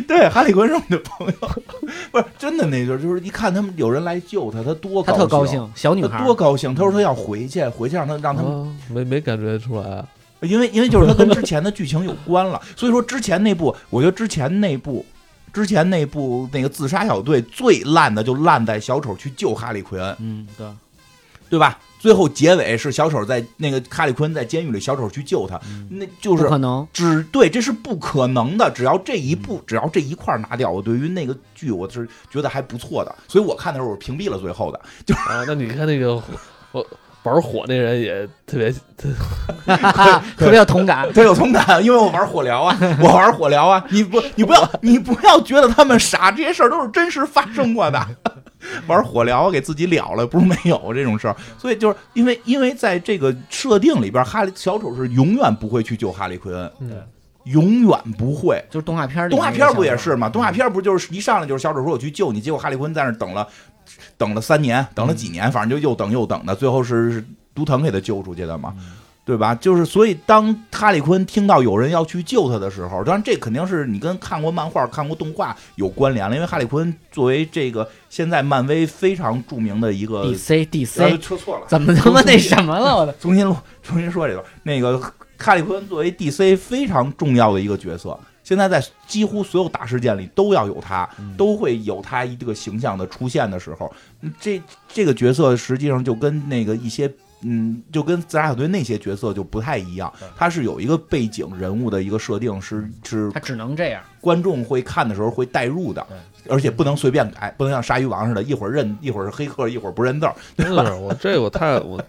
Speaker 2: 对，哈利奎恩是我们的朋友， 不是真的那句，就是一看他们有人来救他，他多
Speaker 3: 他特高，兴，小女
Speaker 2: 他嗯
Speaker 3: 孩
Speaker 2: 多高兴。他说他要回去，回去让他让他们
Speaker 1: 啊没没感觉出来，
Speaker 2: 因为因为就是它跟之前的剧情有关了， 所以说之前那部，我觉得之前那部。之前那部那个自杀小队最烂的就烂在小丑去救哈利奎恩，
Speaker 3: 嗯，对，
Speaker 2: 对吧？最后结尾是小丑在那个哈利奎恩在监狱里，小丑去救他，那就
Speaker 3: 不
Speaker 2: 是
Speaker 3: 可能。
Speaker 2: 只对，这是不可能的。只要这一步，只要这一块儿拿掉，我对于那个剧我是觉得还不错的。所以我看的时候，我屏蔽了最后的。
Speaker 1: 啊，那你看那个火我玩火那人也特别，
Speaker 3: 特别有同感。
Speaker 2: 他有同感，因为我玩火疗啊，我玩火疗啊。你不，你不要，你不要觉得他们傻，这些事儿都是真实发生过的。 玩火疗给自己了了，不是没有这种事儿。所以就是因为，因为在这个设定里边，哈利小丑是永远不会去救哈利奎恩，
Speaker 1: 嗯，
Speaker 2: 永远不会。
Speaker 3: 就是动画片儿里
Speaker 2: 动画
Speaker 3: 面
Speaker 2: 片
Speaker 3: 那个小
Speaker 2: 儿
Speaker 3: 丑，
Speaker 2: 不也是吗？动画片儿不就是一上来就是小丑说我去救你，结果哈利坤在那儿等了，等了三年，等了几年，反正就又等又等的，最后是是毒藤给他救出去的嘛。对吧？就是所以，当哈利坤听到有人要去救他的时候，当然这肯定是你跟看过漫画、看过动画有关联了，因为哈利坤作为这个现在漫威非常著名的一个，
Speaker 3: DC
Speaker 2: 呃，
Speaker 3: DC，
Speaker 2: 说错了，
Speaker 3: 怎么他妈那什么了？我的
Speaker 2: 重新录， 重新说这个。那个哈利奎恩作为 DC 非常重要的一个角色，现在在几乎所有大事件里都要有他，都会有他一个形象的出现的时候，嗯这这个角色实际上就跟那个一些。嗯，就跟自杀小队那些角色就不太一样，他是有一个背景人物的一个设定，是是
Speaker 3: 他只能这样。
Speaker 2: 观众会看的时候会代入的，而且不能随便改，不能像鲨鱼王似的，一会儿认一会儿是黑客，一会儿不认字儿，
Speaker 1: 真的是我这我太我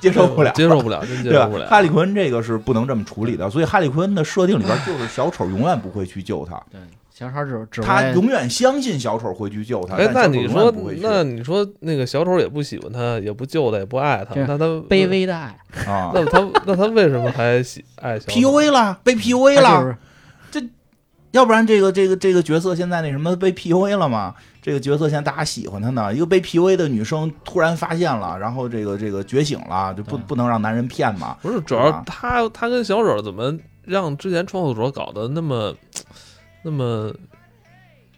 Speaker 2: 接 受不了，
Speaker 1: 接受不了，真接
Speaker 2: 对吧
Speaker 1: 受不了。啊
Speaker 2: 哈利奎恩这个是不能这么处理的，所以哈利奎恩的设定里边
Speaker 1: 啊
Speaker 2: 就是小丑永远不会去救他，
Speaker 3: 对，小丑只只
Speaker 2: 他
Speaker 3: 会
Speaker 2: 永远相信小丑会去救他。
Speaker 1: 哎，那
Speaker 2: 但小丑
Speaker 1: 你
Speaker 2: 永
Speaker 1: 说
Speaker 2: 远不会，去
Speaker 1: 那你说那个小丑也不喜欢他，也不救他，也不爱他，
Speaker 3: 对
Speaker 1: 那他
Speaker 3: 卑，微的爱
Speaker 2: 啊
Speaker 1: 那他那他为什么还喜爱小丑
Speaker 2: ，PUA 了，被 PUA
Speaker 3: 他就
Speaker 2: 了，
Speaker 3: 是
Speaker 2: 要不然这个这个这个角色现在那什么被 PUA 了嘛？这个角色现在大家喜欢他呢，一个被 PUA 的女生突然发现了，然后这个这个觉醒了，就不
Speaker 3: 对
Speaker 2: 不能让男人骗嘛。
Speaker 1: 不是，主
Speaker 2: 对
Speaker 1: 要
Speaker 2: 吧
Speaker 1: 他他跟小丑怎么让之前创作者搞得那么那么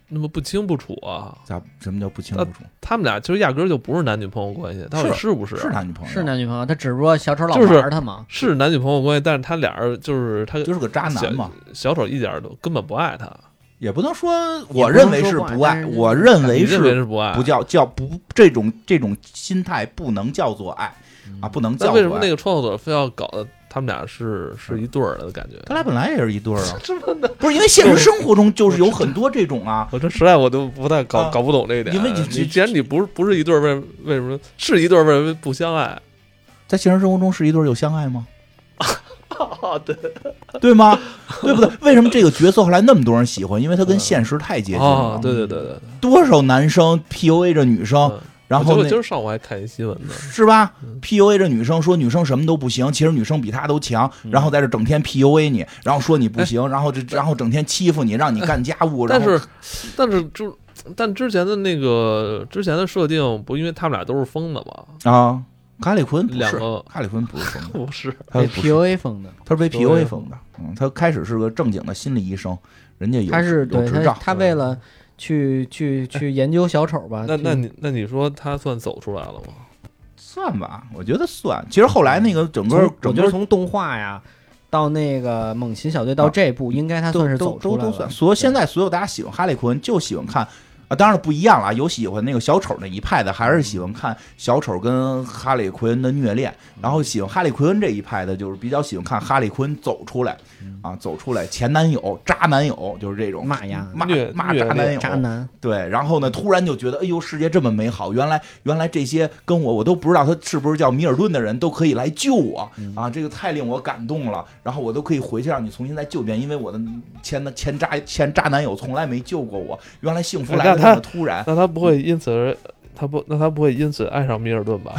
Speaker 1: 那么不清不楚啊？
Speaker 2: 咋什么叫不清
Speaker 1: 呃
Speaker 2: 不楚？
Speaker 1: 他们俩其实压根儿就不是男女朋友关系，到底是不是？啊
Speaker 2: 是男女朋友，
Speaker 3: 是男女朋友，他只不过小丑老
Speaker 1: 就是
Speaker 3: 玩他嘛。
Speaker 1: 是男女朋友关系，但是他俩人就是他
Speaker 2: 就是个渣男嘛。
Speaker 1: 小丑一点儿都根本不爱他，
Speaker 2: 也不能说，
Speaker 3: 也
Speaker 2: 我
Speaker 3: 不
Speaker 2: 认
Speaker 3: 能
Speaker 2: 为
Speaker 3: 说
Speaker 2: 是
Speaker 3: 不爱
Speaker 2: 不
Speaker 3: 但
Speaker 2: 爱，
Speaker 3: 是
Speaker 2: 我认为
Speaker 1: 你
Speaker 2: 是
Speaker 1: 认为是不爱？
Speaker 2: 不叫叫不这种这种心态不能叫做爱啊，不能
Speaker 1: 那
Speaker 2: 叫
Speaker 1: 为什么
Speaker 2: 做
Speaker 1: 那
Speaker 2: 爱。嗯
Speaker 1: 个创作者非要搞得他们俩是是一对儿的感觉？
Speaker 2: 他俩本来也是一对 儿啊，不是因为现实生活中就是有很多这种啊，
Speaker 1: 我这实在我都不太搞、
Speaker 2: 啊
Speaker 1: 搞不懂这一点，
Speaker 2: 因为你
Speaker 1: 你
Speaker 2: 这
Speaker 1: 既然你不是不是一对儿，为为什么是一对儿？为什么不相爱？
Speaker 2: 在现实生活中是一对儿有相爱 吗？
Speaker 1: 啊，对，
Speaker 2: 对吗？对不对？为什么这个角色后来那么多人喜欢？因为他跟现实太接近
Speaker 1: 啊
Speaker 2: 了，。
Speaker 1: 对对对对，对
Speaker 2: 多少男生 PUA 着女生，
Speaker 1: 嗯
Speaker 2: 然
Speaker 1: 我
Speaker 2: 后
Speaker 1: 觉得今
Speaker 2: 那
Speaker 1: 儿上午还看一新闻呢，
Speaker 2: 是吧？PUA
Speaker 3: 嗯
Speaker 2: 着女生说女生什么都不行，其实女生比他都强，
Speaker 3: 嗯
Speaker 2: 然后在这整天 PUA 你，然后说你不
Speaker 3: 哎
Speaker 2: 行，然后这然后整天欺负你，让你干家务，然
Speaker 1: 但
Speaker 2: 后
Speaker 1: 是但是就但之前的那个之前的设定不，因为他们俩都是疯子嘛，
Speaker 2: 啊，卡里坤不
Speaker 1: 两
Speaker 2: 是
Speaker 1: 个，
Speaker 2: 卡里坤不是疯 子，
Speaker 1: 不是？
Speaker 2: 他
Speaker 3: 被
Speaker 2: 是不是
Speaker 3: PUA 封的，
Speaker 2: 他是被
Speaker 1: PUA
Speaker 2: PUA 疯的，嗯，他开始是个正经的心理医生，人家有
Speaker 3: 他是
Speaker 2: 有
Speaker 3: 对
Speaker 2: 执
Speaker 3: 他
Speaker 2: 照，嗯
Speaker 3: 他为了去 去去研究小丑
Speaker 2: 啊
Speaker 3: 吧。
Speaker 1: 那
Speaker 3: 去
Speaker 1: 那你那你说他算走出来了吗？
Speaker 2: 算吧，我觉得算。其实后来那个整
Speaker 3: 从
Speaker 2: 个
Speaker 3: 我
Speaker 2: 整
Speaker 3: 觉得
Speaker 2: 个
Speaker 3: 从动画呀到那个猛禽小队到
Speaker 2: 啊
Speaker 3: 这部，应该他
Speaker 2: 都
Speaker 3: 算是
Speaker 2: 都
Speaker 3: 走
Speaker 2: 都
Speaker 3: 出来
Speaker 2: 都
Speaker 3: 了。
Speaker 2: 算。所以现在所有大家喜欢哈利奎恩就喜欢看。啊，当然了，不一样了。有喜欢那个小丑那一派的，还是喜欢看小丑跟哈利奎恩的虐恋；然后喜欢哈利奎恩这一派的，就是比较喜欢看哈利奎恩走出来，啊，走出来，前男友、渣男友，就是这种
Speaker 3: 骂呀
Speaker 2: 骂
Speaker 1: 虐
Speaker 2: 骂
Speaker 1: 虐
Speaker 2: 渣男
Speaker 1: 恋
Speaker 2: 友、
Speaker 3: 渣男，
Speaker 2: 对，然后呢，突然就觉得，哎呦，世界这么美好，原来原来这些跟我我都不知道他是不是叫米尔顿的人都可以来救我
Speaker 1: 嗯
Speaker 2: 啊，这个太令我感动了。然后我都可以回去让你重新再救一遍，因为我的前男前渣前渣男友从来没救过我，原来幸福来
Speaker 1: 那
Speaker 2: 的那
Speaker 1: 他
Speaker 2: 么突然。
Speaker 1: 那他不会因此而他不那他不会因此爱上米尔顿吧？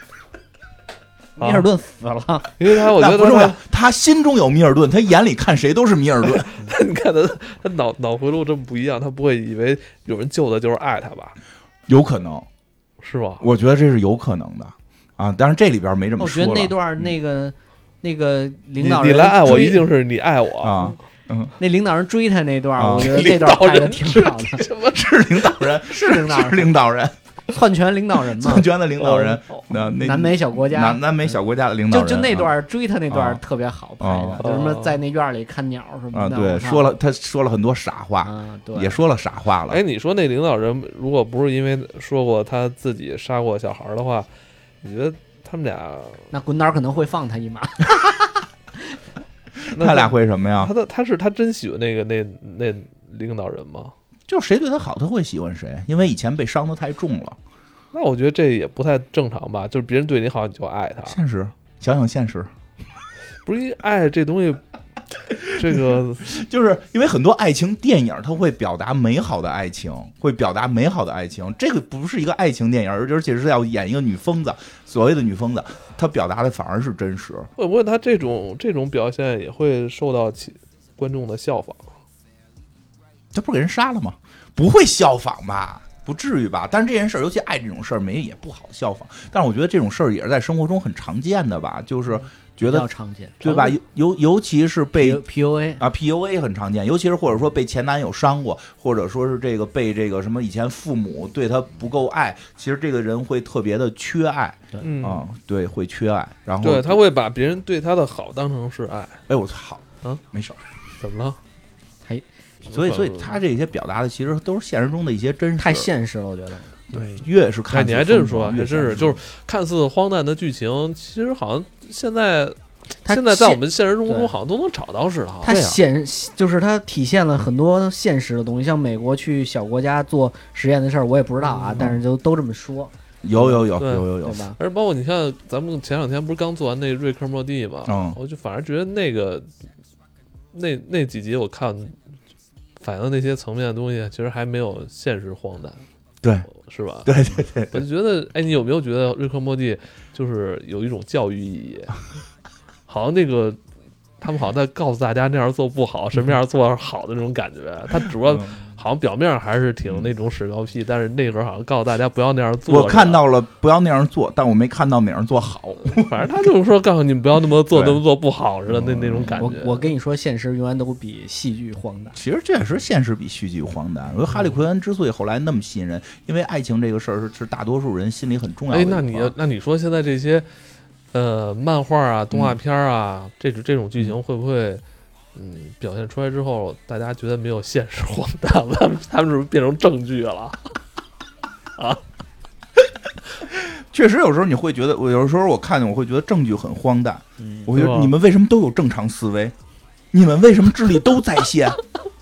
Speaker 3: 米尔顿死了，
Speaker 1: 因为 他我觉
Speaker 2: 那
Speaker 1: 得
Speaker 2: 不重要
Speaker 1: 他，
Speaker 2: 他心中有米尔顿，他眼里看谁都是米尔顿。
Speaker 1: 你看他他脑脑回路这么不一样，他不会以为有人救他就是爱他吧？
Speaker 2: 有可能，
Speaker 1: 是吧？
Speaker 2: 我觉得这是有可能的啊。但是这里边没这么
Speaker 3: 我
Speaker 2: 说
Speaker 3: 觉
Speaker 2: 了。
Speaker 3: 得那段那个那个
Speaker 1: 你
Speaker 3: 领导
Speaker 1: 你
Speaker 3: 人
Speaker 1: 来爱我，
Speaker 3: 追
Speaker 1: 一定是你爱我！
Speaker 2: 啊，
Speaker 3: 嗯那领导人追他那段，
Speaker 2: 啊
Speaker 3: 我觉得这段拍的挺好的。
Speaker 2: 是领导人，是
Speaker 3: 领导人
Speaker 2: 是领导人。
Speaker 3: 篡权领导人嘛
Speaker 2: 篡，权的领导人，
Speaker 3: 哦
Speaker 2: 那 那
Speaker 3: 南美小国家，
Speaker 2: 南南美小国家的嗯领导
Speaker 3: 就
Speaker 2: 人，
Speaker 3: 就
Speaker 2: 啊。
Speaker 3: 那段追他那段
Speaker 2: 啊
Speaker 3: 特别好拍的
Speaker 2: 啊，
Speaker 3: 就什么在那院里看鸟什么
Speaker 2: 啊，
Speaker 3: 的。
Speaker 2: 对，
Speaker 3: 我看
Speaker 2: 说了，嗯他说了很多傻话，
Speaker 3: 啊，对，
Speaker 2: 也说了傻话了
Speaker 1: 哎，。你说那领导人如果不是因为说过他自己杀过小孩儿的话，你觉得他们俩
Speaker 3: 那滚导可能会放他一马，
Speaker 1: 那
Speaker 2: 他俩会啊什么呀
Speaker 1: 他？的他是他真喜欢那个那那领导人吗？
Speaker 2: 就是谁对他好，他会喜欢谁，因为以前被伤的太重了。
Speaker 1: 那我觉得这也不太正常吧，就是别人对你好你就爱他，
Speaker 2: 现实，啊想想现实，
Speaker 1: 不是因为爱这 东西，这个
Speaker 2: 就是因为很多爱情电影，它会表达美好的爱情，会表达美好的爱情。这个不是一个爱情电影，而而且是要演一个女疯子，所谓的女疯子，她表达的反而是真实。
Speaker 1: 会不会他这种这种表现也会受到其观众的效仿？
Speaker 2: 这不是给人杀了吗？不会效仿吧？不至于吧？但是这件事儿，尤其爱这种事儿，没也不好效仿。但是我觉得这种事儿也是在生活中很常见的吧，就是觉
Speaker 3: 比较
Speaker 2: 得
Speaker 3: 常见，
Speaker 2: 对吧？尤尤尤其是被
Speaker 3: P U A
Speaker 2: 啊 PUA 很常见，尤其是或者说被前男友伤过，或者说是这个被这个什么以前父母对他不够爱，其实这个人会特别的缺爱
Speaker 1: 嗯，
Speaker 2: 啊、对，会缺爱。然后
Speaker 1: 对，他会把别人对他的好当成是爱，
Speaker 2: 哎我操，
Speaker 1: 啊，
Speaker 2: 没事儿。
Speaker 1: 怎么了？
Speaker 3: 还
Speaker 2: 所以所
Speaker 1: 嗯
Speaker 2: 以他这些表达的其实都是现实中的一些真实，
Speaker 3: 太现实了，我觉得。
Speaker 2: 对，越是
Speaker 1: 哎，
Speaker 2: 看似疯狂、
Speaker 1: 你还真说，还
Speaker 2: 越
Speaker 1: 真是，
Speaker 2: 现
Speaker 1: 就
Speaker 2: 实
Speaker 1: 是看似荒诞的剧情，其实好像现在
Speaker 3: 他
Speaker 1: 现在在
Speaker 3: 现
Speaker 1: 我们现实生活
Speaker 3: 对
Speaker 1: 中好像都能找到似的哈。
Speaker 3: 它
Speaker 1: 对啊
Speaker 3: 显就是它体现了很多现实的东西，像美国去小国家做实验的事儿，我也不知道
Speaker 1: 嗯
Speaker 3: 啊，但是就都这么说，
Speaker 2: 有有有
Speaker 1: 对
Speaker 2: 有有
Speaker 3: 对
Speaker 2: 有，
Speaker 3: 吧？
Speaker 1: 而包括你看，咱们前两天不是刚做完那瑞克莫蒂嘛，
Speaker 2: 嗯
Speaker 1: 我就反而觉得那个那那几集我看反映的那些层面的东西，其实还没有现实荒诞，
Speaker 2: 对
Speaker 1: 是吧？
Speaker 2: 对对对
Speaker 1: 我就觉得，哎，你有没有觉得瑞克莫蒂就是有一种教育意义？ 好像那个他们好像在告诉大家那样做不好，什么样做好的那种感觉。他主要
Speaker 2: 嗯
Speaker 1: 好像表面上还是挺那种屎尿屁，但是那会儿好像告诉大家不要那样做。
Speaker 2: 我看到了，不要那样做，但我没看到哪样做好。
Speaker 1: 是 吧，反正他就是说告诉你们不要那么做，
Speaker 2: 对
Speaker 1: 那么做不好似的那
Speaker 2: 嗯
Speaker 1: 那种感
Speaker 3: 我
Speaker 1: 觉。
Speaker 3: 我跟你说，现实永远都比戏剧荒诞。
Speaker 2: 其实这也是现实比戏剧荒诞。我觉得哈利奎恩之所以后来那么吸引人，因为爱情这个事儿是是大多数人心里很重要的
Speaker 1: 哎
Speaker 2: 一，
Speaker 1: 那
Speaker 2: 环。
Speaker 1: 你那你说现在这些呃漫画啊、动
Speaker 2: 嗯
Speaker 1: 画片啊，这种这种剧情会不会？嗯，表现出来之后，大家觉得没有现实荒诞了，他们是不是变成正剧了？
Speaker 2: 确实有时候你会觉得，我有时候我看见我会觉得证据很荒诞，
Speaker 3: 嗯，
Speaker 2: 我会觉
Speaker 1: 对
Speaker 2: 得
Speaker 1: 吧
Speaker 2: 你们为什么都有正常思维？你们为什么智力都在线？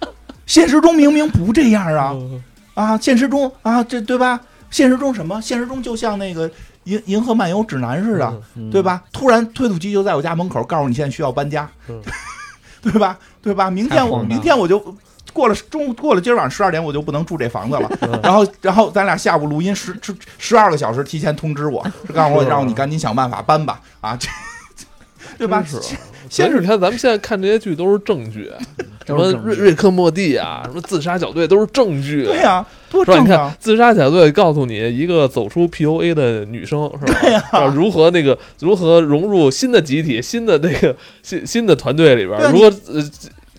Speaker 2: 现实中明明不这样啊！
Speaker 1: 嗯
Speaker 2: 啊，现实中啊，这对吧？现实中什么？现实中就像那个《银银河漫游指南》似
Speaker 1: 嗯
Speaker 2: 的，对？吧？突然推土机就在我家门口，告诉你现在需要搬家，
Speaker 1: 嗯
Speaker 2: 对吧？对吧？明
Speaker 3: 太
Speaker 2: 天我
Speaker 3: 荒诞
Speaker 2: 明天我就过了中午过了今儿晚上十二点，我就不能住这房子了。
Speaker 1: 嗯
Speaker 2: 然后然后咱俩下午录音十十十二个小时，提前通知我， 告诉我
Speaker 1: 是
Speaker 2: 让你赶紧想办法搬吧啊，这 对吧？
Speaker 1: 真是，啊
Speaker 2: 现
Speaker 1: 先是
Speaker 2: 实
Speaker 1: 你看咱们现在看这些剧都是正剧，什
Speaker 3: 都
Speaker 1: 么
Speaker 3: 是正
Speaker 1: 瑞
Speaker 3: 剧
Speaker 1: 瑞克莫蒂啊，什么自杀小队都是正剧，
Speaker 2: 对呀、多
Speaker 1: 是吧？
Speaker 2: 正
Speaker 1: 你
Speaker 2: 常
Speaker 1: 看。自杀小队告诉你一个走出 PUA 的女生是吧？ 要如何那个如何融入新的集体、新的那个新新的团队里边
Speaker 2: 对啊
Speaker 1: 儿，如何呃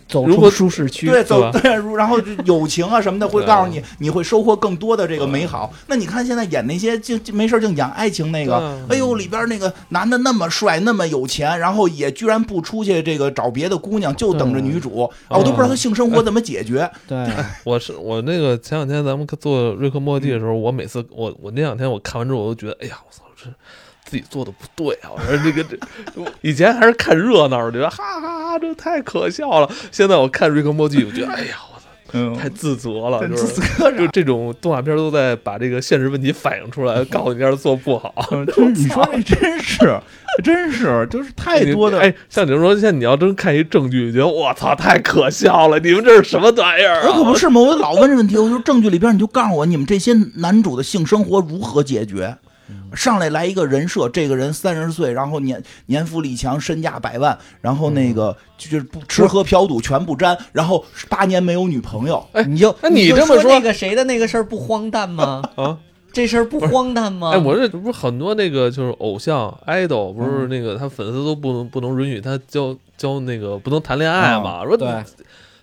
Speaker 3: 走
Speaker 1: 如果
Speaker 3: 出舒适区，
Speaker 2: 对，
Speaker 1: 是吧
Speaker 2: 走对，如然后就友情啊什么的会
Speaker 1: 对
Speaker 2: 告诉你，你会收获更多的这个美好。那你看现在演那些就就没事儿净演爱情那
Speaker 1: 对
Speaker 2: 个
Speaker 1: 啊，
Speaker 2: 哎呦里边那个男的那么帅，那么有钱，然后也居然不出去这个找别的姑娘，就等着女主啊，我都不
Speaker 1: 哦
Speaker 2: 知道他性生活怎么解
Speaker 1: 哎
Speaker 2: 决。
Speaker 3: 对，
Speaker 1: 我是我那个前两天咱们做瑞克莫蒂的时候，我每次我我那两天我看完之后，我都觉得，哎呀，我操，这自己做的不对啊！我说这个这，我以前还是看热闹，我觉得哈哈哈，这太可笑了。现在我看瑞克莫蒂，我觉得，哎呀，我操，
Speaker 2: 嗯，
Speaker 1: 太自责了，
Speaker 2: 真
Speaker 1: 就是
Speaker 2: 自个
Speaker 1: 就这种动画片都在把这个现实问题反映出 来，告诉你这样做不好。
Speaker 2: 真嗯是你说这真是，真是就是太多的。
Speaker 1: 哎，像你说，像你要真看一证据，你觉得我操太可笑了，你们这是什么玩意儿、
Speaker 2: 我可
Speaker 1: 啊？
Speaker 2: 不是嘛！我老问这问题，我说证据里边你就告诉我，你们这些男主的性生活如何解决？上来来一个人设，这个人三十岁，然后年年富力强，身价百万，然后那个、就就是不吃喝嫖赌全不沾，然后八年没有女朋友。
Speaker 1: 哎
Speaker 3: 你就
Speaker 1: 那你
Speaker 3: 就
Speaker 1: 这么
Speaker 3: 说，
Speaker 1: 说
Speaker 3: 那个谁的那个事儿不荒诞吗？
Speaker 1: 啊，
Speaker 3: 这事儿不荒诞吗？
Speaker 1: 哎，我这不是很多那个就是偶像 idol，不
Speaker 2: 嗯
Speaker 1: 是那个他粉丝都不能不
Speaker 2: 嗯
Speaker 1: 能允许他交交那个不能谈恋爱嘛？说
Speaker 3: 对
Speaker 1: 你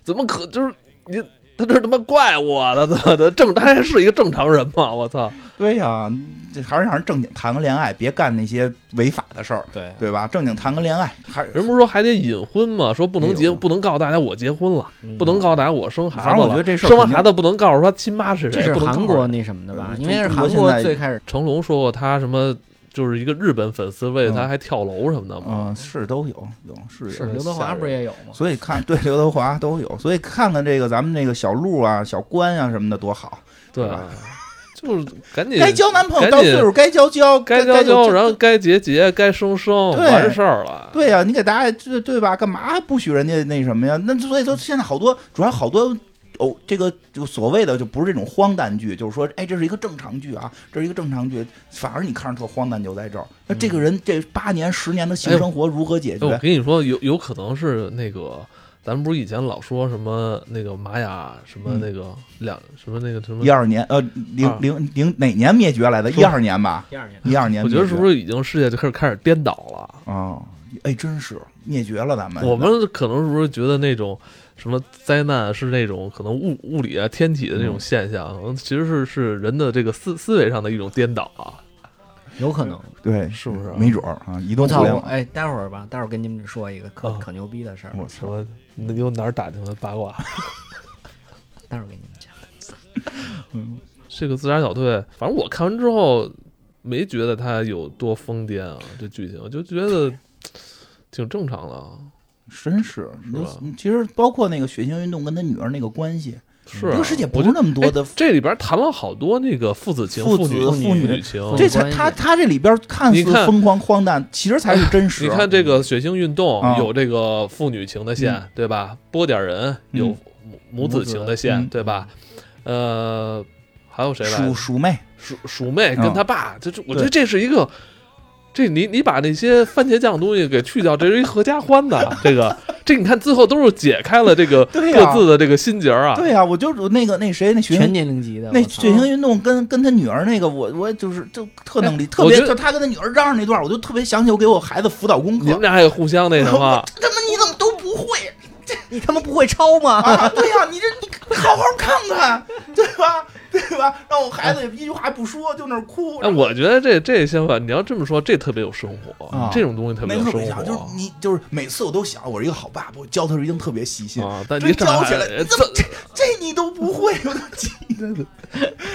Speaker 1: 怎么可就是你他这他妈怪我的，怎么的？正他还是一个正常人吗？我操！
Speaker 2: 对呀、这还是让人正经谈个恋爱，别干那些违法的事儿，
Speaker 5: 对，
Speaker 2: 对吧？正经谈个恋爱，还
Speaker 1: 人不是说还得隐婚吗？说不
Speaker 2: 哎
Speaker 1: 能
Speaker 2: 呦
Speaker 1: 结，不能告诉大家我结婚了，
Speaker 5: 嗯
Speaker 1: 不能告诉大家我生孩
Speaker 2: 反
Speaker 1: 子
Speaker 2: 正我
Speaker 1: 了
Speaker 2: 觉得。这事儿
Speaker 1: 生完
Speaker 2: 肯定
Speaker 1: 孩子不能告诉说亲妈是
Speaker 3: 这
Speaker 1: 谁，
Speaker 3: 是
Speaker 1: 不能告
Speaker 3: 韩
Speaker 1: 诉
Speaker 3: 国
Speaker 1: 人。
Speaker 3: 那什么的吧？
Speaker 1: 嗯
Speaker 2: 对
Speaker 3: 因为是
Speaker 2: 中国
Speaker 3: 韩
Speaker 2: 现
Speaker 3: 国
Speaker 2: 在
Speaker 3: 最开始
Speaker 1: 成龙说过他什么，就是一个日本粉丝为了他
Speaker 2: 嗯
Speaker 1: 还跳楼什么的嘛。
Speaker 2: 嗯、是都有有是有
Speaker 3: 是刘德
Speaker 1: 吓
Speaker 3: 华
Speaker 1: 人
Speaker 3: 不是也有吗？
Speaker 2: 所以看对刘德华都有，所以看看这个咱们这个小鹿啊、小关啊什么的多好，
Speaker 1: 对
Speaker 2: 吧，
Speaker 1: 就是赶紧
Speaker 2: 啊该交男朋友
Speaker 1: 赶
Speaker 2: 到
Speaker 1: 紧
Speaker 2: 岁数该交交，
Speaker 1: 该
Speaker 2: 交
Speaker 1: 交交，然后
Speaker 2: 后
Speaker 1: 该结结，该生生，
Speaker 2: 对
Speaker 1: 完事儿了。
Speaker 2: 对啊呀、你给大家这对吧？干嘛不许人家那什么呀？那所以说现在好多主要好多。哦，这个就所谓的就不是这种荒诞剧，就是说，哎，这是一个正常剧啊，这是一个正常剧，反而你看着特荒诞就在这儿。那这个人这八年十年的性生活如何解
Speaker 1: 哎，我
Speaker 2: 决？
Speaker 1: 跟你说，有有可能是那个，咱们不是以前老说什么那个玛雅什么
Speaker 2: 嗯
Speaker 1: 那个两什么那个什么
Speaker 2: 一，二年呃零
Speaker 1: 啊
Speaker 2: 零零哪年灭绝来的？一二年吧，
Speaker 3: 第二年
Speaker 2: 一二年
Speaker 1: 我
Speaker 2: 灭
Speaker 1: 觉得
Speaker 2: 绝。
Speaker 1: 是不是已经世界就开始开始颠倒了？
Speaker 2: 哦，哎，真是灭绝了咱们。
Speaker 1: 我们可能是不是觉得那种什么灾难是那种可能物物理啊天体的
Speaker 2: 嗯
Speaker 1: 那种现象，可能其实是是人的这个思思维上的一种颠倒啊？
Speaker 3: 有可能。
Speaker 2: 对，
Speaker 1: 是不是啊
Speaker 2: 没准儿啊，移动
Speaker 3: 我
Speaker 2: 互
Speaker 3: 操！
Speaker 2: 联
Speaker 3: 我
Speaker 2: 网。
Speaker 3: 哎，待会儿吧，待会儿跟你们说一个可
Speaker 1: 啊
Speaker 3: 可牛逼的事儿，
Speaker 2: 我
Speaker 1: 什
Speaker 2: 操！
Speaker 1: 么？你又哪儿打听的八卦？
Speaker 3: 待会儿跟你们讲。
Speaker 1: 这个自杀小队，反正我看完之后没觉得它有多疯癫啊，这剧情我就觉得挺正常的
Speaker 2: 嗯
Speaker 1: 啊。
Speaker 2: 真是，
Speaker 1: 是吧
Speaker 2: 你其实包括那个血腥运动跟他女儿那个关系，
Speaker 1: 是、啊，
Speaker 2: 这个世界不
Speaker 1: 我
Speaker 2: 是
Speaker 1: 就
Speaker 2: 那么多的
Speaker 1: 哎。这里边谈了好多那个父子情、
Speaker 2: 父
Speaker 1: 父
Speaker 2: 子
Speaker 1: 女
Speaker 2: 父女
Speaker 1: 情。
Speaker 3: 父
Speaker 2: 这
Speaker 3: 女
Speaker 2: 才
Speaker 3: 关系
Speaker 2: 他他这里边看似
Speaker 1: 你看哎
Speaker 2: 疯狂荒诞，其实才是真实。
Speaker 1: 你看这个血腥运动
Speaker 2: 啊
Speaker 1: 有这个父女情的线，
Speaker 2: 嗯
Speaker 1: 对吧？波点人有
Speaker 2: 嗯
Speaker 1: 母母子情的线，
Speaker 2: 嗯
Speaker 1: 对吧？呃，还有谁来
Speaker 2: 鼠？鼠妹，
Speaker 1: 鼠鼠妹跟他爸，这这，我觉得
Speaker 2: 对
Speaker 1: 这是一个，这你你把那些番茄酱的东西给去掉，这是一合家欢 的。这个这你看最后都是解开了这个
Speaker 2: 对呀
Speaker 1: 各自的这个心结儿啊。
Speaker 2: 对呀、我就我那个那谁那血
Speaker 3: 全
Speaker 2: 腥
Speaker 3: 年龄级的，
Speaker 2: 那
Speaker 3: 我操啊
Speaker 2: 血腥运动跟跟他女儿那个，我我就是就特能理，
Speaker 1: 哎
Speaker 2: 特
Speaker 1: 我
Speaker 2: 别
Speaker 1: 觉得
Speaker 2: 就他跟他女儿嚷嚷那段，我就特别想起我给我孩子辅导功课，
Speaker 1: 你，们俩还互相那什么
Speaker 2: 他妈你怎么都不会？
Speaker 3: 你他妈不会抄吗？
Speaker 2: 啊， 对呀、你这你好好看看，对吧？对吧？让我孩子也一句话不说，就那儿哭。
Speaker 1: 哎，我觉得这这相反，你要这么说，这特别有生活，
Speaker 2: 啊
Speaker 1: 这种东西特别
Speaker 2: 没
Speaker 1: 有
Speaker 2: 特
Speaker 1: 生
Speaker 2: 别想，就是
Speaker 1: 活
Speaker 2: 你就是每次我都想，我是一个好爸爸，我教他时候一定特别细心。
Speaker 1: 啊。但你
Speaker 2: 真
Speaker 1: 长
Speaker 2: 教
Speaker 1: 孩
Speaker 2: 起来，
Speaker 1: 子
Speaker 2: 你怎么这这你都不会？我都气 的。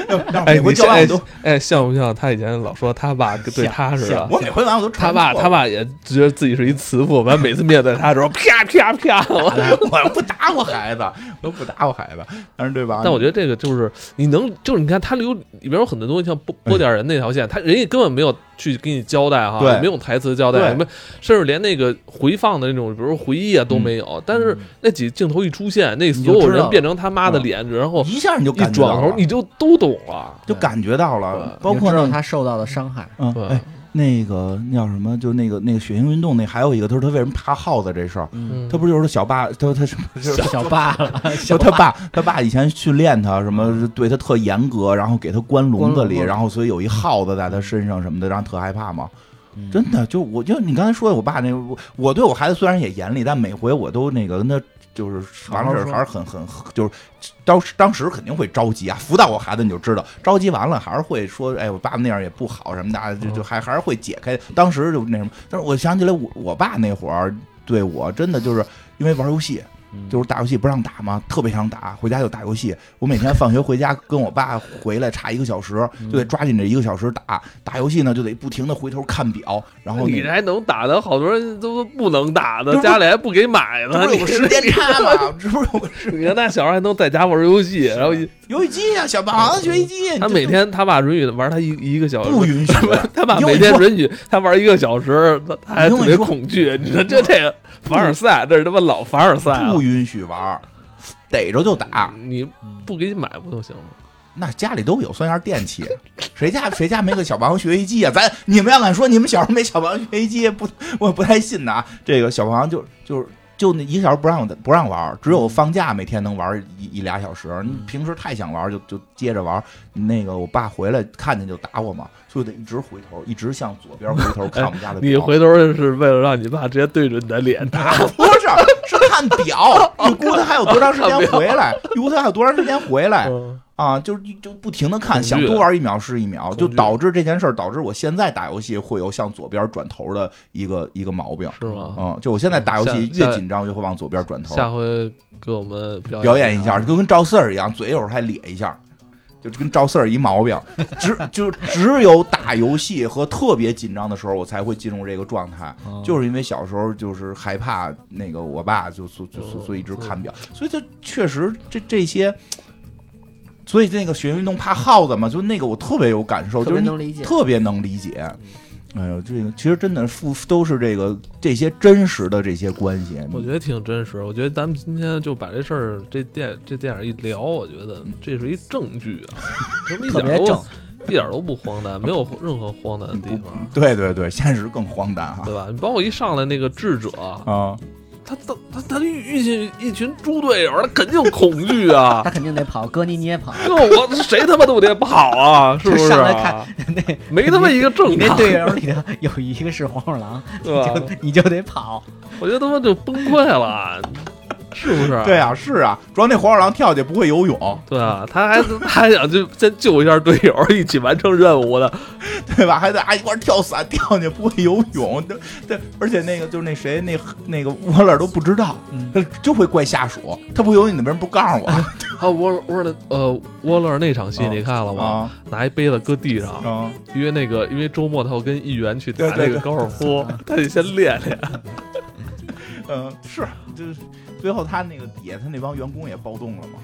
Speaker 2: 然后
Speaker 1: 哎，
Speaker 2: 每回
Speaker 1: 你
Speaker 2: 教完
Speaker 1: 哎
Speaker 2: 我都，
Speaker 1: 哎，像不像他以前老说他爸对他似的？
Speaker 2: 我每回完我都
Speaker 1: 他
Speaker 2: 传
Speaker 1: 爸
Speaker 2: 错
Speaker 1: 他爸也觉得自己是一慈父，完每次面对他的时候，啪啪啪。
Speaker 2: 我不打我孩子，我不打我孩子，但是对吧？
Speaker 1: 但我觉得这个就是你能，就是你看它里有里边有很多东西，像波波点人那条线，他人家根本没有去给你交代哈，
Speaker 2: 对
Speaker 1: 也没有台词交代，
Speaker 2: 对
Speaker 1: 什么甚至连那个回放的那种，比如回忆啊都没有。但是那几镜头一出现，那
Speaker 2: 就
Speaker 1: 所有
Speaker 2: 知道
Speaker 1: 人
Speaker 2: 了
Speaker 1: 变成他妈的脸，然后
Speaker 2: 一下你就
Speaker 1: 一
Speaker 2: 感觉
Speaker 1: 转
Speaker 2: 到
Speaker 1: 头
Speaker 2: 了，
Speaker 1: 你就都懂了。
Speaker 2: 就感觉到了，包
Speaker 3: 你
Speaker 2: 括
Speaker 3: 知
Speaker 2: 那
Speaker 3: 道
Speaker 2: 个
Speaker 3: 他受到的伤 害，
Speaker 2: 嗯，
Speaker 1: 对
Speaker 2: 哎，那个那叫什么？就那个那个血腥运动那还有一个，他说他为什么怕耗子这事儿，
Speaker 1: 嗯
Speaker 2: 他不就是小爸，他他什么？就是
Speaker 3: 小爸了，
Speaker 2: 就他爸，他爸以前训练他什么，对他特严格，然后给他关笼子里，
Speaker 3: 嗯关笼子
Speaker 2: 然后所以有一耗子在他身上什么的，让他特害怕嘛。
Speaker 3: 嗯
Speaker 2: 真的，就我就你刚才说的，我爸那，我我对我孩子虽然也严厉，但每回我都那个跟他就是完了事儿
Speaker 3: 好好说
Speaker 2: 还是很很就是当时当时肯定会着急啊，辅导我孩子你就知道，着急完了还是会说，哎，我爸那样也不好什么的啊，就
Speaker 3: 嗯
Speaker 2: 就还还是会解开。当时就那什么，但是我想起来我我爸那会儿对我真的就是因为玩游戏。
Speaker 1: 嗯
Speaker 2: 就是打游戏不让打嘛，特别想打，回家就打游戏。我每天放学回家跟我爸回来差一个 小时，
Speaker 1: 嗯
Speaker 2: 就得抓紧这一个小时打。打游戏呢，就得不停的回头看表，然后
Speaker 1: 你
Speaker 2: 哦那
Speaker 1: 这
Speaker 2: 个
Speaker 1: 还能打的，好多人都不能打
Speaker 2: 这
Speaker 1: 的，
Speaker 2: 不
Speaker 1: 家里还不给买
Speaker 2: 这
Speaker 1: 呢。
Speaker 2: 不是
Speaker 1: 你
Speaker 2: 有个时间差 吗？这不是有个时
Speaker 1: 你看那小孩还能在家玩游戏，然后一
Speaker 2: 游戏机啊，小霸王学习机，
Speaker 1: 他
Speaker 2: 这
Speaker 1: 每天他爸允许玩他一一个小时，
Speaker 2: 不允许
Speaker 1: 他爸
Speaker 2: 你听我
Speaker 1: 每天
Speaker 2: 说
Speaker 1: 允许他玩一个小时，他他还
Speaker 2: 你听
Speaker 1: 特
Speaker 2: 我
Speaker 1: 别
Speaker 2: 说
Speaker 1: 恐惧。你说这这凡尔赛，这是他妈老凡尔赛啊
Speaker 2: 不！允许玩，逮着就打。
Speaker 1: 你不给你买不就行吗？
Speaker 2: 那家里都有，算一下电器。谁家谁家没个小霸王学习机啊？咱你们要敢说你们小时候没小霸王学习机，不，我不太信呐。这个小霸王就就是就那一个小时不让不让玩，只
Speaker 1: 嗯
Speaker 2: 有放假每天能玩一一俩小时。你平时太想玩就就接着玩。那个我爸回来看见就打我嘛，所以我得一直回头，一直向左边回头看我们家的 表。
Speaker 1: 你回头是为了让你爸直接对着你的脸打，
Speaker 2: 不是是看 表，预估他还有多长时间回来，预估他还有多长时间回来。
Speaker 1: 嗯
Speaker 2: 啊，就是就不停的看，
Speaker 1: 恐惧
Speaker 2: 想多玩一秒是一秒，就
Speaker 1: 恐惧
Speaker 2: 导致这件事儿，导致我现在打游戏会有向左边转头的一个一个毛病。
Speaker 1: 是啊吗？
Speaker 2: 嗯，就我现在打游戏
Speaker 1: 下
Speaker 2: 越紧张越会往左边转头，
Speaker 1: 下回给我们表
Speaker 2: 表演一下，就跟赵四儿一样，嘴有时候还咧一下，就跟赵四儿一毛病。只就只有打游戏和特别紧张的时候，我才会进入这个状态。
Speaker 1: 哦
Speaker 2: 就是因为小时候就是害怕那个我爸就所
Speaker 1: 哦
Speaker 2: 就所所以一直看表，所以就确实这这些，所以那个学运动怕耗子嘛，就那个我特别有感受， 就
Speaker 3: 特别
Speaker 2: 是
Speaker 3: 能理解。嗯
Speaker 2: 特别能理解。哎呦，这个其实真的父都是这个这些真实的这些关系，
Speaker 1: 我觉得挺真实。我觉得咱们今天就把这事儿，这电这电影一聊，我觉得这是一证据 啊，他妈一点
Speaker 3: 嗯特别
Speaker 1: 都
Speaker 3: 正
Speaker 1: 一点都不荒诞，没有任何荒诞的地
Speaker 3: 嗯
Speaker 1: 方，
Speaker 2: 对对对，现实更荒诞哈
Speaker 1: 对吧？你包括一上来那个智者，
Speaker 2: 啊！
Speaker 1: 他他他他遇遇见一群猪队友，他肯定恐惧啊
Speaker 3: 他！肯定得跑，哥你你也跑，
Speaker 1: 那我谁他妈都得跑啊，是不是、啊？
Speaker 3: 上来看那
Speaker 1: 没他妈一个
Speaker 3: 你
Speaker 1: 正
Speaker 3: 那
Speaker 1: 常，
Speaker 3: 队友啊里头有一个是黄鼠狼，
Speaker 1: 对吧？
Speaker 3: 就你就得跑。
Speaker 1: 我觉得他妈就崩溃了，是不是？
Speaker 2: 对啊，是啊，主要那黄鼠狼跳下去不会游泳，
Speaker 1: 对啊，他还 他还想去先救一下队友， 一起完成任务的。
Speaker 2: 对吧？还得啊一块儿跳伞跳下去不会游泳，对对，而且那个就是那谁那那个 沃勒都不知道，
Speaker 1: 嗯
Speaker 2: 就会怪下属，他不游泳，你怎么不告 诉我
Speaker 1: 还有沃沃勒呃沃勒那场戏
Speaker 2: 啊
Speaker 1: 你看了吗？
Speaker 2: 啊？
Speaker 1: 拿一杯子搁地上，
Speaker 2: 啊，
Speaker 1: 因为那个因为周末他要跟议员去打
Speaker 2: 对对
Speaker 1: 那个
Speaker 2: 对
Speaker 1: 高尔夫， 他得先练练。
Speaker 2: 嗯，是，就是最后他那个底下他那帮员工也暴动了嘛，